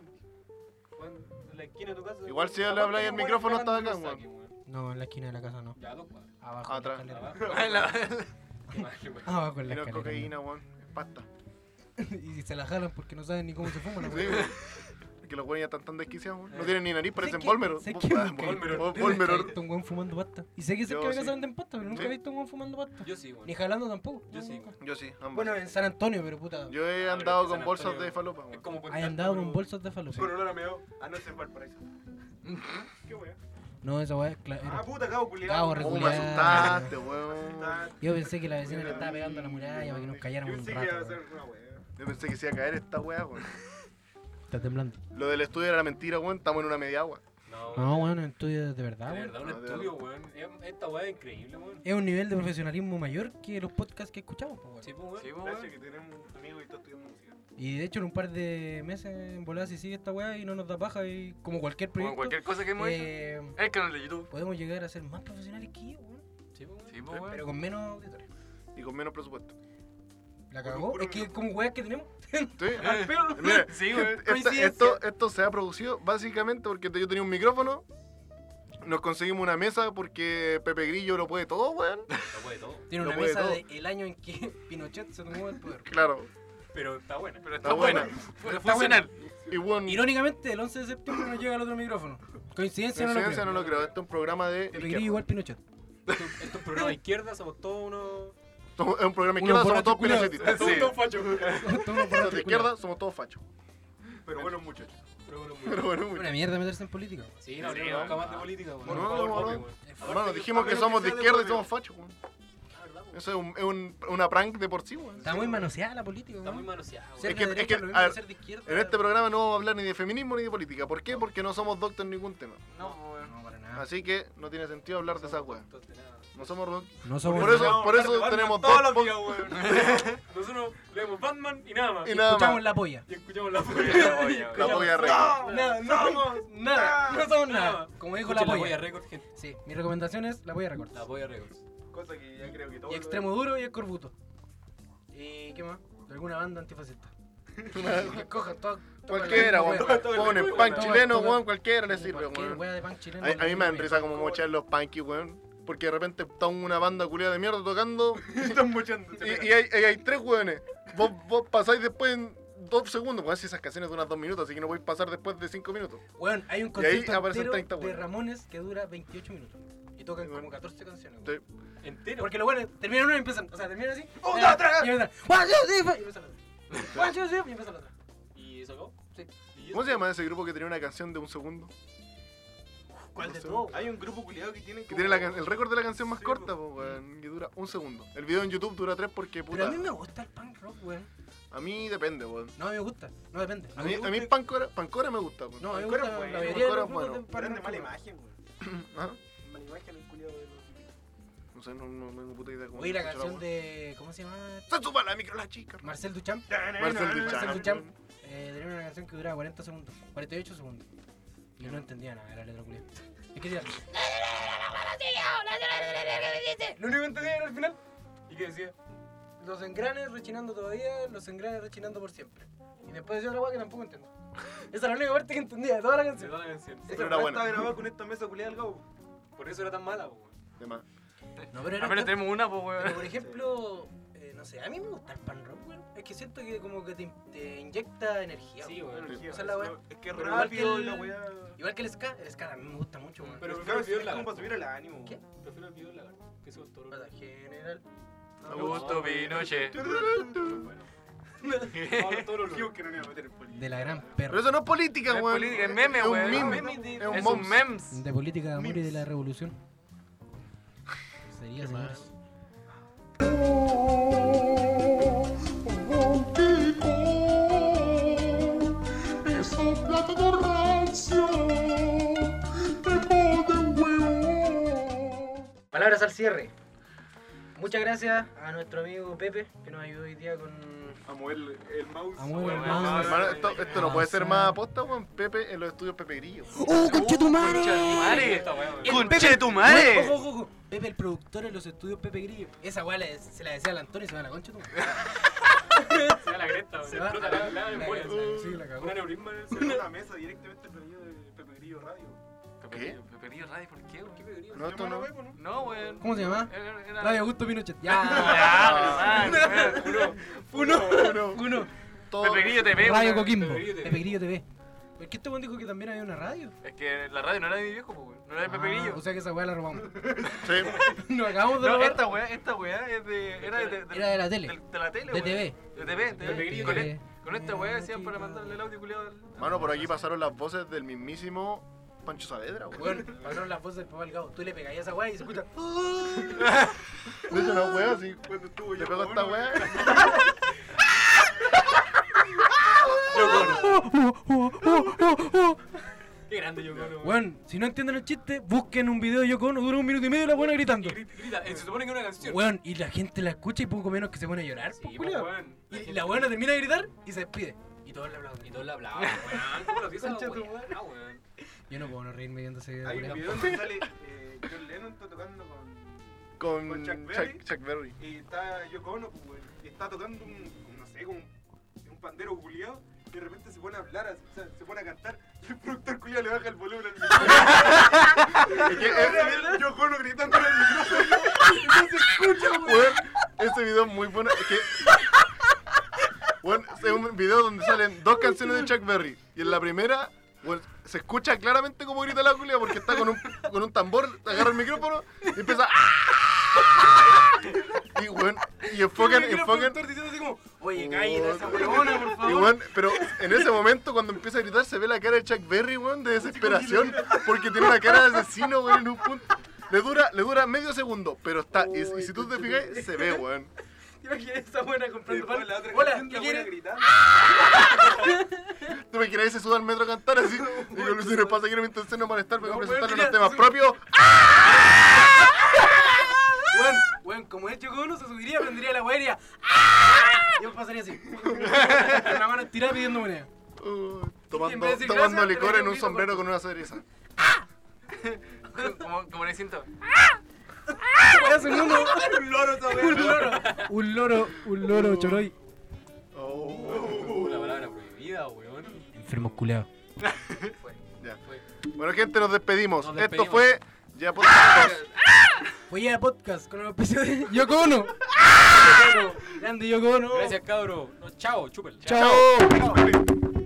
C: Weón, en la esquina de tu casa.
D: Igual si le
C: Aparte,
D: habláis al
C: como
D: micrófono,
C: weón,
D: estaba
C: no
D: acá,
C: lo saque, weón.
B: No, en la esquina de la casa no.
C: Ya, dos cuadras.
B: Abajo. en la
D: Atrás.
B: escalera.
D: *laughs*
C: Abajo.
H: la-
C: Qué mal, weón.
B: Abajo en
D: Y
B: la
D: no es
B: escalera.
D: cocaína, weón. Es pasta.
B: y se la jalan porque no *laughs* saben ni cómo se fuman.
D: *laughs* Sí,
B: la weá.
D: weón. Es que los weones ya están tan desquiciados, weón. No
C: Eh.
D: tienen ni nariz, parecen ah,
B: que-
D: Volmero.
B: sé que busca- Nunca he
D: Volmero.
B: visto un weón fumando pasta. Y sé que sé
D: Yo
B: que acá
D: sí.
B: se venden pasta, pero nunca
D: Sí.
B: he visto un weón fumando pasta.
C: Yo sí, weón.
B: Ni jalando tampoco.
C: Yo sí,
B: nunca.
D: Yo sí, ambos.
B: Bueno, en San Antonio, pero puta.
D: Yo he
C: Ah,
D: andado
C: pero
D: con
C: San
D: bolsas
C: Antonio
D: de falopa,
C: Es
D: weón.
C: como por
B: Hay
C: tanto,
B: andado con
C: pero-
B: bolsas de falopa.
E: Con olor a meo. Ah, no, se fue al
B: *laughs*
E: paraíso. Qué weón.
B: No, esa weá es cla-
E: Ah,
B: era-
E: puta, cabo culiado.
B: Cabo
D: Oh, me
B: Culeado.
D: asustaste, weón.
B: Yo pensé que la vecina le estaba pegando a la muralla para que nos calláramos
E: Yo
B: un
E: sí que iba a
B: rato.
E: hacer
B: weón.
E: una weón.
D: Yo pensé que se iba a caer esta weá, weón.
B: Está temblando.
D: Lo del estudio era mentira, weón. Estamos en una media agua.
H: No,
C: No,
B: No, bueno, el estudio es de verdad,
C: de
B: weón.
C: verdad, un
D: No, de
C: estudio, weón. Es- Esta weá es increíble, weón.
B: Es un nivel de profesionalismo mayor que los podcasts que escuchamos, pues, weón.
C: Sí, pues, weón.
H: Sí, pues,
E: Gracias
H: weón.
E: que tenemos amigos y todos estudiamos música.
B: Y de hecho, en un par de meses en volada, si sigue esta weá y no nos da paja, y como cualquier
H: Como
B: proyecto,
H: cualquier cosa que hemos hecho.
B: eh,
H: El canal de YouTube.
B: podemos llegar a ser más profesionales que ellos, weón.
C: Sí, pues, weón.
H: Sí, pues,
B: Pero
H: weón.
B: con menos auditores.
D: Y con menos presupuesto.
B: La cagó. Es que es como weá que tenemos.
D: Sí. Ah,
H: Al pelo, weón.
D: Mira,
H: Sí, weón.
D: esta- esto, esto se ha producido básicamente porque yo tenía un micrófono. Nos conseguimos una mesa porque Pepe Grillo lo puede todo, weón.
C: Lo puede todo.
B: Tiene
D: Lo
B: una
D: puede
B: mesa
D: todo.
B: del año en que *laughs* Pinochet se tomó el poder.
D: Claro,
C: Pero está buena.
H: Pero
D: está buena.
H: Fue funcional.
D: *laughs* Y weón,
B: Irónicamente, el 11 de septiembre nos llega el otro micrófono. Coincidencia, no lo
D: coincidencia
B: creo.
D: no lo creo. Este es un programa
B: Pero
D: de. izquierda.
B: Grillo igual
D: *laughs*
B: Pinochet.
C: Esto, esto es programa de izquierda, somos todos unos.
D: Somos- Es un programa de
B: Unos
D: izquierda, somos todos
B: borrachos
D: pinochetistas.
C: Somos todos fachos.
D: *laughs*
B: Todo por otro
D: Somos de
B: culiao.
D: izquierda, somos todos fachos.
E: Pero bueno, muchachos.
C: Pero bueno, muy
D: Pero
C: bien.
D: bueno,
B: Una
D: mucho.
B: mierda meterse en política. weón.
C: Sí, no, no, nunca más de política, weón.
D: No,
C: Por favor,
D: no,
C: papi,
D: no.
C: weón.
D: Hermano, dijimos que somos de izquierda y somos fachos, weón.
C: Ah, verdad, weón.
D: Eso es, un- es un- una prank de por sí, weón.
B: Está muy manoseada la política.
C: Está
B: weón.
C: muy manoseado, weón.
B: Ser
D: Es que-
B: de
D: es
B: derecha
D: que,
B: lo mismo
D: a
B: que
D: ver,
B: ser de izquierda.
D: En este programa no vamos a hablar ni de feminismo ni de política. ¿Por qué? Porque no somos doctor en ningún tema.
H: No, pues, weón.
B: No, para nada.
D: Así que no tiene sentido hablar de esa weá.
C: Entonces, nada.
D: No somos rock.
B: No somos
D: Por eso, por eso tenemos dos
E: Todos los días,
D: podcasts
E: weón.
C: *laughs* Nosotros leemos Batman y nada más.
D: y
C: Y,
D: nada
B: Escuchamos
D: más.
B: la polla.
C: escuchamos la
D: La
C: *laughs* Escuchamos-
D: polla record.
B: Nada, no somos nada. No somos nada. Como dijo la
C: Escuchen la polla
B: polla.
C: record, gente.
B: Sí, mi recomendación es la polla recortada.
C: La polla record.
E: Cosa que ya creo que todos.
B: Y
E: lo-
B: extremo duro y escorbuto. ¿Y qué más? De alguna banda antifascista.
D: *laughs*
B: Que cojan todo.
D: Cualquiera, weón. Ponen pan
B: Todo,
D: chileno,
B: todo.
D: weón. Cualquiera le sirve, weón.
B: wea de pan chileno.
D: A, a mí me dan
B: sirve.
D: risa como mochan los punky, weón. Porque de repente está una banda culiada de mierda tocando
E: Están mochando.
D: y, y hay, y hay tres weones. Vos, vos pasáis después en dos segundos. Weón, si esas canciones duran dos minutos, así que no podéis pasar después de cinco minutos.
B: Weón, hay un
D: Y ahí
B: concierto
D: aparecen
B: entero
D: 30
B: de
D: weones.
B: Ramones que dura 28 minutos. Y tocan
D: Bueno.
B: como 14 canciones. weón.
D: Sí.
C: Entero.
B: Porque los buenos terminan una y empiezan. O sea, terminan así.
E: ¡Un,
B: eh,
E: Oh, dos, tres!
B: Y empiezan. "One, two, three,
D: *laughs*
B: four", Y empiezan la otra. "One, two, three, four", Y empiezan la otra.
C: ¿Y eso acabó?
B: Sí.
C: ¿Y
D: ¿Cómo
C: eso?
D: se llama ese grupo que tenía una canción de un segundo?
B: ¿Cuál de
D: sé.
B: todos?
E: Hay un grupo culiado que tiene.
D: Que tiene la can- el récord de la canción más
E: Sí,
D: corta, po, weón. Que dura un segundo. El video en YouTube dura tres porque,
B: Pero
D: puta.
B: a mí me gusta el punk rock, weón.
D: depende, weón.
B: No, a mí me gusta. No depende.
D: A mí, a mí Pancora, Pancora me gusta, weón.
B: No, a mí me
E: Pancora
B: gusta
E: es
B: la
E: bueno,
B: mayoría de
D: Pancora
B: los
D: es bueno.
B: grupos de punk
E: Pero es de
B: rock,
E: mala
B: weón.
E: imagen, weón.
D: Ajá.
E: Mala imagen el culiado de los.
D: No sé, no, no, no tengo puta idea cómo.
B: Oye, la
D: escucha
B: canción
D: weá.
B: de. ¿Cómo se llama?
D: Se suba la micro la chica.
B: Marcel Duchamp.
D: Marcel
B: Marcel
D: Duchamp.
B: Duchamp. Eh, tenía una canción que duraba 40 segundos, 48 segundos. Y yo no entendía nada de la letra *laughs* culia. Es que decía.
C: Eh,
B: Lo único que entendía era al final.
C: ¿Y qué decía?
B: Los engranes rechinando todavía, los engranes rechinando por siempre. Y después decía otra cosa que tampoco entendí. *laughs* Esa es la única parte que entendía de toda la
C: Se
B: canción.
C: da la canción.
E: Esta
D: Pero era buena.
E: Estaba grabado con esta mesa culiada del Gabo.
C: Por eso era tan mala, weón.
D: De más.
B: No, pero
H: Al menos
B: tan-
H: tenemos una, pues,
B: Pero
C: *laughs*
H: weón.
B: por ejemplo, eh, no sé, a mí me gusta el pan rock, weón. Es que siento que como que te, in- te inyecta energía.
C: Sí,
B: weón.
C: weón.
D: Sí.
B: Esa es la weá.
E: Es que es
B: Pero igual
E: rápido
B: que
E: y la
B: el-
E: weá.
B: Igual que el ska, el ska a mí me gusta mucho, weón.
C: Pero
E: Es
C: prefiero el video
E: como
C: lagarto.
E: para subir el ánimo.
B: ¿Qué?
C: Prefiero el video del lagarto. Que se el toro.
B: Pata, general.
H: Augusto Pinochet.
C: Bueno. Pablo
B: *laughs*
C: Toro,
E: Dijimos
C: weón.
E: que no le iba a meter en política.
B: De la gran
D: Pero
B: perra.
D: eso no es política,
H: No es
D: weón.
H: política, es meme,
D: un
H: weón.
D: meme.
H: Es un
C: meme
D: Es un
H: Es
D: mom.
H: un memes.
B: De política de amor y de la revolución. Sería, señores.
I: Contigo, esa plata de rancio te pone huevo.
B: Palabras al cierre. Muchas gracias a nuestro amigo Pepe que nos ayudó hoy día con.
E: A mover el, el mouse.
B: A mover el
E: Weón,
B: mouse.
E: weón,
D: Hermano,
E: weón.
D: esto, esto no puede ser más aposta, weón. Pepe en los estudios Pepe Grillo.
B: ¡Oh,
H: Conchetumare.
C: Esta weá, weón.
H: Conchetumare.
B: Ojo, ojo, ojo. Pepe, el productor en los estudios Pepe Grillo. Esa weá le- se la decía al Antonio y se va a la concha, tú.
C: Se da la cresta, weón. Se
B: Se va
C: explota
B: a
C: la-
B: la-
C: la
B: la-
C: memoria.
B: la- sí, la cagó.
C: Un aneurisma en el
E: Se
C: cerebro.
E: la mesa directamente por medio de Pepe Grillo Radio.
D: ¿Qué?
H: Me pedí radio, ¿por qué, weón?
D: No, esto no.
H: No, weón.
B: ¿Cómo se llama?
H: Era- era-
B: Radio Augusto Pinochet.
H: *laughs* Ah,
B: Ya.
H: pero,
B: *laughs*
H: man, weón.
B: Uno.
D: Uno.
B: Uno.
D: Todo-
H: Pepe Grillo TV.
B: Radio
H: weón.
B: Coquimbo.
C: Pepe Grillo TV.
B: Pepe Grillo TV. ¿Por qué este weón dijo que también había una radio?
H: Es que la radio no era de mi viejo, pues, weón. No era de Pepe
B: Ah,
H: Grillo.
B: O sea que esa weá la robamos. *laughs*
D: Sí.
B: Nos acabamos de
H: No,
B: robar.
H: esta weá, esta weá es de. Era de, de-
B: Era de la tele.
H: del- de la tele,
B: De
H: weón.
B: TV.
H: De TV, de
B: Pepe
H: TV.
B: Grillo
H: Con,
B: TV.
H: e- con esta weá decían para mandarle el audio culiado al.
D: Mano, por aquí pasaron las voces del mismísimo Pancho Saavedra, weón.
B: Weón, pasaron las voces del papá del Gabo. Tú le pegáis a esa weá y se escucha.
D: De hecho, la weá, así. Cuando estuvo Le pegó esta weá.
C: ¿Qué Qué grande yo Ono, weón.
B: Weón, si no entienden el chiste, busquen un video de Yoko Ono, dura un minuto y medio y la buena gritando.
C: Grita, grita, eh, se supone que es una canción.
B: Weón, y la gente la escucha y poco menos que se pone a llorar.
C: Sí,
B: po,
C: pues,
B: culiao.
C: weón.
B: y, y la buena termina de gritar y se despide.
C: Y todos le hablaban. Y todos le hablaban,
A: *laughs*
C: weón. ¿Cómo lo piensas,
B: Concha tu
C: weón? Ah, weón.
B: Yo no puedo no reírme viendo ese video.
E: Hay un
B: culiao.
E: video
A: *laughs*
E: donde sale eh, John Lennon está tocando con.
D: Con,
E: Con Chuck
D: Chuck,
E: Berry.
D: Chuck Berry.
E: Y está Yoko Ono, pues, weón, y está tocando un. No sé, un, un pandero culiado. Y de repente se pone a hablar, así, o sea, se pone a cantar. Y el productor culiado le baja el volumen al micrófono.
D: *laughs* Es que ese,
E: Y Yoko Ono gritando en el micrófono. Y no se escucha, weón.
D: weón, ese video es muy bueno. Es que. Weón, es un video donde salen dos canciones de Chuck Berry. Y en la primera, weón, se escucha claramente cómo grita la culia porque está con un, con un tambor, agarra el micrófono y empieza. ¡ah! Y weón, y enfocan,
E: Y el
D: enfocan. Oh.
E: productor diciendo así como, oye, cállate esa weona, por
D: Y
E: favor.
D: weón, pero en ese momento cuando empieza a gritar se ve la cara de Chuck Berry, weón, de desesperación, porque tiene una cara de asesino, weón, en un punto. Le dura, le dura medio segundo, pero está. Y, y si tú te fijas, se ve, weón.
A: ¿Te imaginas esa buena comprando
E: Después
A: pan?
E: la otra
A: Hola,
E: canción,
A: ¿qué
E: la buena
A: quieres?
E: gritando.
D: Tú me quieres se suba al metro a
A: *laughs*
D: cantar así. Digo, Luis, me pasa que era mi intención no molestar, pero
A: No,
D: vamos a
A: weón,
D: presentarle
A: mira,
D: los temas
A: su-
D: propios.
A: Weón, weón, como es Yoko Ono, se subiría, prendería la weá y diría, ¡Ah! Yo pasaría *laughs* así. Con la mano estirada pidiendo moneda.
D: Uh,
A: en
D: *laughs* tomando
A: vez de decir
D: tomando
A: gracias,
D: licor
A: te
D: en un
A: grito
D: sombrero
A: por-
D: con una cereza.
H: Como, como le siento.
B: Weón, *laughs* hace un uno,
E: Un loro esa weá.
B: un loro, un loro, un loro, choroy.
A: Oh.
C: Uh, la palabra prohibida, weón.
B: Enfermos culeados.
D: Bueno, gente, nos despedimos.
C: Nos
D: Esto
C: despedimos.
D: fue.
A: *laughs*
D: Ya por dos.
B: Voy a podcast con el auspicio de Yoko Ono. *laughs* Yoko Ono. Grande Yoko Ono.
C: Gracias, cabro. No, chao, chúpel.
B: Oh. Chao.